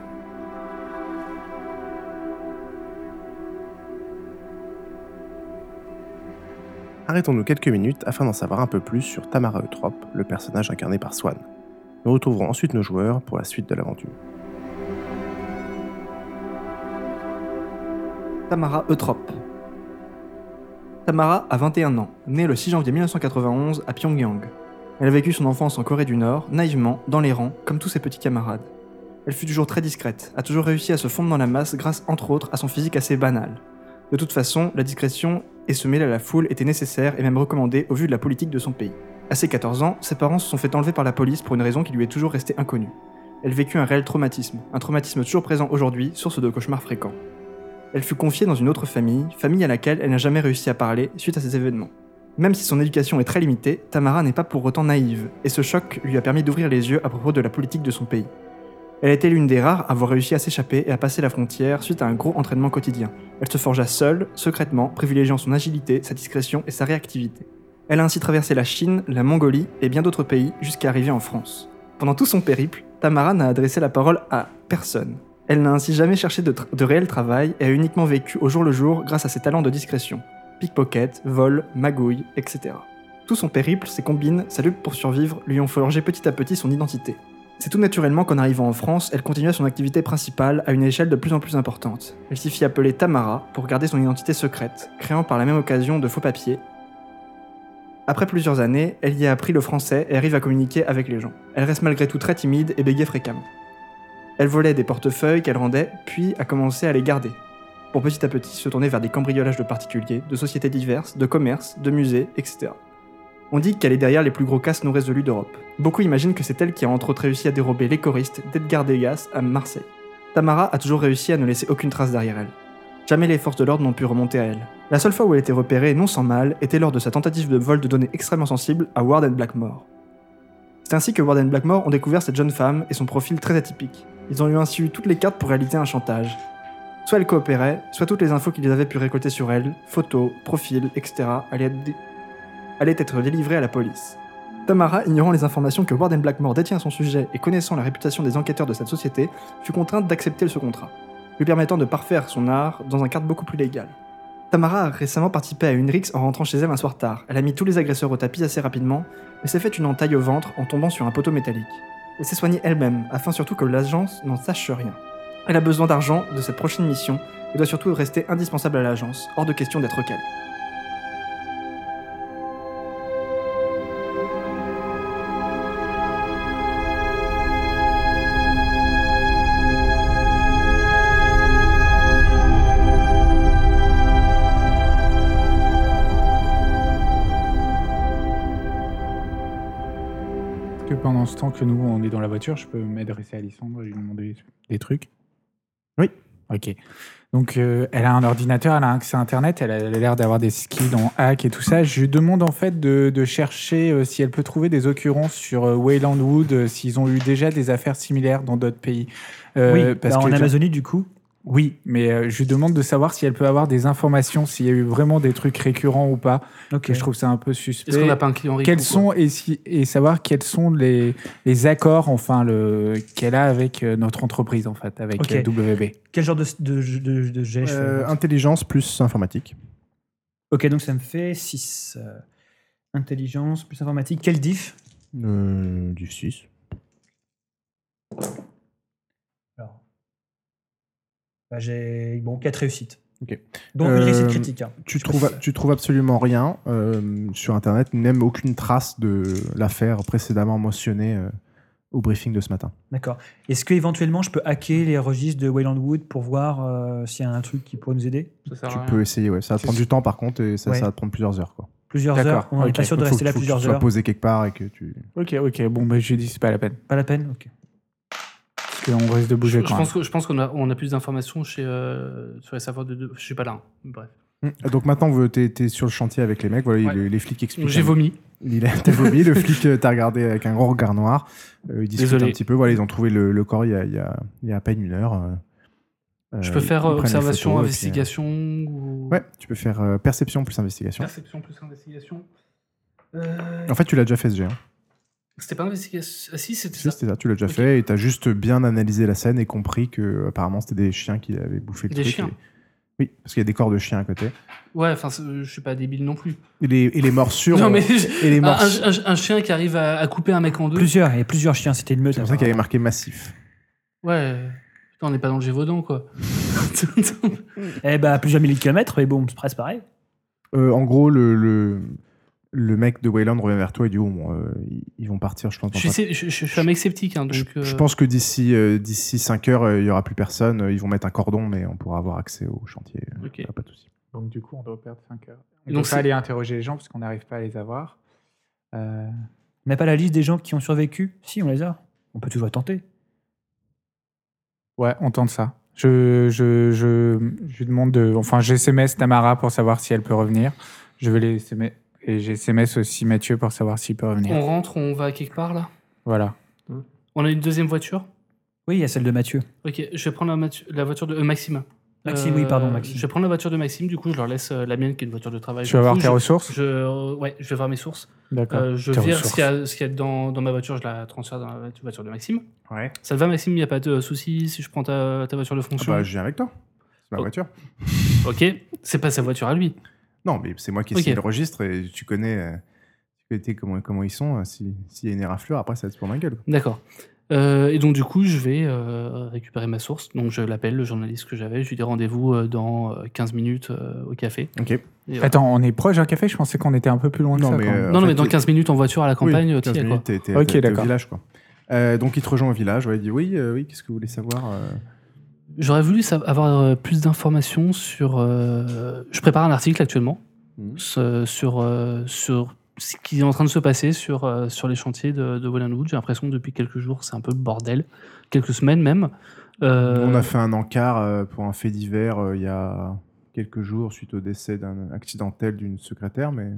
Speaker 1: Arrêtons-nous quelques minutes afin d'en savoir un peu plus sur Tamara Eutrope, le personnage incarné par Swan. Nous retrouverons ensuite nos joueurs pour la suite de l'aventure.
Speaker 3: Tamara Eutrope. Tamara a 21 ans, née le 6 janvier 1991 à Pyongyang. Elle a vécu son enfance en Corée du Nord, naïvement, dans les rangs, comme tous ses petits camarades. Elle fut toujours très discrète, a toujours réussi à se fondre dans la masse grâce entre autres à son physique assez banal. De toute façon, la discrétion et se mêler à la foule était nécessaire et même recommandée au vu de la politique de son pays. À ses 14 ans, ses parents se sont fait enlever par la police pour une raison qui lui est toujours restée inconnue. Elle vécut un réel traumatisme, un traumatisme toujours présent aujourd'hui, source de cauchemars fréquents. Elle fut confiée dans une autre famille, famille à laquelle elle n'a jamais réussi à parler suite à ces événements. Même si son éducation est très limitée, Tamara n'est pas pour autant naïve, et ce choc lui a permis d'ouvrir les yeux à propos de la politique de son pays. Elle était l'une des rares à avoir réussi à s'échapper et à passer la frontière suite à un gros entraînement quotidien. Elle se forgea seule, secrètement, privilégiant son agilité, sa discrétion et sa réactivité. Elle a ainsi traversé la Chine, la Mongolie et bien d'autres pays jusqu'à arriver en France. Pendant tout son périple, Tamara n'a adressé la parole à personne. Elle n'a ainsi jamais cherché de, tr- de réel travail et a uniquement vécu au jour le jour grâce à ses talents de discrétion. Pickpocket, vol, magouille, etc. Tout son périple, ses combines, sa lutte pour survivre lui ont forgé petit à petit son identité. C'est tout naturellement qu'en arrivant en France, elle continua son activité principale à une échelle de plus en plus importante. Elle s'y fit appeler Tamara pour garder son identité secrète, créant par la même occasion de faux papiers. Après plusieurs années, elle y a appris le français et arrive à communiquer avec les gens. Elle reste malgré tout très timide et bégait fréquemment. Elle volait des portefeuilles qu'elle rendait, puis a commencé à les garder, pour petit à petit se tourner vers des cambriolages de particuliers, de sociétés diverses, de commerces, de musées, etc. On dit qu'elle est derrière les plus gros casses non résolus d'Europe. Beaucoup imaginent que c'est elle qui a entre autres réussi à dérober les choristes d'Edgar Degas à Marseille. Tamara a toujours réussi à ne laisser aucune trace derrière elle. Jamais les forces de l'ordre n'ont pu remonter à elle. La seule fois où elle était repérée, non sans mal, était lors de sa tentative de vol de données extrêmement sensibles à Warden Blackmore. C'est ainsi que Warden Blackmore ont découvert cette jeune femme et son profil très atypique. Ils ont eu ainsi eu toutes les cartes pour réaliser un chantage. Soit elle coopérait, soit toutes les infos qu'ils avaient pu récolter sur elle, photos, profils, etc., allaient être, dé- allaient être délivrées à la police. Tamara, ignorant les informations que Warden Blackmore détient à son sujet et connaissant la réputation des enquêteurs de cette société, fut contrainte d'accepter ce contrat, lui permettant de parfaire son art dans un cadre beaucoup plus légal. Tamara a récemment participé à une rixe en rentrant chez elle un soir tard. Elle a mis tous les agresseurs au tapis assez rapidement, mais s'est fait une entaille au ventre en tombant sur un poteau métallique. Elle s'est soignée elle-même, afin surtout que l'agence n'en sache rien. Elle a besoin d'argent de cette prochaine mission et doit surtout rester indispensable à l'agence, hors de question d'être calme.
Speaker 5: Que pendant ce temps que nous, on est dans la voiture, je peux m'adresser à Alissandre et lui demander des trucs.
Speaker 1: Oui.
Speaker 5: Ok. Donc, euh, elle a un ordinateur, elle a un accès à Internet, elle a elle a l'air d'avoir des skills en hack et tout ça. Je lui demande en fait de, de chercher euh, si elle peut trouver des occurrences sur euh, Wayland Wood, euh, s'ils ont eu déjà des affaires similaires dans d'autres pays. Euh,
Speaker 7: oui, bah, en
Speaker 5: que-
Speaker 7: Amazonie, du coup.
Speaker 5: Oui, mais euh, je lui demande de savoir si elle peut avoir des informations, s'il y a eu vraiment des trucs récurrents ou pas.
Speaker 7: Ok.
Speaker 5: que Je trouve ça un peu suspect.
Speaker 6: Est-ce qu'on n'a pas un client riche
Speaker 5: Quels sont et, si- et savoir quels sont les, les accords enfin le qu'elle a avec euh, notre entreprise en fait avec
Speaker 7: Ok.
Speaker 5: euh, WB.
Speaker 7: Quel genre de, de, de, de jet je fais
Speaker 1: Euh, intelligence plus informatique.
Speaker 7: Euh, Ok, donc ça me fait 6. intelligence plus informatique. Quel diff
Speaker 1: Euh, du 6.
Speaker 7: Bah, J'ai bon, 4 réussites.
Speaker 1: Ok.
Speaker 7: Donc une
Speaker 1: Euh,
Speaker 7: réussite critique. hein.
Speaker 1: Tu
Speaker 7: Je précise.
Speaker 1: trouves, tu trouves absolument rien euh, sur Internet, même aucune trace de l'affaire précédemment mentionnée euh, au briefing de ce matin.
Speaker 7: D'accord. Est-ce qu'éventuellement je peux hacker les registres de Wayland Wood pour voir euh, s'il y a un truc qui pourrait nous aider
Speaker 6: Ah
Speaker 1: tu peux essayer, ouais. Ça va te prendre du temps par contre et ça,
Speaker 7: Ouais.
Speaker 1: ça va te prendre plusieurs heures. Quoi.
Speaker 7: Plusieurs
Speaker 5: D'accord,
Speaker 7: heures. On n'est
Speaker 5: ok.
Speaker 7: pas sûr de
Speaker 1: Faut-
Speaker 7: rester
Speaker 1: faut-
Speaker 7: là
Speaker 1: faut que tu
Speaker 7: plusieurs
Speaker 1: sois
Speaker 7: heures.
Speaker 1: posé quelque part et que tu.
Speaker 5: Ok ok bon bah je lui dis c'est pas la peine
Speaker 7: Pas la peine Ok.
Speaker 5: parce qu'on risque de bouger
Speaker 6: Je,
Speaker 5: quand
Speaker 6: pense que- je pense qu'on a, on a plus d'informations chez, euh, sur les savoirs de deux. Je suis pas là. hein. Bref.
Speaker 1: Donc maintenant, vous- t'es t'es sur le chantier avec les mecs. Voilà,
Speaker 6: Mm. Ouais.
Speaker 1: les, les flics expliquent.
Speaker 6: J'ai vomi.
Speaker 1: Il a t'as vomi, le flic euh, t'a regardé avec un gros regard noir. Euh, ils discutent
Speaker 6: Désolé.
Speaker 1: un petit peu. Voilà, ils ont trouvé le, le corps il y, a, il y a- il y a à peine une heure. euh. Euh,
Speaker 6: Je peux
Speaker 1: ils-
Speaker 6: faire
Speaker 1: ils
Speaker 6: euh,
Speaker 1: prennent les photos et
Speaker 6: observation,
Speaker 1: puis, euh,
Speaker 6: investigation ou...
Speaker 1: Ouais, tu peux faire euh, perception plus investigation.
Speaker 6: Perception plus investigation. Euh,
Speaker 1: En fait, tu l'as déjà fait ce jet. hein.
Speaker 6: C'était pas investigation. Ah si, c'était
Speaker 1: Si,
Speaker 6: ça.
Speaker 1: c'était ça, tu l'as déjà
Speaker 6: Ok.
Speaker 1: fait et t'as juste bien analysé la scène et compris que euh, apparemment c'était des chiens qui avaient bouffé le
Speaker 6: Des
Speaker 1: truc.
Speaker 6: chiens.
Speaker 1: et- Oui, parce qu'il y a des corps de chiens à côté.
Speaker 6: Ouais, enfin, c'est- euh, je suis pas débile non plus.
Speaker 1: Et les, et les morsures.
Speaker 6: Non,
Speaker 1: euh,
Speaker 6: mais
Speaker 1: Et les
Speaker 6: un,
Speaker 1: morses-
Speaker 6: un- un- un chien qui arrive à, à couper un mec en deux.
Speaker 7: Plusieurs. Il y a plusieurs chiens. C'était une meute.
Speaker 1: C'est pour ça qu'il y avait
Speaker 7: apparemment.
Speaker 1: marqué massif.
Speaker 6: Ouais. Putain, on n'est pas dans le Gévaudan, quoi.
Speaker 7: Eh bah plusieurs milliers de kilomètres. Et bon, c'est presque pareil.
Speaker 1: Euh, en gros, le, le, le mec de Wayland revient vers toi et dit Oh, bon, euh, ils- ils vont partir, je pense. dans
Speaker 6: je, suis,
Speaker 1: pas-
Speaker 6: sé- je, je- je suis un mec sceptique, hein, donc...
Speaker 1: Je, je
Speaker 6: euh,
Speaker 1: pense que d'ici euh, d'ici 5 heures, euh, il y aura plus personne. Euh, Ils vont mettre un cordon, mais on pourra avoir accès au chantier. Euh,
Speaker 6: Ok.
Speaker 1: y a Pas de souci.
Speaker 5: donc du coup on doit perdre 5 heures.
Speaker 6: On Donc, peut pas c'est-
Speaker 5: aller interroger les gens parce qu'on n'arrive pas à les avoir. Euh,
Speaker 7: On n'a pas la liste des gens qui ont survécu Si, on les a. On peut toujours tenter.
Speaker 5: Ouais on tente ça. Je je je, je lui demande de enfin j'SMS Tamara pour savoir si elle peut revenir. Je vais les SMS et j'SMS aussi Mathieu pour savoir s'il peut revenir.
Speaker 6: On rentre, on va quelque part, là.
Speaker 5: Voilà.
Speaker 6: On a une deuxième voiture.
Speaker 7: Oui, il y a celle de Mathieu.
Speaker 6: Ok, je vais prendre la, matu- la voiture de euh, Maxime. Euh,
Speaker 7: Maxime, oui,
Speaker 3: Euh,
Speaker 7: pardon, Maxime.
Speaker 6: Je vais prendre la voiture de Maxime, du coup, je leur laisse euh, la mienne qui est une voiture de travail.
Speaker 5: Tu vas voir
Speaker 6: Je-
Speaker 5: tes ressources.
Speaker 6: je, euh, Ouais, je vais voir mes sources.
Speaker 5: D'accord.
Speaker 6: Euh, je
Speaker 5: tes
Speaker 6: vire
Speaker 5: ressources.
Speaker 6: ce qu'il y a, ce qu'il y a dans, dans ma voiture, je la transfère dans la voiture de Maxime.
Speaker 1: Ouais.
Speaker 6: Ça te va, Maxime, il n'y a pas de euh, souci si je prends ta, ta voiture de
Speaker 1: Ah
Speaker 6: fonction
Speaker 1: bah, je viens avec toi. C'est ma
Speaker 6: Oh.
Speaker 1: voiture.
Speaker 6: Ok, c'est pas sa voiture à lui.
Speaker 1: Non, mais c'est moi qui ai
Speaker 6: Ok.
Speaker 1: signé le registre et tu connais, euh, tu connais comment, comment ils sont. euh, si- S'il y a une éraflure, après, ça va être pour ma gueule.
Speaker 6: D'accord. Euh, et donc, du coup, je vais euh, récupérer ma source. Donc, je l'appelle, le journaliste que j'avais. Je lui dis rendez-vous euh, dans euh, 15 minutes euh, au café.
Speaker 1: Ok.
Speaker 6: Et, euh,
Speaker 5: Attends, on est proche d'un café Je pensais qu'on était un peu plus loin que
Speaker 1: Non,
Speaker 5: ça.
Speaker 1: mais,
Speaker 5: quand même.
Speaker 1: euh,
Speaker 6: non,
Speaker 1: en
Speaker 6: non,
Speaker 1: fait,
Speaker 6: mais dans
Speaker 1: il-
Speaker 6: 15 minutes en voiture à la campagne,
Speaker 1: Oui,
Speaker 6: t'y
Speaker 1: 15
Speaker 6: es, quoi.
Speaker 1: minutes, t'es- t'es-
Speaker 5: Ok,
Speaker 1: t'es- t'es au
Speaker 5: d'accord.
Speaker 1: village, quoi. Euh, donc, il te rejoint au village. Ouais, il dit Oui, euh, oui qu'est-ce que vous voulez savoir euh
Speaker 6: J'aurais voulu sa- avoir euh, plus d'informations sur. euh, je prépare un article actuellement
Speaker 1: Mhm.
Speaker 6: ce- sur, euh, sur ce qui est en train de se passer sur, euh, sur les chantiers de, de Wood. J'ai l'impression que depuis quelques jours, c'est un peu le bordel, quelques semaines même. Euh,
Speaker 1: On a fait un encart euh, pour un fait divers euh, il y a quelques jours suite au décès d'un accidentel d'une secrétaire, mais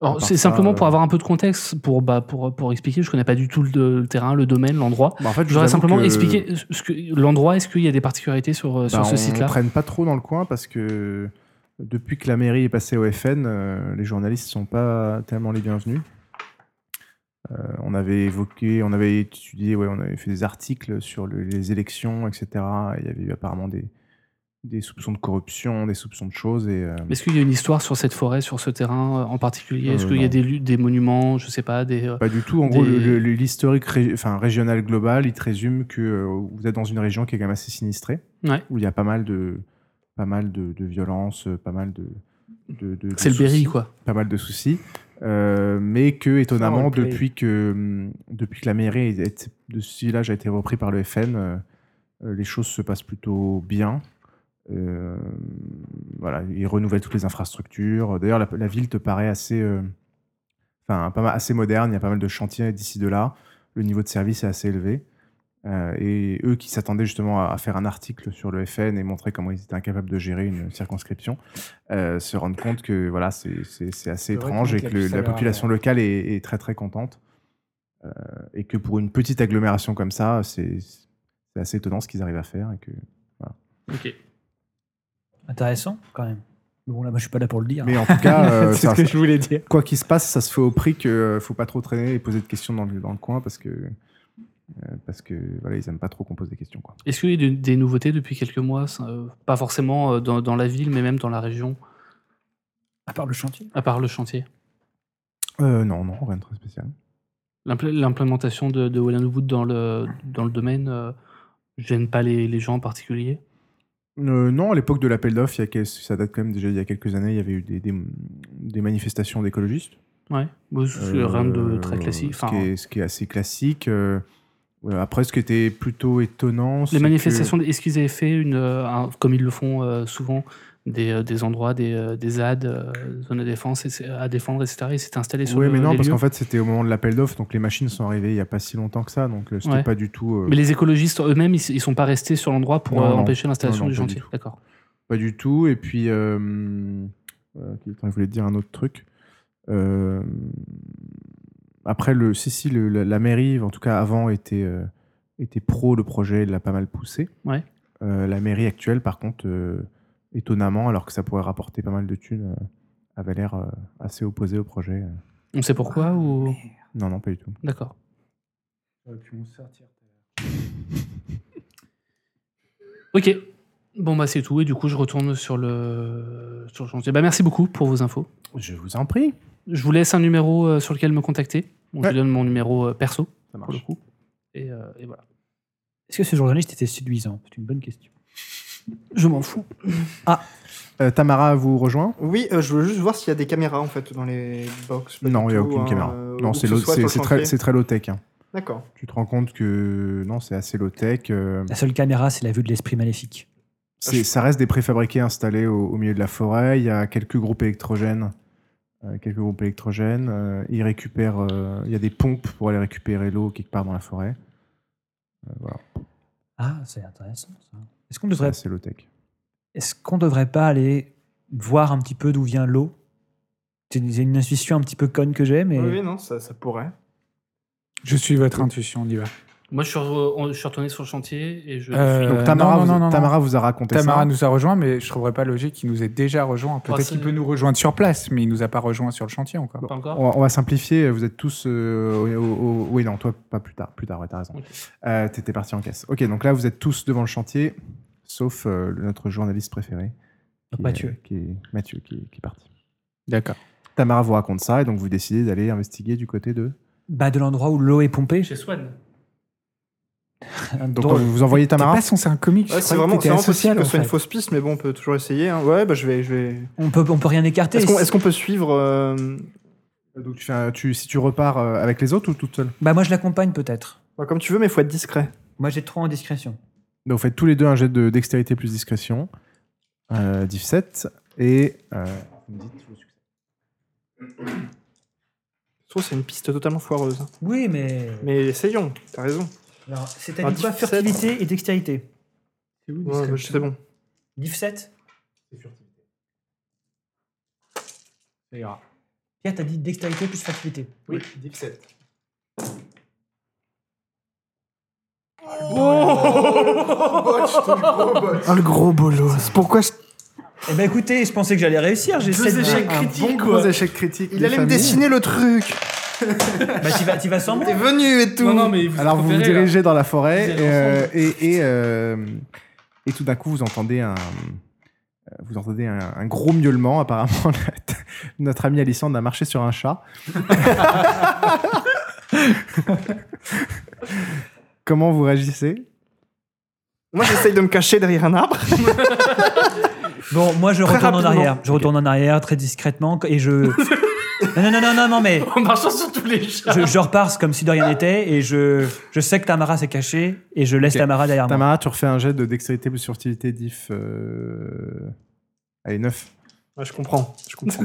Speaker 6: alors,
Speaker 1: à part
Speaker 6: c'est
Speaker 1: ça,
Speaker 6: simplement pour
Speaker 1: euh,
Speaker 6: avoir un peu de contexte, pour, bah, pour, pour expliquer. Je connais pas du tout le, le terrain, le domaine, l'endroit.
Speaker 1: Bah, en fait, je
Speaker 6: J'aurais
Speaker 1: vous avoue
Speaker 6: simplement
Speaker 1: que-
Speaker 6: expliqué ce que, l'endroit. Est-ce qu'il y a des particularités sur, euh, sur
Speaker 1: Bah,
Speaker 6: ce
Speaker 1: on
Speaker 6: site-là
Speaker 1: traîne pas trop dans le coin parce que depuis que la mairie est passée au FN, euh, les journalistes sont pas tellement les bienvenus. Euh, on avait évoqué, on avait étudié, ouais, on avait fait des articles sur le- les élections, etc. Il y avait eu apparemment des, des soupçons de corruption, des soupçons de choses. Et, euh,
Speaker 6: Est-ce qu'il y a une histoire sur cette forêt, sur ce terrain euh, en particulier Est-ce
Speaker 1: Euh,
Speaker 6: qu'il y a
Speaker 1: non.
Speaker 6: des, lu- des monuments, je sais pas, des, euh,
Speaker 1: Pas du tout. En gros,
Speaker 6: Des-
Speaker 1: le- le- l'historique ré- enfin, régional global, il te résume que euh, vous êtes dans une région qui est quand même assez sinistrée,
Speaker 6: Ouais.
Speaker 1: où il y a pas mal de, pas mal de, de violences, euh, pas mal de. de- de- de
Speaker 6: C'est le
Speaker 1: soucis,
Speaker 6: Berry, quoi. Ah,
Speaker 1: Pas mal de soucis. Euh, mais que, étonnamment,
Speaker 5: roleplay.
Speaker 1: depuis, que, hum, depuis que la mairie est- est- de ce village a été repris par le FN, euh, euh, les choses se passent plutôt bien. Euh, voilà, ils renouvellent toutes les infrastructures. D'ailleurs, la, la ville te paraît assez, euh, enfin, pas mal, assez moderne. Il y a pas mal de chantiers d'ici de là. Le niveau de service est assez élevé. Euh, et eux qui s'attendaient justement à, à faire un article sur le FN et montrer comment ils étaient incapables de gérer une circonscription, euh, se rendent compte que voilà, c'est- c'est c'est assez
Speaker 5: C'est vrai
Speaker 1: étrange
Speaker 5: qu'on
Speaker 1: et que
Speaker 5: claque
Speaker 1: le-
Speaker 5: ça
Speaker 1: la
Speaker 5: leur-
Speaker 1: population locale est, est très très contente. Euh, et que pour une petite agglomération comme ça, c'est c'est assez étonnant ce qu'ils arrivent à faire. Et que...
Speaker 6: Ok.
Speaker 7: Intéressant, quand même. Mais bon, là, moi, je suis pas là pour le dire.
Speaker 1: Mais en tout cas, euh,
Speaker 5: C'est
Speaker 1: ça-
Speaker 5: ce que je voulais dire.
Speaker 1: quoi qu'il se passe, ça se fait au prix que euh, faut pas trop traîner et poser de questions dans le, dans le coin parce que euh, parce que voilà, ils aiment pas trop qu'on pose des questions quoi.
Speaker 6: Est-ce qu'il y a eu de- des nouveautés depuis quelques mois ça, euh, Pas forcément euh, dans, dans la ville, mais même dans la région,
Speaker 7: À part le chantier.
Speaker 6: à part le chantier.
Speaker 1: Euh, non, non, rien de très spécial.
Speaker 6: L'implé- L'implémentation de, de Wallanowood dans le, dans le domaine euh, gêne pas les, les gens en particulier
Speaker 1: Euh, non, à l'époque de l'appel d'offres, il y a quel- ça date quand même déjà il y a quelques années, il y avait eu des, des- des manifestations d'écologistes.
Speaker 6: Ouais. Bon, c'est
Speaker 1: Euh,
Speaker 6: rien de très classique.
Speaker 1: Ce,
Speaker 6: Enfin,
Speaker 1: qui est, ce qui est assez classique. euh, ouais, après, ce qui était plutôt étonnant. c'est
Speaker 6: les
Speaker 1: que-
Speaker 6: manifestations, est-ce qu'ils avaient fait, une, euh, un- comme ils le font euh, souvent, des, euh, des endroits, des, euh, des ZAD, euh, zones à, défense, et- à défendre, etc. Ils s'étaient installés sur
Speaker 1: Oui,
Speaker 6: le-
Speaker 1: mais non,
Speaker 6: les
Speaker 1: parce
Speaker 6: lieux
Speaker 1: qu'en fait, c'était au moment de l'appel d'offres, donc les machines sont arrivées il n'y a pas si longtemps que ça, donc euh, c'était
Speaker 6: Ouais.
Speaker 1: pas du tout. euh,
Speaker 6: Mais les écologistes eux-mêmes, ils, ils sont pas restés sur l'endroit pour
Speaker 1: Non,
Speaker 6: euh,
Speaker 1: non.
Speaker 6: empêcher l'installation
Speaker 1: Non, non,
Speaker 6: du
Speaker 1: pas du
Speaker 6: chantier.
Speaker 1: tout.
Speaker 6: D'accord.
Speaker 1: Pas du tout. Et puis, euh, euh, quel temps, je voulais te dire un autre truc. Euh, après, le, si, si, le- la, la mairie, en tout cas avant, était, euh, était pro le projet, elle l'a pas mal poussé.
Speaker 6: Ouais.
Speaker 1: Euh, la mairie actuelle, par contre, euh, étonnamment, alors que ça pourrait rapporter pas mal de thunes, euh, avait l'air euh, assez opposée au projet.
Speaker 6: On sait pourquoi
Speaker 1: Ah,
Speaker 6: ou
Speaker 1: Non, non, pas du tout.
Speaker 6: D'accord.
Speaker 2: J'aurais pu m'en sortir.
Speaker 6: Ok. Bon bah c'est tout et du coup je retourne sur le sur le chantier. Bah merci beaucoup pour vos infos.
Speaker 1: Je vous en prie.
Speaker 6: Je vous laisse un numéro euh, sur lequel me contacter. Bon,
Speaker 1: Ouais.
Speaker 6: Je donne mon numéro euh, perso
Speaker 1: Ça
Speaker 6: pour le
Speaker 1: marche.
Speaker 6: coup. Et, euh, et voilà.
Speaker 7: Est-ce que ce journaliste était séduisant C'est une bonne question.
Speaker 6: Je m'en fous.
Speaker 1: Euh, Tamara vous rejoint
Speaker 3: Oui, euh, je veux juste voir s'il y a des caméras en fait dans les box. pas
Speaker 1: Non,
Speaker 3: du
Speaker 1: il n'y a
Speaker 3: tout,
Speaker 1: aucune
Speaker 3: hein,
Speaker 1: caméra.
Speaker 3: euh,
Speaker 1: non,
Speaker 3: où
Speaker 1: c'est
Speaker 3: que ce
Speaker 1: low-
Speaker 3: soit
Speaker 1: c'est
Speaker 3: sur
Speaker 1: c'est
Speaker 3: le
Speaker 1: très,
Speaker 3: chantier.
Speaker 1: c'est très low-tech. hein.
Speaker 3: D'accord.
Speaker 1: Tu te rends compte que non, c'est assez low-tech. euh,
Speaker 5: Ah,
Speaker 7: La seule caméra, c'est la vue de l'esprit maléfique.
Speaker 1: C'est- ça reste des préfabriqués installés au, au milieu de la forêt. Il y a quelques groupes électrogènes. euh, quelques groupes électrogènes. Euh, ils récupèrent. euh, il y a des pompes pour aller récupérer l'eau quelque part dans la forêt. Euh, voilà,
Speaker 7: Ah, c'est intéressant, ça. Est-ce qu'on
Speaker 1: c'est
Speaker 7: devrait,
Speaker 1: assez low-tech.
Speaker 7: est-ce qu'on devrait pas aller voir un petit peu d'où vient l'eau C'est une- c'est une intuition un petit peu conne que j'ai, mais
Speaker 3: Oui, non, ça, ça pourrait.
Speaker 1: euh,
Speaker 5: Je suis votre intuition, on y va.
Speaker 6: Moi je suis, re- je suis retourné sur le chantier et je.
Speaker 5: Euh,
Speaker 1: Donc Tamara,
Speaker 5: non, non,
Speaker 1: vous,
Speaker 5: non, non,
Speaker 1: Tamara vous a raconté
Speaker 5: Tamara
Speaker 1: ça.
Speaker 5: nous a rejoint, mais je trouverais pas logique qu'il nous ait déjà rejoint. Peut-être
Speaker 6: Ah, c'est-
Speaker 5: qu'il peut nous rejoindre sur place, mais il nous a pas rejoint sur le chantier encore.
Speaker 6: Pas encore.
Speaker 1: On va, on va simplifier. Vous êtes tous. euh, au- au- au- oui, non, toi pas plus tard. Plus tard, ouais, t'as raison.
Speaker 6: Ok.
Speaker 1: Euh, T'étais parti en caisse. Ok, donc là vous êtes tous devant le chantier, sauf euh, notre journaliste préféré, qui est-
Speaker 7: Mathieu.
Speaker 1: qui est Mathieu, qui est- qui est parti.
Speaker 5: D'accord.
Speaker 1: Tamara vous raconte ça et donc vous décidez d'aller investiguer du côté de.
Speaker 7: bah, de l'endroit où l'eau est pompée.
Speaker 6: Chez Swan.
Speaker 1: Donc
Speaker 7: Drôle.
Speaker 1: vous vous envoyez Tamara.
Speaker 5: T'es pas censé un comique, je
Speaker 3: Ouais, c'est
Speaker 5: croyais que
Speaker 3: vraiment,
Speaker 5: t'étais
Speaker 3: c'est vraiment
Speaker 5: asocial,
Speaker 3: possible que ce
Speaker 5: en
Speaker 3: soit une
Speaker 5: fait.
Speaker 3: fausse piste, mais bon, on peut toujours essayer. hein. Ouais, bah je vais. Je vais...
Speaker 7: On peut, on peut rien écarter.
Speaker 3: Est-ce qu'on est-ce qu'on peut suivre euh,
Speaker 1: Donc tu fais un- tu- si tu repars euh, avec les autres ou toute seule
Speaker 7: Bah, moi, je l'accompagne peut-être.
Speaker 3: bah, Comme tu veux, mais faut être discret.
Speaker 7: Moi, j'ai trop en discrétion.
Speaker 1: Donc vous faites tous les deux un jet de dextérité plus discrétion. Euh, 17 et euh, vous me dites vos succès.
Speaker 3: Je trouve que c'est une piste totalement foireuse. hein.
Speaker 7: Oui, mais.
Speaker 3: Mais essayons, t'as raison.
Speaker 7: Alors, c'est
Speaker 3: Alors,
Speaker 7: quoi
Speaker 3: 17.
Speaker 7: Furtivité et dextérité.
Speaker 3: Ouais, bah, c'est bon.
Speaker 7: 17
Speaker 4: C'est furtivité.
Speaker 7: Pierre, t'as dit dextérité plus furtivité.
Speaker 4: Oui, 17.
Speaker 3: Ah, le gros bolos. Pourquoi je...
Speaker 7: Eh ben, écoutez, je pensais que j'allais réussir. J'ai sept- un- un bon
Speaker 3: quoi.
Speaker 1: Gros échec critique.
Speaker 3: Il
Speaker 1: des
Speaker 3: allait me
Speaker 1: familles.
Speaker 3: dessiner le truc.
Speaker 7: Bah, tu vas, tu vas sans moi.
Speaker 3: T'es venu et tout.
Speaker 6: mais
Speaker 1: Alors vous vous dirigez dans la forêt
Speaker 6: Vous
Speaker 1: et,
Speaker 6: allez
Speaker 1: euh, et, et, euh, et tout d'un coup vous entendez un euh, vous entendez un, un gros miaulement apparemment la- notre amie Alissande a marché sur un chat. Comment vous réagissez
Speaker 3: Moi, j'essaye de me cacher derrière un arbre.
Speaker 7: Bon, moi, je
Speaker 3: Très
Speaker 7: retourne en
Speaker 3: rapidement.
Speaker 7: arrière. Je retourne en arrière très discrètement et je. non, non, non, non, non, non, mais
Speaker 6: En marchant sur tous les chats.
Speaker 7: je, je repars comme si de rien n'était et je, je sais que Tamara s'est cachée et je laisse
Speaker 1: Ok.
Speaker 7: Tamara derrière moi.
Speaker 1: Tamara, tu refais un jet de dextérité plus furtivité diff. euh, Allez, 9.
Speaker 3: Ouais, je comprends, je comprends.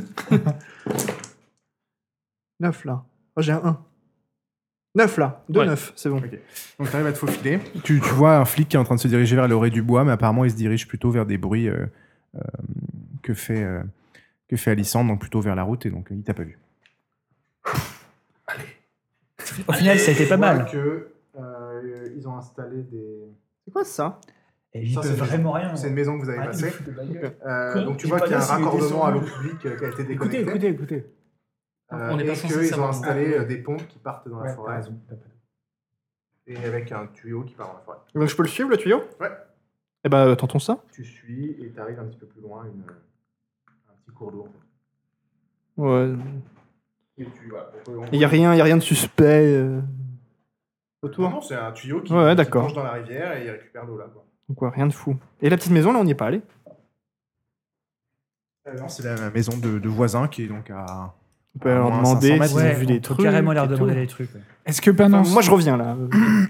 Speaker 3: 9 là. Oh, j'ai un 1. 9 là, 2
Speaker 6: Ouais.
Speaker 3: 9, c'est bon.
Speaker 1: Donc t'arrives à te faufiler. Tu, tu vois un flic qui est en train de se diriger vers l'orée du bois, mais apparemment il se dirige plutôt vers des bruits euh, euh, que fait euh, que fait Alissandre, donc plutôt vers la route, et donc euh, il t'a pas vu.
Speaker 7: Au final, ça a été pas mal.
Speaker 1: Que euh, ils ont installé des.
Speaker 3: C'est quoi ça
Speaker 7: Et j'y
Speaker 1: Ça,
Speaker 7: peux
Speaker 1: c'est
Speaker 7: vraiment rien.
Speaker 1: C'est une maison que vous avez
Speaker 7: Ah,
Speaker 1: passée.
Speaker 7: il-
Speaker 1: Euh,
Speaker 7: Quoi
Speaker 1: donc tu
Speaker 7: J'ai
Speaker 1: vois
Speaker 7: pas
Speaker 1: qu'il y a un
Speaker 7: bien s'il était
Speaker 1: raccordement
Speaker 7: sur
Speaker 1: à
Speaker 7: nous.
Speaker 1: l'eau publique euh, qui a été
Speaker 5: Écoutez,
Speaker 1: déconnecté.
Speaker 5: écoutez, écoutez.
Speaker 1: Euh,
Speaker 6: On est pas
Speaker 1: et
Speaker 6: censé
Speaker 1: qu'ils ont
Speaker 6: savoir.
Speaker 1: installé euh, des pompes qui partent dans la
Speaker 2: Ouais, t'as
Speaker 1: forêt.
Speaker 2: raison, t'as pas-
Speaker 1: Et avec un tuyau qui part dans la forêt.
Speaker 3: Donc je peux le suivre le tuyau
Speaker 1: Ouais.
Speaker 3: Eh ben tentons ça.
Speaker 1: Tu suis et tu arrives un petit peu plus loin, une, un petit cours d'eau. en fait.
Speaker 3: Ouais.
Speaker 1: Et tu, voilà, on-
Speaker 3: Il y a rien, il y a rien de suspect euh,
Speaker 1: Non,
Speaker 3: autour.
Speaker 1: non, c'est un tuyau qui,
Speaker 3: Ouais, ouais,
Speaker 1: qui
Speaker 3: d'accord.
Speaker 1: plonge dans la rivière et il récupère l'eau là. quoi.
Speaker 3: Donc ouais, rien de fou. Et la petite maison là, on n'y est pas allé.
Speaker 1: Euh, Non, c'est la maison de, de voisin qui est donc à.
Speaker 3: On peut leur
Speaker 1: Moins
Speaker 3: demander
Speaker 1: 500 mètres,
Speaker 3: s'ils ont
Speaker 7: Ouais,
Speaker 3: vu
Speaker 7: on
Speaker 3: des
Speaker 7: peut
Speaker 3: trucs.
Speaker 7: carrément leur
Speaker 3: et tout.
Speaker 7: demander les trucs. ouais.
Speaker 5: Est-ce que pendant,
Speaker 3: Enfin, moi je reviens là.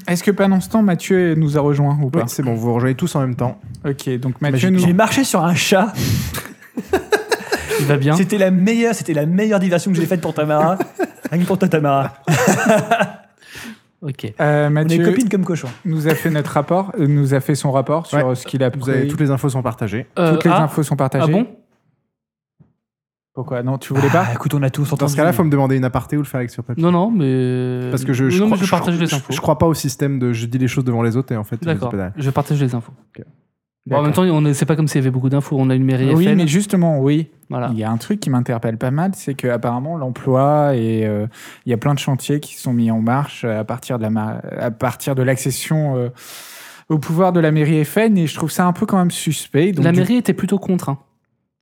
Speaker 5: est-ce que pendant ce temps, Mathieu nous a rejoint ou pas
Speaker 1: c'est bon, vous rejoignez tous en même temps.
Speaker 5: Ok, donc Mathieu nous.
Speaker 7: J'ai marché sur un chat.
Speaker 6: Il va bien.
Speaker 7: C'était la meilleure, c'était la meilleure diversion que j'ai faite pour Tamara. Rien que pour toi, Tamara.
Speaker 6: Ok.
Speaker 5: Euh,
Speaker 7: On est
Speaker 5: Mathieu
Speaker 7: copines comme cochons.
Speaker 5: nous a fait notre rapport, euh, nous a fait son rapport sur
Speaker 1: Ouais.
Speaker 5: euh, ce qu'il a
Speaker 1: Vous
Speaker 5: pris.
Speaker 1: avez, toutes
Speaker 5: toutes
Speaker 1: les infos sont partagées.
Speaker 5: les,
Speaker 6: Euh, ah,
Speaker 5: infos sont partagées.
Speaker 6: ah bon
Speaker 5: Pourquoi Non, tu voulais pas
Speaker 7: Ah, Écoute, on a tous entendu.
Speaker 1: Dans ce cas-là, il faut me demander une aparté ou le faire avec sur papier.
Speaker 6: Non, non, mais. euh,
Speaker 1: Parce que je, je,
Speaker 6: non, mais
Speaker 1: crois-
Speaker 6: je partage
Speaker 1: je-
Speaker 6: les
Speaker 1: je-
Speaker 6: infos.
Speaker 1: je crois pas au système de je dis les choses devant les autres et en fait, je dis
Speaker 6: D'accord.
Speaker 1: pas derrière.
Speaker 6: Je partage les infos. Bon, en
Speaker 5: D'accord.
Speaker 6: même temps, on est- c'est pas comme s'il y avait beaucoup d'infos. On a une mairie
Speaker 5: Oui,
Speaker 6: FM.
Speaker 5: mais justement, oui.
Speaker 6: Voilà.
Speaker 5: Il y a un truc qui m'interpelle pas mal, c'est que apparemment l'emploi et euh, il y a plein de chantiers qui sont mis en marche euh, à partir de la ma- à partir de l'accession euh, au pouvoir de la mairie FN et je trouve ça un peu quand même suspect. Donc,
Speaker 6: la
Speaker 5: du-
Speaker 6: mairie était plutôt contre. hein,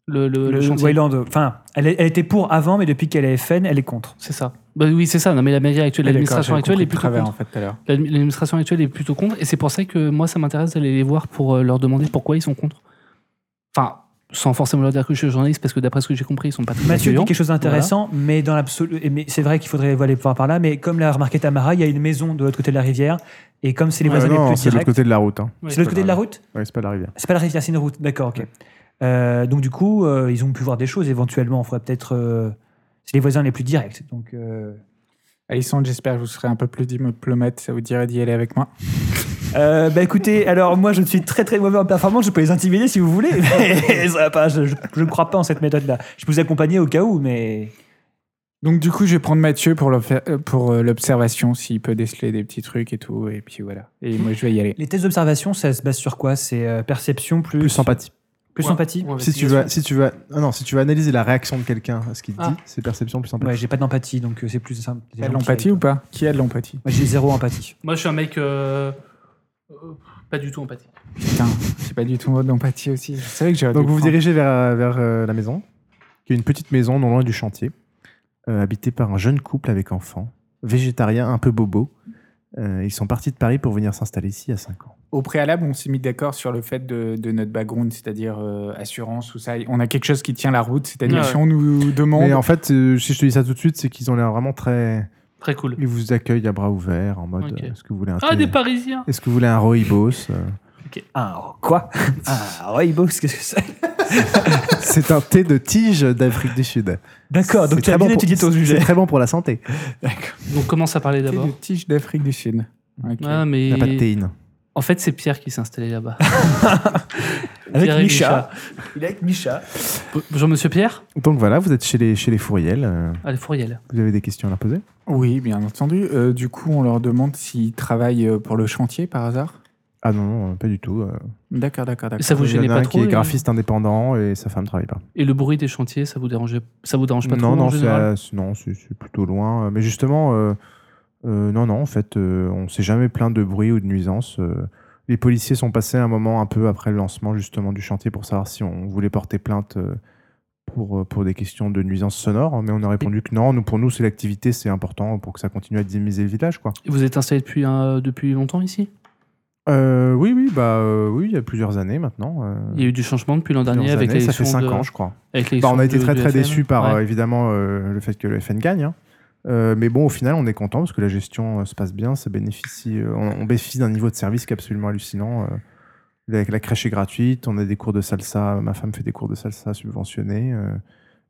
Speaker 6: Le, le, le
Speaker 7: le
Speaker 6: chantier.
Speaker 7: Wayland, euh, enfin, elle, est- elle était pour avant, mais depuis qu'elle est FN, elle est contre.
Speaker 6: C'est ça. Bah oui, c'est ça. Non, mais la mairie actuelle,
Speaker 5: Ah, d'accord,
Speaker 6: l'administration
Speaker 5: j'avais
Speaker 6: actuelle
Speaker 5: compris
Speaker 6: est
Speaker 5: de
Speaker 6: plutôt
Speaker 5: travers,
Speaker 6: contre.
Speaker 5: en fait tout à l'heure.
Speaker 6: L'admi- L'administration actuelle est plutôt contre, et c'est pour ça que moi, ça m'intéresse d'aller les voir pour euh, leur demander pourquoi ils sont contre. Enfin, sans forcément leur dire que je suis journaliste, parce que d'après ce que j'ai compris, ils sont pas très
Speaker 7: Mathieu dit
Speaker 6: accueillants.
Speaker 7: quelque chose d'intéressant, mais dans l'absolu, et mais c'est vrai qu'il faudrait aller voir par là, mais comme l'a remarqué Tamara, il y a une maison de l'autre côté de la rivière, et comme c'est les voisins les
Speaker 1: Ah, non,
Speaker 7: plus
Speaker 1: c'est de
Speaker 7: directs,
Speaker 1: l'autre côté de la route. Hein.
Speaker 7: c'est de l'autre côté de la route.
Speaker 1: Ouais, c'est pas de la rivière.
Speaker 7: C'est pas la rivière, c'est une route. D'accord, ok. Euh, donc du coup, euh, ils ont pu voir des choses éventuellement. faudrait peut-être. euh, c'est les voisins les plus directs. Donc euh,
Speaker 5: Alexandre, j'espère que vous serez un peu plus diplomate, ça vous dirait d'y aller avec moi.
Speaker 7: Euh, bah écoutez, alors moi je suis très très mauvais en performance, je peux les intimider si vous voulez, mais ça va pas, je, je- je ne crois pas en cette méthode-là. Je peux vous accompagner au cas où, mais
Speaker 5: Donc du coup, je vais prendre Mathieu pour l'obfer- euh, pour euh, l'observation, s'il peut déceler des petits trucs et tout, et puis voilà. Et moi, je vais y aller.
Speaker 7: les tests d'observation, ça se base sur quoi C'est euh, perception plus,
Speaker 1: Plus sympathie.
Speaker 7: plus sympathie
Speaker 1: Si tu, veux, si, tu veux, ah non, si tu veux analyser la réaction de quelqu'un à ce qu'il te
Speaker 6: Ah.
Speaker 1: dit, c'est perception plus sympathie.
Speaker 7: Ouais, j'ai pas d'empathie, donc euh, c'est plus simple.
Speaker 5: T'as de l'empathie ou pas Qui a de l'empathie
Speaker 7: Moi j'ai zéro empathie.
Speaker 6: Moi, je suis un mec euh, pas du tout empathique.
Speaker 5: Putain, c'est pas du tout mode d'empathie aussi. Je savais que j'aurais
Speaker 1: Donc
Speaker 5: dû
Speaker 1: vous vous
Speaker 5: prendre.
Speaker 1: dirigez vers, vers euh, la maison, qui est une petite maison non loin du chantier, euh, habitée par un jeune couple avec enfants, végétarien, un peu bobo. Euh, ils sont partis de Paris pour venir s'installer ici à 5 ans.
Speaker 5: Au préalable, on s'est mis d'accord sur le fait de, de notre background, c'est-à-dire euh, assurance ou ça. On a quelque chose qui tient la route, c'est-à-dire
Speaker 6: Ouais.
Speaker 5: si on nous demande.
Speaker 1: Mais en fait, euh, si je te dis ça tout de suite, c'est qu'ils ont l'air vraiment très...
Speaker 6: Très cool.
Speaker 1: Ils vous accueillent à bras ouverts, en mode,
Speaker 6: Ok.
Speaker 1: euh, est-ce que vous voulez un...
Speaker 6: Ah,
Speaker 1: thé-
Speaker 6: des Parisiens
Speaker 1: Est-ce que vous voulez un rooibos euh,
Speaker 7: Ah, oh, quoi Ah, Roybox, qu'est-ce que c'est
Speaker 1: C'est un thé de tige d'Afrique du Sud.
Speaker 7: D'accord, donc
Speaker 1: C'est
Speaker 7: tu as
Speaker 1: très
Speaker 7: bien
Speaker 1: bon pour-
Speaker 7: étudié ton
Speaker 1: C'est
Speaker 7: sujet.
Speaker 1: très bon pour la santé.
Speaker 6: Donc, commence à parler
Speaker 5: C'est
Speaker 6: d'abord.
Speaker 5: de tige d'Afrique du Sud. Ok.
Speaker 6: Ah,
Speaker 1: Il n'y a pas de
Speaker 6: mais...
Speaker 1: théine.
Speaker 6: En fait, c'est Pierre qui s'est installé là-bas.
Speaker 7: Avec
Speaker 6: Pierre et
Speaker 7: Micha. Il est avec Micha.
Speaker 6: Bonjour, monsieur Pierre.
Speaker 1: Donc voilà, vous êtes chez les, chez les Fouriels. euh,
Speaker 6: Allez, Fouriel.
Speaker 1: Vous avez des questions à leur poser
Speaker 5: Oui, bien entendu. Euh, du coup, on leur demande s'ils travaillent euh, pour le chantier par hasard.
Speaker 1: Ah non, non, pas du tout. euh,
Speaker 5: D'accord, d'accord, d'accord.
Speaker 6: Ça vous
Speaker 1: Il y en
Speaker 6: gênez
Speaker 1: a
Speaker 6: pas
Speaker 1: un
Speaker 6: trop
Speaker 1: qui est
Speaker 6: les-
Speaker 1: graphiste indépendant et sa femme travaille pas.
Speaker 6: Et le bruit des chantiers, ça vous dérange, ça vous dérange pas
Speaker 1: non,
Speaker 6: trop en
Speaker 1: non, c'est euh,
Speaker 6: général
Speaker 1: à- c'est- non, c'est c'est plutôt loin. Euh, Mais justement, euh, euh, non, non, en fait, euh, on s'est jamais plaint de bruit ou de nuisance. euh. les policiers sont passés un moment un peu après le lancement justement du chantier pour savoir si on voulait porter plainte euh, pour, euh, pour des questions de nuisance sonore, mais on a répondu que non. Nous, pour nous, c'est l'activité, c'est important pour que ça continue à dynamiser le village, quoi.
Speaker 6: Et Vous êtes installé depuis, un- depuis longtemps ici
Speaker 1: Euh, oui, oui, bah euh, oui, il y a plusieurs années maintenant. euh,
Speaker 6: Il y a eu du changement depuis l'an dernier
Speaker 1: plusieurs
Speaker 6: avec
Speaker 1: années, ça fait
Speaker 6: l'élection
Speaker 1: 5
Speaker 6: de-
Speaker 1: ans, je crois.
Speaker 6: avec
Speaker 1: Bah,
Speaker 6: l'élection
Speaker 1: on a été
Speaker 6: de-
Speaker 1: très
Speaker 6: du
Speaker 1: très
Speaker 6: FM.
Speaker 1: déçus par
Speaker 6: Ouais.
Speaker 1: euh, évidemment euh, le fait que le FN gagne. hein. Euh, mais bon, au final, on est content parce que la gestion euh, se passe bien, ça bénéficie, euh, on, on bénéficie d'un niveau de service qui est absolument hallucinant. euh. la, la crèche est gratuite, on a des cours de salsa, ma femme fait des cours de salsa subventionnés. euh,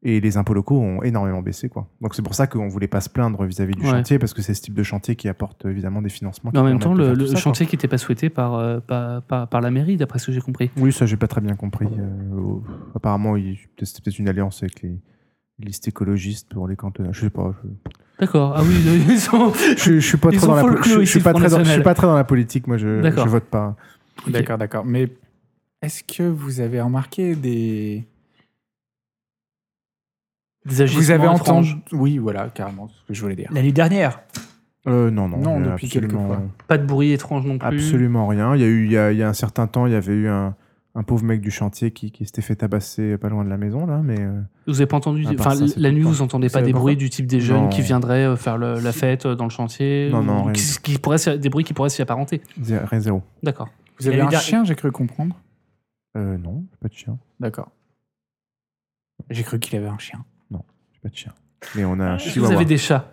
Speaker 1: Et les impôts locaux ont énormément baissé. Quoi. Donc c'est pour ça qu'on voulait pas se plaindre vis-à-vis du
Speaker 6: Ouais.
Speaker 1: chantier, parce que c'est ce type de chantier qui apporte évidemment des financements.
Speaker 6: Mais
Speaker 1: qui
Speaker 6: en même
Speaker 1: permettent
Speaker 6: temps,
Speaker 1: de
Speaker 6: le,
Speaker 1: faire
Speaker 6: le
Speaker 1: tout ça, quoi.
Speaker 6: chantier qui n'était pas souhaité par, euh, par, par, par la mairie, d'après ce que j'ai compris.
Speaker 1: Oui, ça, j'ai pas très bien compris. Euh, au- apparemment, il- c'était peut-être une alliance avec les listes écologistes pour les cantons. Je sais pas. je-
Speaker 6: D'accord. Ah oui, ils sont...
Speaker 1: Je, je suis pas
Speaker 6: Ils
Speaker 1: trop
Speaker 6: ont
Speaker 1: dans la
Speaker 6: fait le
Speaker 1: po-
Speaker 6: clou
Speaker 1: je- je
Speaker 6: ici,
Speaker 1: suis
Speaker 6: le
Speaker 1: pas
Speaker 6: Front
Speaker 1: très dans- je suis
Speaker 6: National.
Speaker 1: pas très dans la politique. Moi, je,
Speaker 6: D'accord.
Speaker 1: je vote pas.
Speaker 6: Ok.
Speaker 5: D'accord, d'accord. Mais est-ce que vous avez remarqué des.
Speaker 6: Des agissements
Speaker 5: Vous avez
Speaker 6: étranges.
Speaker 5: entendu. Oui, voilà, carrément, c'est ce que je voulais dire.
Speaker 7: La nuit dernière,
Speaker 1: Euh, non, non.
Speaker 5: Non,
Speaker 1: il y a
Speaker 5: depuis quelques
Speaker 1: absolument-
Speaker 5: fois.
Speaker 6: Pas de bruit étrange non plus.
Speaker 1: Absolument rien. Il y a eu, il y a, il y a un certain temps, il y avait eu un, un pauvre mec du chantier qui, qui s'était fait tabasser pas loin de la maison là, mais euh,
Speaker 6: Vous avez pas entendu.
Speaker 1: À part
Speaker 6: Enfin,
Speaker 1: ça, c'est
Speaker 6: la
Speaker 1: tout
Speaker 6: nuit,
Speaker 1: le temps.
Speaker 6: vous entendez
Speaker 1: Vous
Speaker 6: pas
Speaker 1: savez
Speaker 6: des
Speaker 1: pas
Speaker 6: bruits
Speaker 1: ça
Speaker 6: du type des jeunes qui
Speaker 1: Non.
Speaker 6: viendraient euh, faire le- la fête euh, dans le chantier.
Speaker 1: Non,
Speaker 6: ou-
Speaker 1: non, rien.
Speaker 6: Qui, qui pourraient s'y- des bruits qui pourraient s'y apparenter.
Speaker 1: zé- rien zéro.
Speaker 6: D'accord.
Speaker 5: Vous avez
Speaker 7: la
Speaker 5: un
Speaker 7: dernière-
Speaker 5: chien, j'ai cru comprendre.
Speaker 1: Euh, non, j'ai pas de chien,
Speaker 5: D'accord. J'ai cru qu'il avait un chien.
Speaker 1: j'ai pas de chien. Mais on a un
Speaker 6: Est-ce que Vous
Speaker 1: chihuahua.
Speaker 6: avez des chats.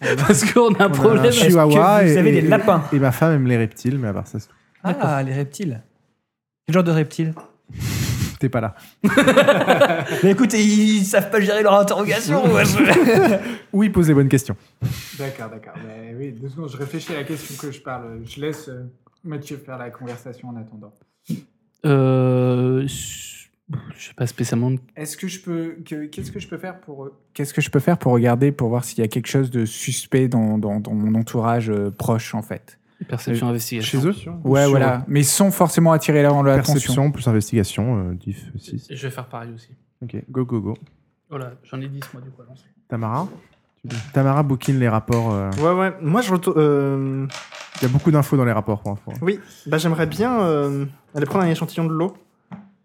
Speaker 6: Parce qu'on a
Speaker 1: On a
Speaker 6: un
Speaker 1: un
Speaker 6: problème.
Speaker 1: chihuahua
Speaker 7: que vous
Speaker 1: et-
Speaker 7: avez des
Speaker 1: et-
Speaker 7: lapins
Speaker 1: Et ma femme aime les reptiles, mais à part ça, c'est tout.
Speaker 7: Ah, les reptiles. Quel genre de reptiles
Speaker 1: t'es pas là.
Speaker 7: Mais écoute, ils, ils savent pas gérer leur interrogation. ouais, je-
Speaker 1: Oui, pose les bonnes questions.
Speaker 2: D'accord, d'accord. Mais oui, deux secondes, je réfléchis à la question que je parle. Je laisse euh, Mathieu faire la conversation en attendant.
Speaker 6: Euh, je je sais pas spécialement. de-
Speaker 2: Est-ce que je peux. que- Qu'est-ce que je peux faire pour. euh,
Speaker 5: Qu'est-ce que je peux faire pour regarder, pour voir s'il y a quelque chose de suspect dans, dans- dans mon entourage euh, proche, en fait
Speaker 6: Perception, investigation.
Speaker 1: Chez eux
Speaker 5: Ouais,
Speaker 1: Sur-
Speaker 5: voilà. Mais sans forcément attirer leur- leur attention.
Speaker 1: Perception plus investigation, euh, diff 6.
Speaker 6: Je vais faire pareil aussi.
Speaker 1: Ok, go go go.
Speaker 6: Voilà, j'en ai 10 moi du coup. à lancer.
Speaker 1: Tamara Tamara bouquine les rapports. euh,
Speaker 3: Ouais, ouais. Moi, je retourne. euh,
Speaker 1: Il y a beaucoup d'infos dans les rapports pour info.
Speaker 3: Oui, bah j'aimerais bien euh, aller prendre un échantillon de l'eau.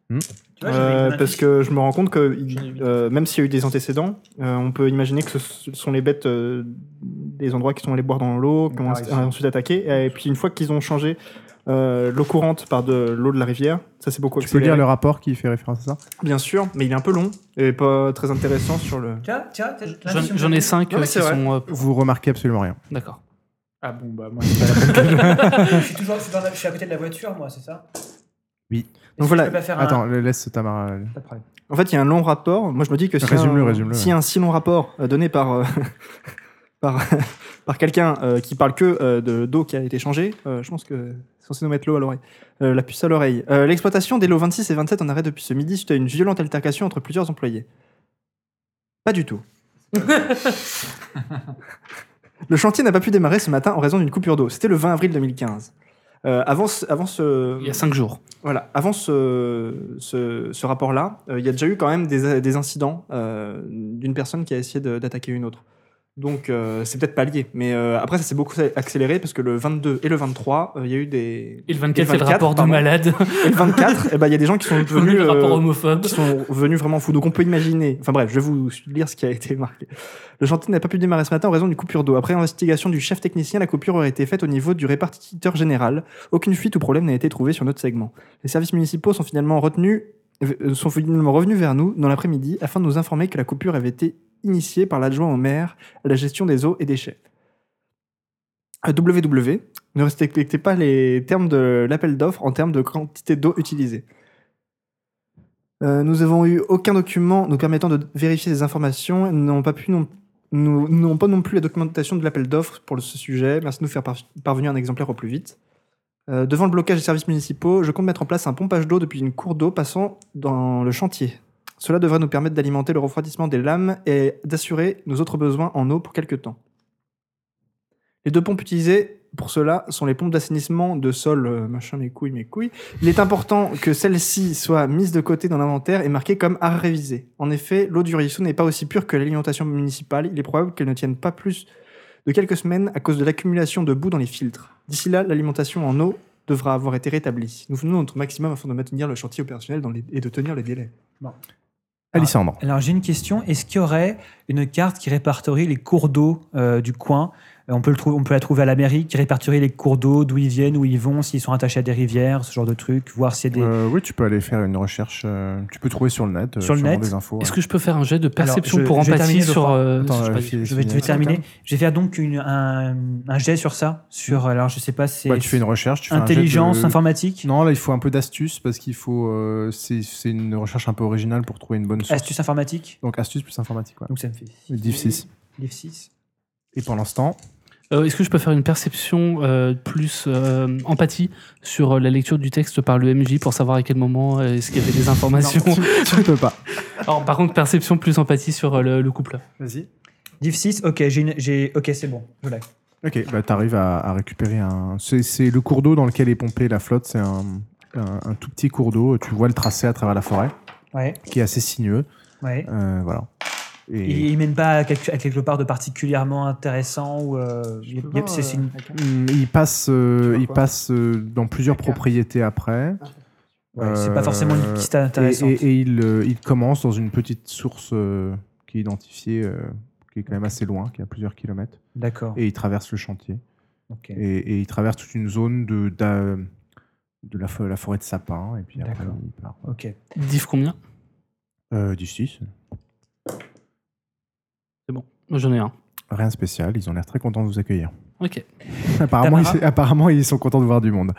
Speaker 1: Hmm.
Speaker 7: vois, j'avais
Speaker 3: Euh,
Speaker 7: une
Speaker 3: parce que je me rends compte que il- euh, même s'il y a eu des antécédents, euh, on peut imaginer que ce sont les bêtes euh, des endroits qui sont allés boire dans l'eau, qui ont
Speaker 2: Ah, ils sont-
Speaker 3: ensuite attaqué. Et puis une fois qu'ils ont changé euh, l'eau courante par de l'eau de la rivière, ça c'est beaucoup
Speaker 1: Tu peux
Speaker 3: accéléré.
Speaker 1: lire le rapport qui fait référence à ça
Speaker 3: Bien sûr, mais il est un peu long et pas très intéressant sur le.
Speaker 7: Tiens, tiens, tiens,
Speaker 6: J'en j'en ai 5
Speaker 3: Non, mais
Speaker 6: qui
Speaker 3: c'est vrai.
Speaker 6: sont. euh,
Speaker 1: Vous remarquez absolument rien.
Speaker 6: D'accord.
Speaker 5: Ah bon, bah moi, c'est pas la peine.
Speaker 7: Je suis toujours je suis dans la- je suis à côté de la voiture, moi, c'est ça
Speaker 1: Oui.
Speaker 7: Donc
Speaker 3: voilà.
Speaker 7: Je peux pas faire
Speaker 1: Attends, laisse Tamara. euh,
Speaker 7: un... Pas de problème.
Speaker 3: En fait, il y a un long rapport. Moi, je me dis que si
Speaker 1: Résume-le,
Speaker 3: un,
Speaker 1: résume-le,
Speaker 3: si un si long rapport euh, donné par euh, par, par quelqu'un euh, qui parle que euh, de d'eau qui a été changée, euh, je pense que c'est censé nous mettre l'eau à l'oreille, Euh, la puce à l'oreille. Euh, L'exploitation des lots 26 et 27 en arrêt depuis ce midi suite à une violente altercation entre plusieurs employés. Pas du tout. le chantier n'a pas pu démarrer ce matin en raison d'une coupure d'eau. C'était le 20 avril 2015. Euh, avant, ce- avant ce,
Speaker 6: Il y a 5 jours.
Speaker 3: voilà, avant ce, ce, ce rapport-là, euh, il y a déjà eu quand même des, des incidents euh, d'une personne qui a essayé de- d'attaquer une autre. Donc euh, c'est peut-être pas lié, mais euh, après ça s'est beaucoup accéléré parce que le 22 et le 23, euh, il y a eu des...
Speaker 6: Et le 24, c'est le
Speaker 3: 24,
Speaker 6: rapport
Speaker 3: pardon.
Speaker 6: de malade.
Speaker 3: Et le 24, eh ben, il y a des gens qui sont venus...
Speaker 6: le rapport
Speaker 3: euh,
Speaker 6: homophobe.
Speaker 3: qui sont venus vraiment fous. Donc on peut imaginer. Enfin bref, je vais vous lire ce qui a été marqué. Le chantier n'a pas pu démarrer ce matin en raison d'une coupure d'eau. Après investigation du chef technicien, la coupure aurait été faite au niveau du répartiteur général. Aucune fuite ou problème n'a été trouvé sur notre segment. Les services municipaux sont finalement retenus euh, sont finalement revenus vers nous dans l'après-midi afin de nous informer que la coupure avait été initiée par l'adjoint au maire à la gestion des eaux et déchets. Euh, WW ne respectait pas les termes de l'appel d'offres en termes de quantité d'eau utilisée. Euh, nous avons eu aucun document nous permettant de vérifier ces informations et nous n'avons pas pu non nous nous n'avons pas non plus la documentation de l'appel d'offres pour ce sujet. Merci de nous faire par- parvenir un exemplaire au plus vite. Euh, devant le blocage des services municipaux, je compte mettre en place un pompage d'eau depuis une cour d'eau passant dans le chantier. Cela devrait nous permettre d'alimenter le refroidissement des lames et d'assurer nos autres besoins en eau pour quelques temps. Les deux pompes utilisées pour cela sont les pompes d'assainissement de sol, euh, machin, mes couilles, mes couilles. Il est important que celle-ci soit mise de côté dans l'inventaire et marquée comme à réviser. En effet, l'eau du ruisseau n'est pas aussi pure que l'alimentation municipale. Il est probable qu'elle ne tienne pas plus de quelques semaines à cause de l'accumulation de boue dans les filtres. D'ici là, l'alimentation en eau devra avoir été rétablie. Nous faisons notre maximum afin de maintenir le chantier opérationnel dans les- et de tenir les délais.
Speaker 1: Alissandre.
Speaker 7: Alors, j'ai une question. Est-ce qu'il y aurait une carte qui répertorie les cours d'eau euh, du coin. Euh, on, peut le trou- on peut la trouver à la mairie, qui répertorie les cours d'eau, d'où ils viennent, où ils vont, s'ils sont attachés à des rivières, ce genre de trucs, voir s'il y a des...
Speaker 1: Euh, oui, tu peux aller faire une recherche. euh, tu peux trouver sur le net. euh,
Speaker 7: Sur le
Speaker 1: sûrement
Speaker 7: net.
Speaker 1: des infos.
Speaker 6: Est-ce
Speaker 1: ouais.
Speaker 6: que je peux faire un jet de perception
Speaker 7: je-
Speaker 6: pour
Speaker 7: je vais
Speaker 6: empathie
Speaker 7: terminer, je
Speaker 6: sur.
Speaker 7: crois.
Speaker 6: euh,
Speaker 1: Attends, euh,
Speaker 6: sur- je sais pas,
Speaker 1: finis-
Speaker 7: Je vais, je vais
Speaker 1: finis.
Speaker 7: terminer. Je vais faire donc une, un, un jet sur ça, sur... Alors, je sais pas, c'est...
Speaker 1: Bah, Hmm. tu fais une recherche. Tu fais un jet de-
Speaker 7: Intelligence, informatique,
Speaker 1: Non, là, il faut un peu d'astuce parce qu'il faut. euh, c'est c'est une recherche un peu originale pour trouver une bonne source.
Speaker 7: astuce informatique.
Speaker 1: Donc astuce plus informatique. Ouais.
Speaker 7: Donc ça me fait
Speaker 1: Div 6.
Speaker 7: Div 6.
Speaker 1: Et pour l'instant,
Speaker 6: Euh, Est-ce que je peux faire une perception euh, plus euh, empathie sur euh, la lecture du texte par le MJ pour savoir à quel moment euh, est-ce qu'il y avait des informations
Speaker 1: non, tu tu ne peux pas.
Speaker 6: Alors, Par contre, perception plus empathie sur euh, le, le couple.
Speaker 1: Vas-y.
Speaker 7: Div 6, ok, j'ai une- j'ai- ok, c'est bon. Je l'ai.
Speaker 1: Ok, bah, tu arrives à, à récupérer un. C'est c'est le cours d'eau dans lequel est pompée la flotte. C'est un, un- un tout petit cours d'eau. Tu vois le tracé à travers la forêt
Speaker 7: Ouais,
Speaker 1: qui est assez sinueux.
Speaker 7: ouais.
Speaker 1: Euh, voilà. Et...
Speaker 7: Il, il mène pas à quelque, à quelque part de particulièrement intéressant ou euh, il y a- il y a- c'est c'est une-
Speaker 1: Hmm, Il passe, euh,
Speaker 2: Tu vois
Speaker 1: il
Speaker 2: quoi
Speaker 1: passe euh, dans plusieurs
Speaker 2: D'accord.
Speaker 1: propriétés après.
Speaker 7: ouais, c'est pas forcément une piste
Speaker 1: Euh, Et,
Speaker 7: intéressante.
Speaker 1: et- et il, euh, il commence dans une petite source euh, qui est identifiée, euh, qui est quand même assez loin, qui est à plusieurs kilomètres.
Speaker 7: D'accord.
Speaker 1: Et il traverse le chantier.
Speaker 7: ok.
Speaker 1: Et, et il traverse toute une zone de, d'a- de la, fo- la forêt de sapins. Et puis après,
Speaker 7: D'accord.
Speaker 1: il part.
Speaker 7: ok.
Speaker 6: Div combien
Speaker 1: Euh, du 6.
Speaker 6: Moi, J'en ai un.
Speaker 1: Rien de spécial. Ils ont l'air très contents de vous accueillir.
Speaker 6: Ok.
Speaker 1: Apparemment,
Speaker 7: Tamara
Speaker 1: ils, apparemment, ils sont contents de voir du monde.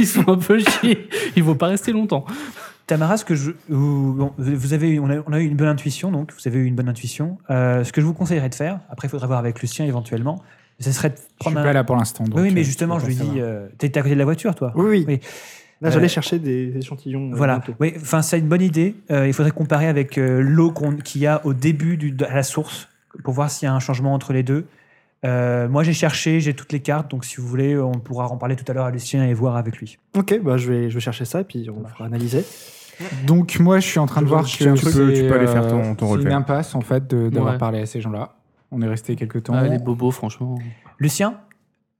Speaker 6: Ils sont un peu chiés. Ils vont pas rester longtemps.
Speaker 7: Tamara, ce que je, vous, bon, vous avez, eu- on, a, on a eu une bonne intuition, donc vous avez eu une bonne intuition. Euh, ce que je vous conseillerais de faire, après il faudra voir avec Lucien éventuellement, ce serait de
Speaker 5: Je suis
Speaker 7: prendre
Speaker 5: pas
Speaker 7: un.
Speaker 5: là pour l'instant. donc,
Speaker 7: oui, oui, mais
Speaker 5: euh,
Speaker 7: justement, je
Speaker 5: peux
Speaker 7: lui
Speaker 5: pas
Speaker 7: dis,
Speaker 5: savoir.
Speaker 7: euh, t'es t'es à côté de la voiture, toi.
Speaker 3: Oui,
Speaker 7: Oui.
Speaker 3: oui. Là, j'allais
Speaker 7: Euh,
Speaker 3: chercher des des échantillons. euh,
Speaker 7: Voilà.
Speaker 3: bientôt.
Speaker 7: Oui, enfin, c'est une bonne idée. Euh, il faudrait comparer avec euh, l'eau qu'on- qu'il y a au début du, de- à la source pour voir s'il y a un changement entre les deux. Euh, moi, j'ai cherché, j'ai toutes les cartes, donc si vous voulez, on pourra en parler tout à l'heure à Lucien et voir avec lui.
Speaker 3: Ok, bah, je, vais, je vais chercher ça et puis on fera analyser.
Speaker 5: Donc moi, je suis en train de
Speaker 1: Je
Speaker 5: voir
Speaker 1: vois que
Speaker 5: que
Speaker 1: tu peux-
Speaker 5: c'est,
Speaker 1: tu peux aller faire ton-
Speaker 5: euh,
Speaker 1: ton
Speaker 5: C'est
Speaker 1: relevé.
Speaker 5: une impasse en fait de- d'avoir
Speaker 6: Ouais.
Speaker 5: parlé à ces gens-là. On est resté quelques temps.
Speaker 6: Ah, les bobos, franchement.
Speaker 7: Lucien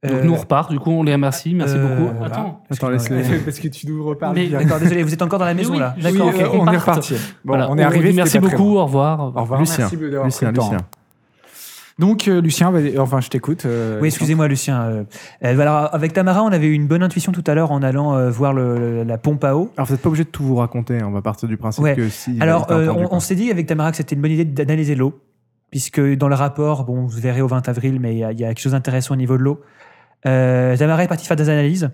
Speaker 6: Donc,
Speaker 7: Euh,
Speaker 6: nous, on repart. Du coup, on les remercie. Merci
Speaker 7: euh,
Speaker 6: beaucoup.
Speaker 7: voilà.
Speaker 6: Attends.
Speaker 1: Attends,
Speaker 7: Excuse-moi,
Speaker 1: laisse-les-
Speaker 7: ouais.
Speaker 2: Parce que tu nous reparles.
Speaker 6: Mais-
Speaker 7: D'accord, désolé, vous êtes encore dans la
Speaker 6: Mais
Speaker 7: maison
Speaker 6: oui,
Speaker 7: là.
Speaker 6: oui,
Speaker 7: D'accord,
Speaker 5: Oui,
Speaker 7: ok.
Speaker 5: euh, on est
Speaker 6: reparte.
Speaker 5: reparti. Bon,
Speaker 6: Voilà,
Speaker 5: on est
Speaker 6: on
Speaker 5: arrivé.
Speaker 6: dit merci
Speaker 5: c'était pas très
Speaker 6: beaucoup.
Speaker 5: loin.
Speaker 6: Au revoir.
Speaker 5: Au revoir.
Speaker 1: Lucien,
Speaker 2: Merci d'avoir
Speaker 1: Lucien,
Speaker 5: pris le temps.
Speaker 1: Lucien.
Speaker 5: Donc euh, Lucien, vas-y, enfin je t'écoute. euh,
Speaker 7: Oui,
Speaker 5: Lucien.
Speaker 7: excusez-moi, Lucien. Euh, euh, voilà, avec Tamara, on avait eu une bonne intuition tout à l'heure en allant euh, voir le- le- la pompe à eau.
Speaker 1: Alors, vous n'êtes pas obligé de tout vous raconter. hein. On va partir du principe
Speaker 7: Ouais.
Speaker 1: que si.
Speaker 7: Alors,
Speaker 1: t'as
Speaker 7: euh,
Speaker 1: entendu,
Speaker 7: on,
Speaker 1: quoi.
Speaker 7: on s'est dit avec Tamara que c'était une bonne idée d'analyser l'eau, puisque dans le rapport, bon, vous verrez au 20 avril, mais il y, a- il y a quelque chose d'intéressant au niveau de l'eau. Euh, Tamara est partie faire des analyses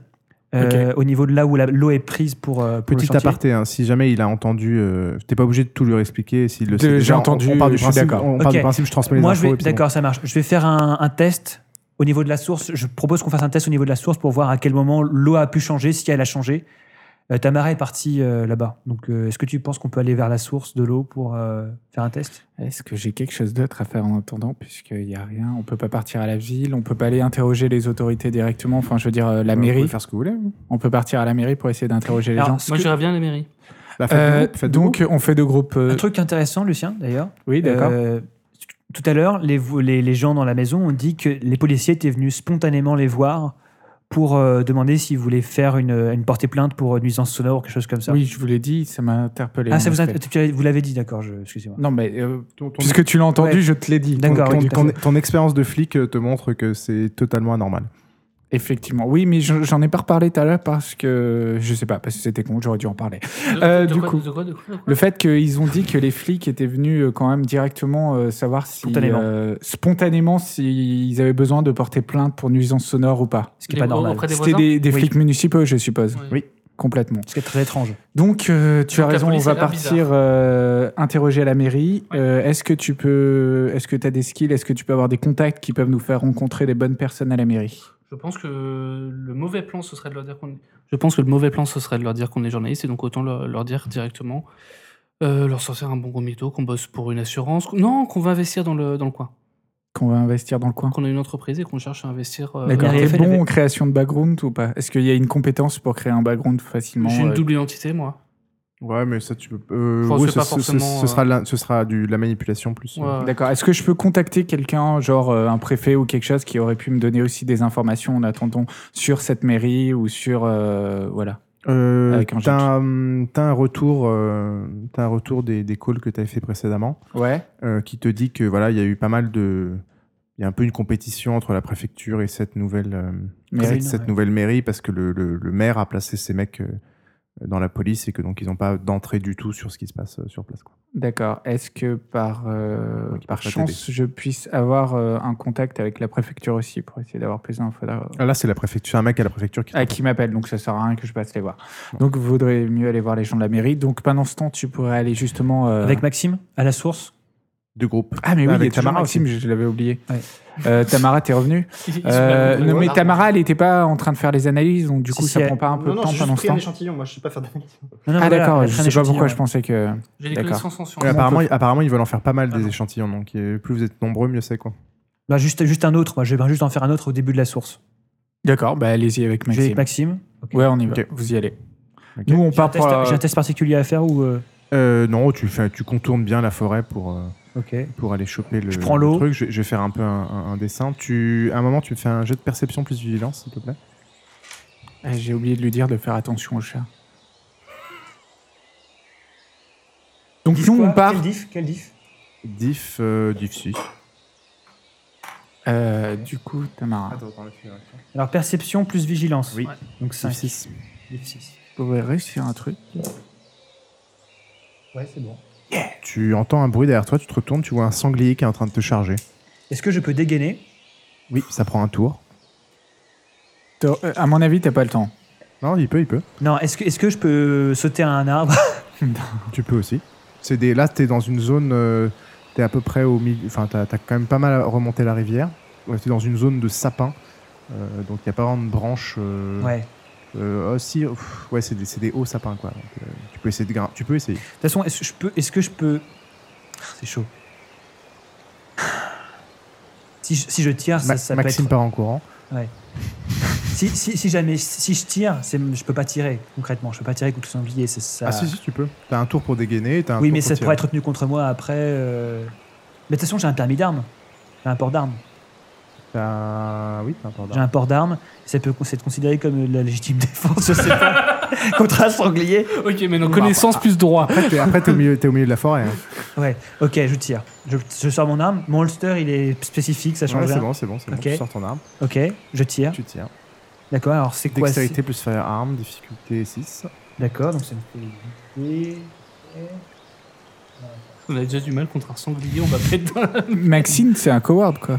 Speaker 7: euh, au niveau de là où la- l'eau est prise pour, euh, pour le
Speaker 1: Petit
Speaker 7: chantier.
Speaker 1: aparté, hein, si jamais il a entendu, euh, t'es pas obligé de tout lui expliquer. S'il le
Speaker 5: De-
Speaker 1: sait, déjà,
Speaker 5: j'ai
Speaker 1: on-
Speaker 5: entendu,
Speaker 1: On part du
Speaker 5: je suis
Speaker 1: principe,
Speaker 5: d'accord.
Speaker 1: on part du
Speaker 7: Ok.
Speaker 1: principe, je transmets les
Speaker 7: Moi, je
Speaker 1: infos.
Speaker 7: vais,
Speaker 1: et puis c'est bon.
Speaker 7: d'accord, ça marche. Je vais faire un, un test au niveau de la source. Je propose qu'on fasse un test au niveau de la source pour voir à quel moment l'eau a pu changer, si elle a changé. Euh, Tamara est partie euh, là-bas. Donc, euh, est-ce que tu penses qu'on peut aller vers la source de l'eau pour euh, faire un test
Speaker 5: Est-ce que j'ai quelque chose d'autre à faire en attendant Puisqu'il n'y a rien, on peut pas partir à la ville, on peut pas aller interroger les autorités directement, enfin je veux dire euh, la
Speaker 1: Euh, Vous
Speaker 5: mairie.
Speaker 1: pouvez faire ce que vous voulez. oui.
Speaker 5: On peut partir à la mairie pour essayer d'interroger les
Speaker 7: Alors,
Speaker 5: gens.
Speaker 7: ce
Speaker 6: Moi,
Speaker 7: que-
Speaker 6: j'irais bien à la mairie.
Speaker 1: Bah, faites
Speaker 5: Euh,
Speaker 1: le groupe, faites le
Speaker 5: donc on fait deux groupes. euh,
Speaker 7: Un truc intéressant, Lucien, d'ailleurs.
Speaker 5: Oui, d'accord.
Speaker 7: Euh, tout à l'heure, les, vo- les, les gens dans la maison ont dit que les policiers étaient venus spontanément les voir pour euh, demander s'ils voulaient faire une, une portée plainte pour euh, nuisance sonore ou quelque chose comme ça.
Speaker 5: oui, je vous l'ai dit, ça m'a interpellé.
Speaker 7: ah,
Speaker 5: en
Speaker 7: ça vous,
Speaker 5: effet.
Speaker 7: int- tu- vous l'avez dit, d'accord, je- excusez-moi.
Speaker 5: Non, mais euh,
Speaker 1: groupe. Ton- ton-
Speaker 5: puisque tu l'as entendu,
Speaker 7: Ouais.
Speaker 5: je te l'ai dit.
Speaker 1: ton-
Speaker 7: D'accord,
Speaker 1: ton-
Speaker 7: oui, tout à
Speaker 1: ton- Ton expérience de flic euh, te montre que c'est totalement anormal.
Speaker 5: Effectivement. Oui, mais je- j'en ai pas reparlé tout à l'heure parce que je sais pas, parce que c'était con, j'aurais dû en parler. Euh,
Speaker 6: De
Speaker 5: du
Speaker 6: quoi-
Speaker 5: coup,
Speaker 6: de quoi- de quoi- de quoi
Speaker 5: Le fait qu'ils ont dit que les flics étaient venus euh, quand même directement euh, savoir si
Speaker 7: Spontanément.
Speaker 5: euh, spontanément s'ils avaient besoin de porter plainte pour nuisance sonore ou pas.
Speaker 7: Ce qui n'est pas
Speaker 6: Les-
Speaker 7: normal.
Speaker 6: auprès des
Speaker 5: C'était
Speaker 6: voisins
Speaker 5: des, des
Speaker 7: Oui.
Speaker 5: flics municipaux, je suppose.
Speaker 6: Ouais.
Speaker 1: Oui.
Speaker 5: Complètement.
Speaker 7: Ce qui est très étrange.
Speaker 5: Donc, euh, tu
Speaker 6: Donc,
Speaker 5: as
Speaker 6: la
Speaker 5: raison, on
Speaker 6: police a
Speaker 5: va
Speaker 6: l'air
Speaker 5: partir euh, interroger la mairie. Euh, est-ce que tu peux, est-ce que tu as des skills, est-ce que tu peux avoir des contacts qui peuvent nous faire rencontrer les bonnes personnes à la mairie
Speaker 6: Je pense que le mauvais plan, ce serait de leur dire qu'on. Je pense que le mauvais plan, ce serait de leur dire qu'on est journaliste, et donc autant leur, leur dire directement, euh, leur sortir un bon gros mytho, qu'on bosse pour une assurance, qu'on- non, qu'on va investir dans le, dans le coin,
Speaker 5: qu'on va investir dans le coin
Speaker 6: qu'on a une entreprise et qu'on cherche à investir. euh,
Speaker 5: D'accord.
Speaker 7: Mairie
Speaker 5: T'es
Speaker 7: FLV.
Speaker 5: bon en création de background ou pas Est-ce qu'il y a une compétence pour créer un background facilement
Speaker 6: J'ai une
Speaker 5: euh,
Speaker 6: double identité, moi.
Speaker 1: Ouais, mais ça, tu peux. euh,
Speaker 6: Je pense
Speaker 1: oui,
Speaker 6: que
Speaker 1: ce,
Speaker 6: pas
Speaker 1: ce- ce-
Speaker 6: forcément, euh,
Speaker 1: ce sera, de la, ce sera du, de la manipulation plus. euh,
Speaker 6: Ouais.
Speaker 5: D'accord. Est-ce que je peux contacter quelqu'un, genre euh, un préfet ou quelque chose, qui aurait pu me donner aussi des informations en attendant sur cette mairie ou sur. euh, voilà.
Speaker 1: Euh,
Speaker 5: Avec un jet.
Speaker 1: t'as un, t'as un retour, euh, t'as un retour des, des calls que tu avais fait précédemment
Speaker 5: Ouais.
Speaker 1: euh, qui te dit que voilà, il y a eu pas mal de. Il y a un peu une compétition entre la préfecture et cette nouvelle, euh, cette,
Speaker 5: Mairie,
Speaker 1: cette nouvelle mairie parce que le, le- le maire a placé ses mecs euh, dans la police et que donc ils n'ont pas d'entrée du tout sur ce qui se passe euh, sur place. Quoi.
Speaker 5: D'accord. Est-ce que par, euh,
Speaker 1: Donc, ils
Speaker 5: par
Speaker 1: peuvent pas
Speaker 5: chance, je puisse avoir euh, un contact avec la préfecture aussi pour essayer d'avoir plus d'infos là- euh,
Speaker 1: Ah, Là, c'est la préfecture, c'est un mec à la préfecture
Speaker 6: Ah,
Speaker 1: qui.
Speaker 5: à qui m'appelle, donc ça sert à rien que je passe les voir. Donc, vaudrait mieux aller voir les gens de la mairie. Donc, pendant ce temps, tu pourrais aller justement. euh,
Speaker 7: Avec Maxime, à la source.
Speaker 1: Du groupe.
Speaker 5: Ah, mais oui,
Speaker 1: Avec
Speaker 5: il y a Tamara
Speaker 1: Tamara
Speaker 5: aussi, mais je l'avais oublié.
Speaker 7: Ouais.
Speaker 5: Euh, Tamara, t'es revenue Euh, non, mais Tamara, elle n'était pas en train de faire les analyses, donc du
Speaker 7: Si,
Speaker 5: coup,
Speaker 7: si,
Speaker 5: ça
Speaker 7: elle-
Speaker 5: prend pas un peu
Speaker 4: non,
Speaker 5: de
Speaker 4: non,
Speaker 5: temps
Speaker 4: j'ai
Speaker 5: pendant
Speaker 4: juste
Speaker 5: ce
Speaker 4: pris un
Speaker 5: temps.
Speaker 4: échantillon. Moi, je sais pas faire d'analyse.
Speaker 7: Non, non,
Speaker 5: Ah,
Speaker 7: voilà,
Speaker 5: d'accord,
Speaker 7: elle
Speaker 5: je
Speaker 7: traîne
Speaker 5: sais pas
Speaker 7: les
Speaker 5: pourquoi
Speaker 7: échantillons,
Speaker 5: je pensais que.
Speaker 6: J'ai des
Speaker 5: D'accord.
Speaker 6: connaissances en sciences.
Speaker 1: Ouais,
Speaker 5: on
Speaker 1: apparemment,
Speaker 5: peut-
Speaker 1: ils- apparemment, ils veulent en faire pas mal des échantillons. Donc, euh, plus vous êtes nombreux, mieux c'est quoi.
Speaker 7: Bah, juste, juste un autre. Moi, je vais juste en faire un autre au début de la source.
Speaker 5: D'accord, bah allez-y avec
Speaker 7: Je vais
Speaker 5: Maxime.
Speaker 7: avec Maxime.
Speaker 5: Ouais, on y va.
Speaker 1: Ok.
Speaker 5: Vous y allez.
Speaker 1: Ok.
Speaker 5: Nous, on
Speaker 7: J'ai un,
Speaker 5: part
Speaker 7: test,
Speaker 5: pour. euh, la-
Speaker 7: j'ai un test particulier à faire ou. euh,
Speaker 1: Euh, non, tu, fais, tu contournes bien la forêt pour. euh,
Speaker 7: Ok.
Speaker 1: pour aller choper le,
Speaker 7: Je prends
Speaker 1: le
Speaker 7: l'eau.
Speaker 1: truc. Je, je vais faire un peu un, un- un dessin. Tu, à un moment, tu me fais un jet de perception plus vigilance, s'il te plaît.
Speaker 5: Ah, J'ai oublié de lui dire de faire attention au chat. Donc
Speaker 7: Diff
Speaker 5: nous
Speaker 7: quoi
Speaker 5: on part.
Speaker 7: Quel diff, Quel diff
Speaker 1: Diff, euh, diff 6.
Speaker 5: Euh, du coup, Tamara,
Speaker 7: Alors, perception plus vigilance.
Speaker 1: Oui.
Speaker 7: Donc, 5.
Speaker 1: 6.
Speaker 5: vous pouvez réussir un truc.
Speaker 7: Ouais, c'est bon.
Speaker 1: Tu entends un bruit derrière toi, tu te retournes, tu vois un sanglier qui est en train de te charger.
Speaker 7: Est-ce que je peux dégainer
Speaker 1: Oui, ça prend un tour.
Speaker 5: T'as- euh, À mon avis, t'as pas le temps.
Speaker 1: Non, il peut, il peut.
Speaker 7: Non, est-ce que, est que je peux sauter à un arbre
Speaker 1: Tu peux aussi. C'est des, là, t'es dans une zone. euh, t'es à peu près au milieu. Enfin, t'as as quand même pas mal remonté la rivière. Ouais, t'es dans une zone de sapins. euh, donc, il n'y a pas vraiment de branches. euh,
Speaker 7: Ouais.
Speaker 1: euh, oh, si, pff, ouais, c'est des, c'est des hauts sapins, quoi. Donc, euh, tu peux essayer de grimper. Tu peux essayer.
Speaker 7: De toute façon, est-ce que je peux. Est-ce que je peux... Ah, C'est chaud. Si je, si je tire, ça,
Speaker 1: Ma-
Speaker 7: ça peut
Speaker 1: Maxime
Speaker 7: être-
Speaker 1: part en courant.
Speaker 7: Si, si, si jamais, si je tire, c'est, je peux pas tirer concrètement. Je peux pas tirer contre le sanglier, c'est ça.
Speaker 1: Ah si, si, tu peux. T'as un tour pour dégainer, t'as un
Speaker 7: oui,
Speaker 1: tour
Speaker 7: mais
Speaker 1: pour
Speaker 7: ça
Speaker 1: tirer.
Speaker 7: pourrait être retenu contre moi après. euh. Mais de toute façon, j'ai un permis d'armes. J'ai un port d'armes.
Speaker 1: T'as- Oui, t'as un tour
Speaker 7: J'ai
Speaker 1: d'arme.
Speaker 7: un port d'armes. Ça peut c'est considéré comme de la légitime défense, je sais pas. contre un sanglier.
Speaker 6: Ok, maintenant connaissance plus droit.
Speaker 1: Après, t'es- Après, t'es au, milieu- t'es au milieu de la forêt. hein.
Speaker 7: Ouais, ok, je tire. Je, je sors mon arme. Mon holster, il est spécifique, ça change
Speaker 1: Ouais, c'est
Speaker 7: rien.
Speaker 1: bon, c'est bon, c'est
Speaker 7: Ok.
Speaker 1: bon. Tu sors ton arme,
Speaker 7: Ok, je tire.
Speaker 1: tu tires.
Speaker 7: D'accord, alors c'est quoi c'est-
Speaker 1: Dextérité plus firearm, difficulté 6.
Speaker 7: D'accord, donc ça me fait.
Speaker 6: On a déjà du mal contre un sanglier, on va pas être dans la-
Speaker 5: Maxime, c'est un coward quoi.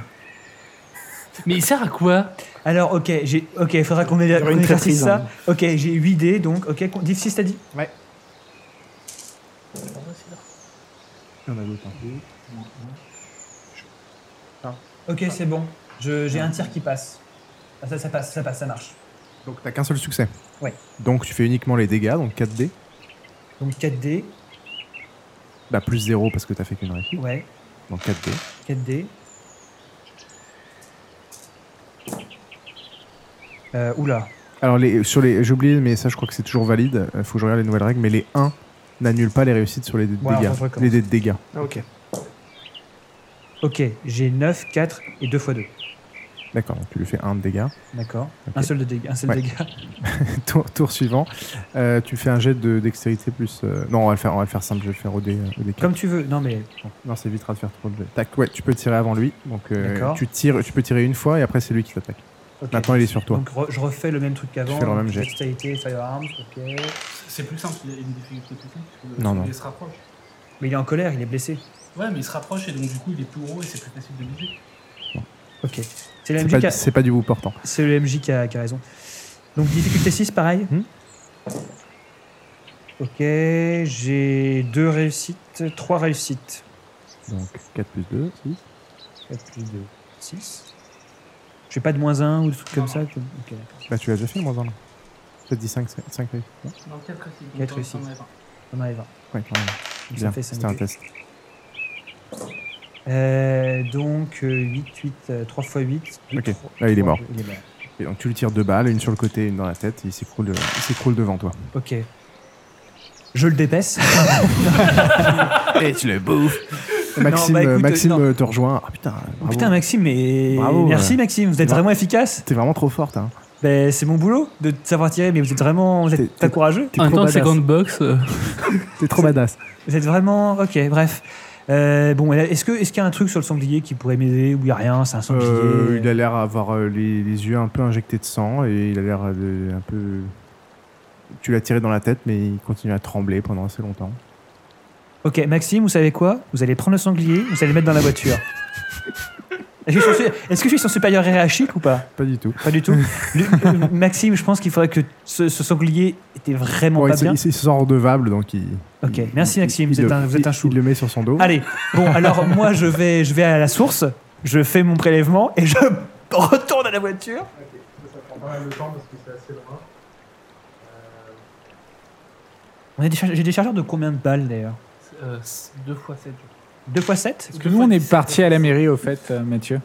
Speaker 6: Mais il sert à quoi
Speaker 7: Alors, ok, j'ai. Ok, il faudra qu'on ait
Speaker 5: y aura une traîtrise,
Speaker 7: ça.
Speaker 5: hein.
Speaker 7: Ok, j'ai 8 dés, donc, ok, con- diff 6, t'as dit
Speaker 1: Il y en a d'autres. hein.
Speaker 7: Ok, c'est bon. Je- J'ai un tir qui passe. Ah, ça, ça passe, ça passe, ça marche.
Speaker 1: Donc t'as qu'un seul succès.
Speaker 7: Ouais.
Speaker 1: Donc tu fais uniquement les dégâts, donc 4D.
Speaker 7: Donc 4 dés,
Speaker 1: Bah plus 0 parce que t'as fait qu'une réussite.
Speaker 7: ouais,
Speaker 1: Donc 4D.
Speaker 7: 4 dés. Euh, oula.
Speaker 1: Alors les, sur les, j'ai oublié, mais ça je crois que c'est toujours valide. Euh, Faut que je regarde les nouvelles règles, mais les 1 n'annulent pas les réussites sur les dés de
Speaker 7: Ouais, alors,
Speaker 1: dégâts.
Speaker 7: je recommence.
Speaker 1: les dés de dégâts.
Speaker 7: Ok, j'ai 9, 4 et 2 x 2.
Speaker 1: D'accord, donc tu lui fais 1 de dégâts.
Speaker 7: D'accord.
Speaker 1: Ok.
Speaker 7: Un seul de dégâts. Un seul
Speaker 1: Ouais.
Speaker 7: dégât.
Speaker 1: tour, tour suivant. Euh, tu fais un jet de dextérité plus. euh, Non, on va le faire, on va le faire simple. Je vais le faire au dé. euh, au dé
Speaker 7: Comme tu veux. Non, mais.
Speaker 1: quatre. Non, c'est vite de faire trop de jets. Tac. Ouais, tu peux tirer avant lui. Donc euh,
Speaker 7: D'accord.
Speaker 1: tu tires, tu peux tirer une fois et après c'est lui qui t'attaque.
Speaker 7: ok.
Speaker 1: Maintenant, il est sur toi.
Speaker 7: Donc re- je refais le même truc qu'avant.
Speaker 1: fais le même
Speaker 7: donc,
Speaker 1: jet.
Speaker 7: Dextérité, firearms, ok.
Speaker 6: C'est plus simple, il y a une difficulté plus simple. parce que
Speaker 1: Non, non.
Speaker 6: Il se rapproche.
Speaker 7: Mais il est en colère, il est blessé.
Speaker 6: Ouais, mais il se rapproche et donc du coup il est plus gros et c'est plus facile de viser.
Speaker 7: Ok. C'est le
Speaker 1: C'est
Speaker 7: MJ, qui
Speaker 1: pas,
Speaker 7: a,
Speaker 1: c'est pas du bout portant.
Speaker 7: c'est le MJ qui, a, qui a raison. Donc difficulté 6, pareil.
Speaker 1: Hmm.
Speaker 7: ok, j'ai 2 réussites, 3 réussites.
Speaker 1: Donc 4 plus 2, 6.
Speaker 7: 4 plus 2, 6. J'ai pas de moins 1 ou de trucs comme ça. comme- Ok, d'accord.
Speaker 1: Bah, tu l'as déjà fait, moins 1. Ça te dit 5, 5 ouais,
Speaker 6: Dans 4 réussites.
Speaker 7: Quatre réussites. On arrive.
Speaker 1: ouais,
Speaker 7: Donc,
Speaker 1: Bien,
Speaker 7: ça fait 5
Speaker 1: c'était un test.
Speaker 7: Euh, donc 8, 8, 3 x 8.
Speaker 1: Ok. Ah, il est mort.
Speaker 7: Il est mort.
Speaker 1: Et donc tu lui tires deux balles, une sur le côté, une dans la tête, et il s'écroule de- il s'écroule devant toi.
Speaker 7: Ok. Je le dépaisse.
Speaker 1: Et tu le bouffes Maxime,
Speaker 7: bah, écoute, euh,
Speaker 1: Maxime
Speaker 7: non. Oh,
Speaker 1: euh, te rejoint. Ah putain, bravo.
Speaker 7: Putain, Maxime, mais.
Speaker 1: Bravo,
Speaker 7: Merci,
Speaker 1: ouais.
Speaker 7: Maxime, vous êtes
Speaker 1: Non.
Speaker 7: vraiment efficace.
Speaker 1: T'es vraiment trop forte. Hein.
Speaker 7: Ben, c'est mon boulot de savoir tirer, mais vous êtes vraiment vous
Speaker 1: T'es-
Speaker 7: êtes
Speaker 1: t'es-
Speaker 7: très courageux.
Speaker 1: T'es
Speaker 6: En même
Speaker 1: trop
Speaker 6: temps,
Speaker 1: badass.
Speaker 6: 50 bucks. euh,
Speaker 1: T'es trop badass.
Speaker 7: Vous êtes vraiment. Ok, bref. Euh, bon, est-ce que est-ce qu'il y a un truc sur le sanglier qui pourrait m'aider ou il n'y a rien C'est un sanglier.
Speaker 1: Euh, il a l'air avoir euh, les, les yeux un peu injectés de sang et il a l'air de- un peu. Tu l'as tiré dans la tête, mais il continue à trembler pendant assez longtemps.
Speaker 7: Ok, Maxime, vous savez quoi Vous allez prendre le sanglier, vous allez le mettre dans la voiture. Est-ce que, je suis- est-ce que je suis son supérieur hiérarchique ou pas
Speaker 1: Pas du tout.
Speaker 7: Pas du tout. Lui- euh, Maxime, je pense qu'il faudrait que ce, ce sanglier était vraiment
Speaker 1: Bon,
Speaker 7: pas
Speaker 1: il, se-
Speaker 7: bien.
Speaker 1: il se il se sent redevable, donc il.
Speaker 7: Ok,
Speaker 1: il-
Speaker 7: merci,
Speaker 1: il-
Speaker 7: Maxime,
Speaker 1: il
Speaker 7: vous êtes
Speaker 1: le-
Speaker 7: un- vous êtes un
Speaker 1: il-
Speaker 7: chou.
Speaker 1: Il le met sur son dos.
Speaker 7: Allez, bon, alors moi je vais, je vais à la source, je fais mon prélèvement et je retourne à la voiture.
Speaker 4: Ça prend pas mal de temps parce que c'est assez loin. Euh,
Speaker 7: On a des charge- J'ai des chargeurs de combien de balles d'ailleurs
Speaker 6: euh, c'est deux fois 7.
Speaker 7: 2 x 7
Speaker 5: Parce que nous, on est parti à la mairie, au fait, euh, Mathieu.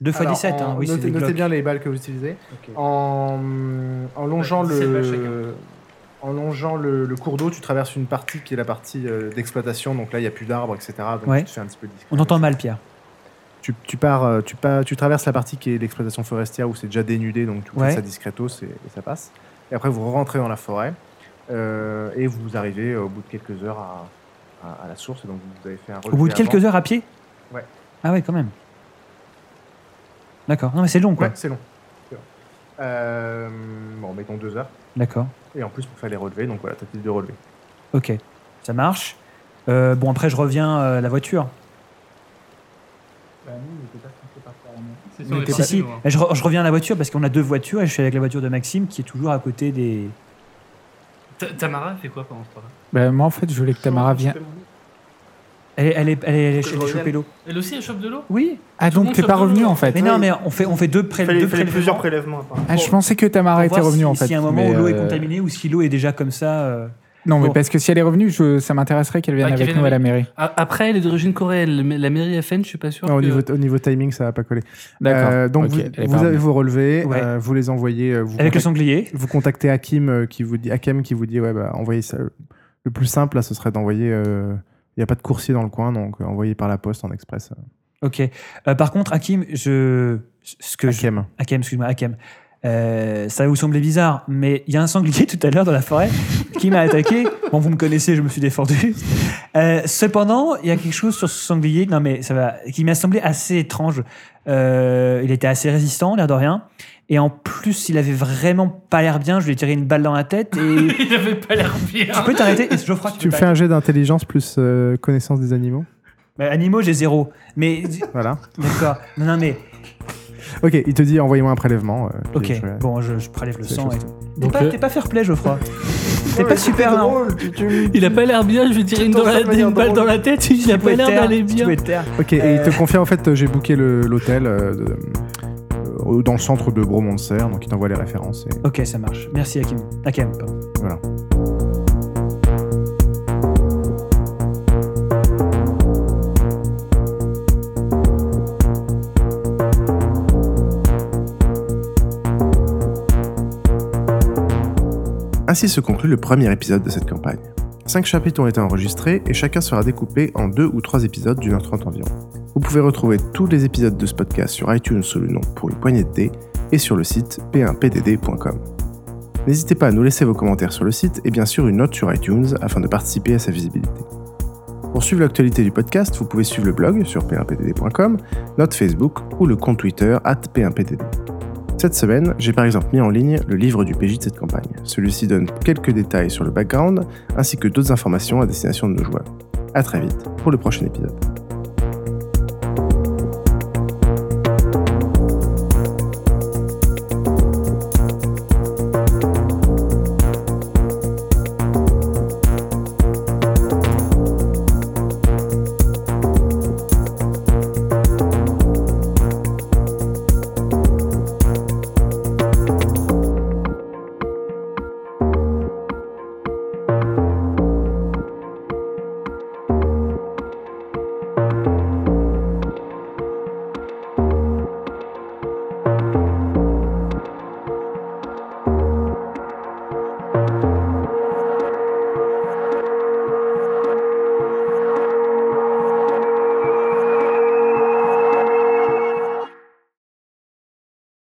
Speaker 7: 2 x
Speaker 2: Alors,
Speaker 7: 17, hein,
Speaker 2: en-
Speaker 7: oui, c'est
Speaker 2: notez,
Speaker 7: des
Speaker 2: notez
Speaker 7: glocks.
Speaker 2: bien les balles que vous utilisez. En, en longeant,
Speaker 6: Ouais, dix-sept
Speaker 2: le,
Speaker 6: balles chacun.
Speaker 2: en longeant le, le cours d'eau, tu traverses une partie qui est la partie euh, d'exploitation. Donc là, il n'y a plus d'arbres, etc. Donc
Speaker 7: Ouais.
Speaker 2: tu te fais un petit peu discret.
Speaker 7: On entend mal, Pierre.
Speaker 1: Tu, tu pars, euh, tu, pars- tu traverses la partie qui est l'exploitation forestière où c'est déjà dénudé, donc tu fais
Speaker 7: Ouais.
Speaker 1: ça discretos et, et ça passe. Et après, vous rentrez dans la forêt euh, et vous arrivez euh, au bout de quelques heures à, à- à la source. Et donc, vous avez fait un
Speaker 7: Au bout de quelques heures à pied
Speaker 1: Ouais.
Speaker 7: Ah ouais, quand même. D'accord, non mais c'est long quoi.
Speaker 1: Ouais, c'est long. C'est long. Euh, bon, mettons deux heures.
Speaker 7: D'accord,
Speaker 1: Et en plus, il fallait relever, donc voilà, t'as plus de relever.
Speaker 7: ok, ça marche. Euh, bon, après je reviens euh, à la voiture. Si, si, mais je, re- je reviens à la voiture parce qu'on a deux voitures et je suis avec la voiture de Maxime qui est toujours à côté des.
Speaker 6: Tamara, elle fait quoi pendant ce temps-là
Speaker 5: Ben, moi, en fait, je voulais que Tamara vienne.
Speaker 7: Elle, est- elle est, elle est, elle est- elle est
Speaker 6: Je
Speaker 7: choper
Speaker 6: reviens.
Speaker 7: l'eau.
Speaker 6: Elle aussi, elle chope de l'eau
Speaker 7: Oui,
Speaker 5: Ah,
Speaker 6: Tout le
Speaker 5: donc
Speaker 6: monde
Speaker 5: t'es
Speaker 6: se
Speaker 5: pas
Speaker 6: retrouve,
Speaker 5: revenu,
Speaker 6: non
Speaker 5: en fait
Speaker 7: mais non, mais on fait, on fait deux, pré- deux prélèvements.
Speaker 4: prélèvements. apparemment.
Speaker 5: Ah, je pensais que Tamara
Speaker 7: pour
Speaker 5: était
Speaker 7: voir
Speaker 5: revenue,
Speaker 7: si,
Speaker 5: en fait.
Speaker 7: si à un moment
Speaker 5: mais,
Speaker 7: où l'eau est
Speaker 5: euh,
Speaker 7: contaminée ou si l'eau est déjà comme ça. euh,
Speaker 5: Non, mais
Speaker 7: Bon.
Speaker 5: parce que si elle est revenue, je- ça m'intéresserait qu'elle vienne
Speaker 6: Bah, qu'elle
Speaker 5: avec
Speaker 6: vienne
Speaker 5: nous à la
Speaker 6: avec-
Speaker 5: mairie.
Speaker 6: Après, elle est d'origine coréenne, mais la mairie FN, je suis pas sûr.
Speaker 1: Non, Ah, au,
Speaker 6: que-
Speaker 1: niveau, au niveau timing, ça va pas coller.
Speaker 5: euh, D'accord.
Speaker 1: Euh, donc,
Speaker 5: Ok,
Speaker 1: vous-
Speaker 5: elle est
Speaker 1: vous,
Speaker 5: pas
Speaker 1: avez
Speaker 5: revenue.
Speaker 1: vos relevés,
Speaker 7: Ouais.
Speaker 1: euh, vous les envoyez. euh, vous
Speaker 7: avec le
Speaker 1: contactez-
Speaker 7: sanglier.
Speaker 1: vous contactez Hakim euh, qui vous dit Hakem qui vous dit ouais bah envoyez ça le plus simple là ce serait d'envoyer euh, il n'y a pas de coursier dans le coin donc euh, envoyez par la poste en express euh,
Speaker 7: Ok. Euh, par contre, Hakim, je. Ce que je-
Speaker 1: Hakem
Speaker 7: Hakim, excuse-moi, Hakim. Euh, ça va vous sembler bizarre, mais il y a un sanglier tout à l'heure dans la forêt qui m'a attaqué. Bon, vous me connaissez, je me suis défendu. Euh, cependant, il y a quelque chose sur ce sanglier, non mais ça va, qui m'a semblé assez étrange. Euh, il était assez résistant, l'air de rien, et en plus, il avait vraiment pas l'air bien. Je lui ai tiré une balle dans la tête. Et
Speaker 6: Il avait pas l'air bien.
Speaker 7: tu peux t'arrêter, Et Geoffroy, tu,
Speaker 1: tu me
Speaker 7: peux
Speaker 1: fais un jet d'intelligence plus euh, connaissance des animaux
Speaker 7: Bah, animaux, j'ai zéro. Mais
Speaker 1: voilà
Speaker 7: d'accord. Non, non, mais
Speaker 1: ok il te dit envoyez-moi un prélèvement euh,
Speaker 7: ok.
Speaker 1: et je-
Speaker 7: Bon, je, je prélève le
Speaker 1: c'est
Speaker 7: sang.
Speaker 1: chose.
Speaker 7: Et... T'es pas,
Speaker 6: euh,
Speaker 5: le-
Speaker 7: t'es pas fair play, Geoffroy. T'es pas super là. hein.
Speaker 6: Il a pas l'air bien, je vais tirer une, dans la- une balle dans la tête, il a
Speaker 7: Tu pouvais
Speaker 6: pas l'air
Speaker 7: taire,
Speaker 6: d'aller
Speaker 7: tu
Speaker 6: bien.
Speaker 7: pouvais taire.
Speaker 1: ok et il te confie en fait euh, j'ai booké le- l'hôtel euh, de- euh, dans le centre de Bromont-de-Serre donc il t'envoie les références et
Speaker 7: Ok, ça marche. Merci, Hakim. Hakim. pardon.
Speaker 1: voilà Ainsi se conclut le premier épisode de cette campagne. Cinq chapitres ont été enregistrés et chacun sera découpé en deux ou trois épisodes d'une heure trente environ. Vous pouvez retrouver tous les épisodes de ce podcast sur iTunes sous le nom Pour une poignée de dés et sur le site p1pdd.com. N'hésitez pas à nous laisser vos commentaires sur le site et bien sûr une note sur iTunes afin de participer à sa visibilité. Pour suivre l'actualité du podcast, vous pouvez suivre le blog sur p1pdd.com, notre Facebook ou le compte Twitter at p1pdd. Cette semaine, j'ai par exemple mis en ligne le livre du PJ de cette campagne. Celui-ci donne quelques détails sur le background ainsi que d'autres informations à destination de nos joueurs. À très vite pour le prochain épisode.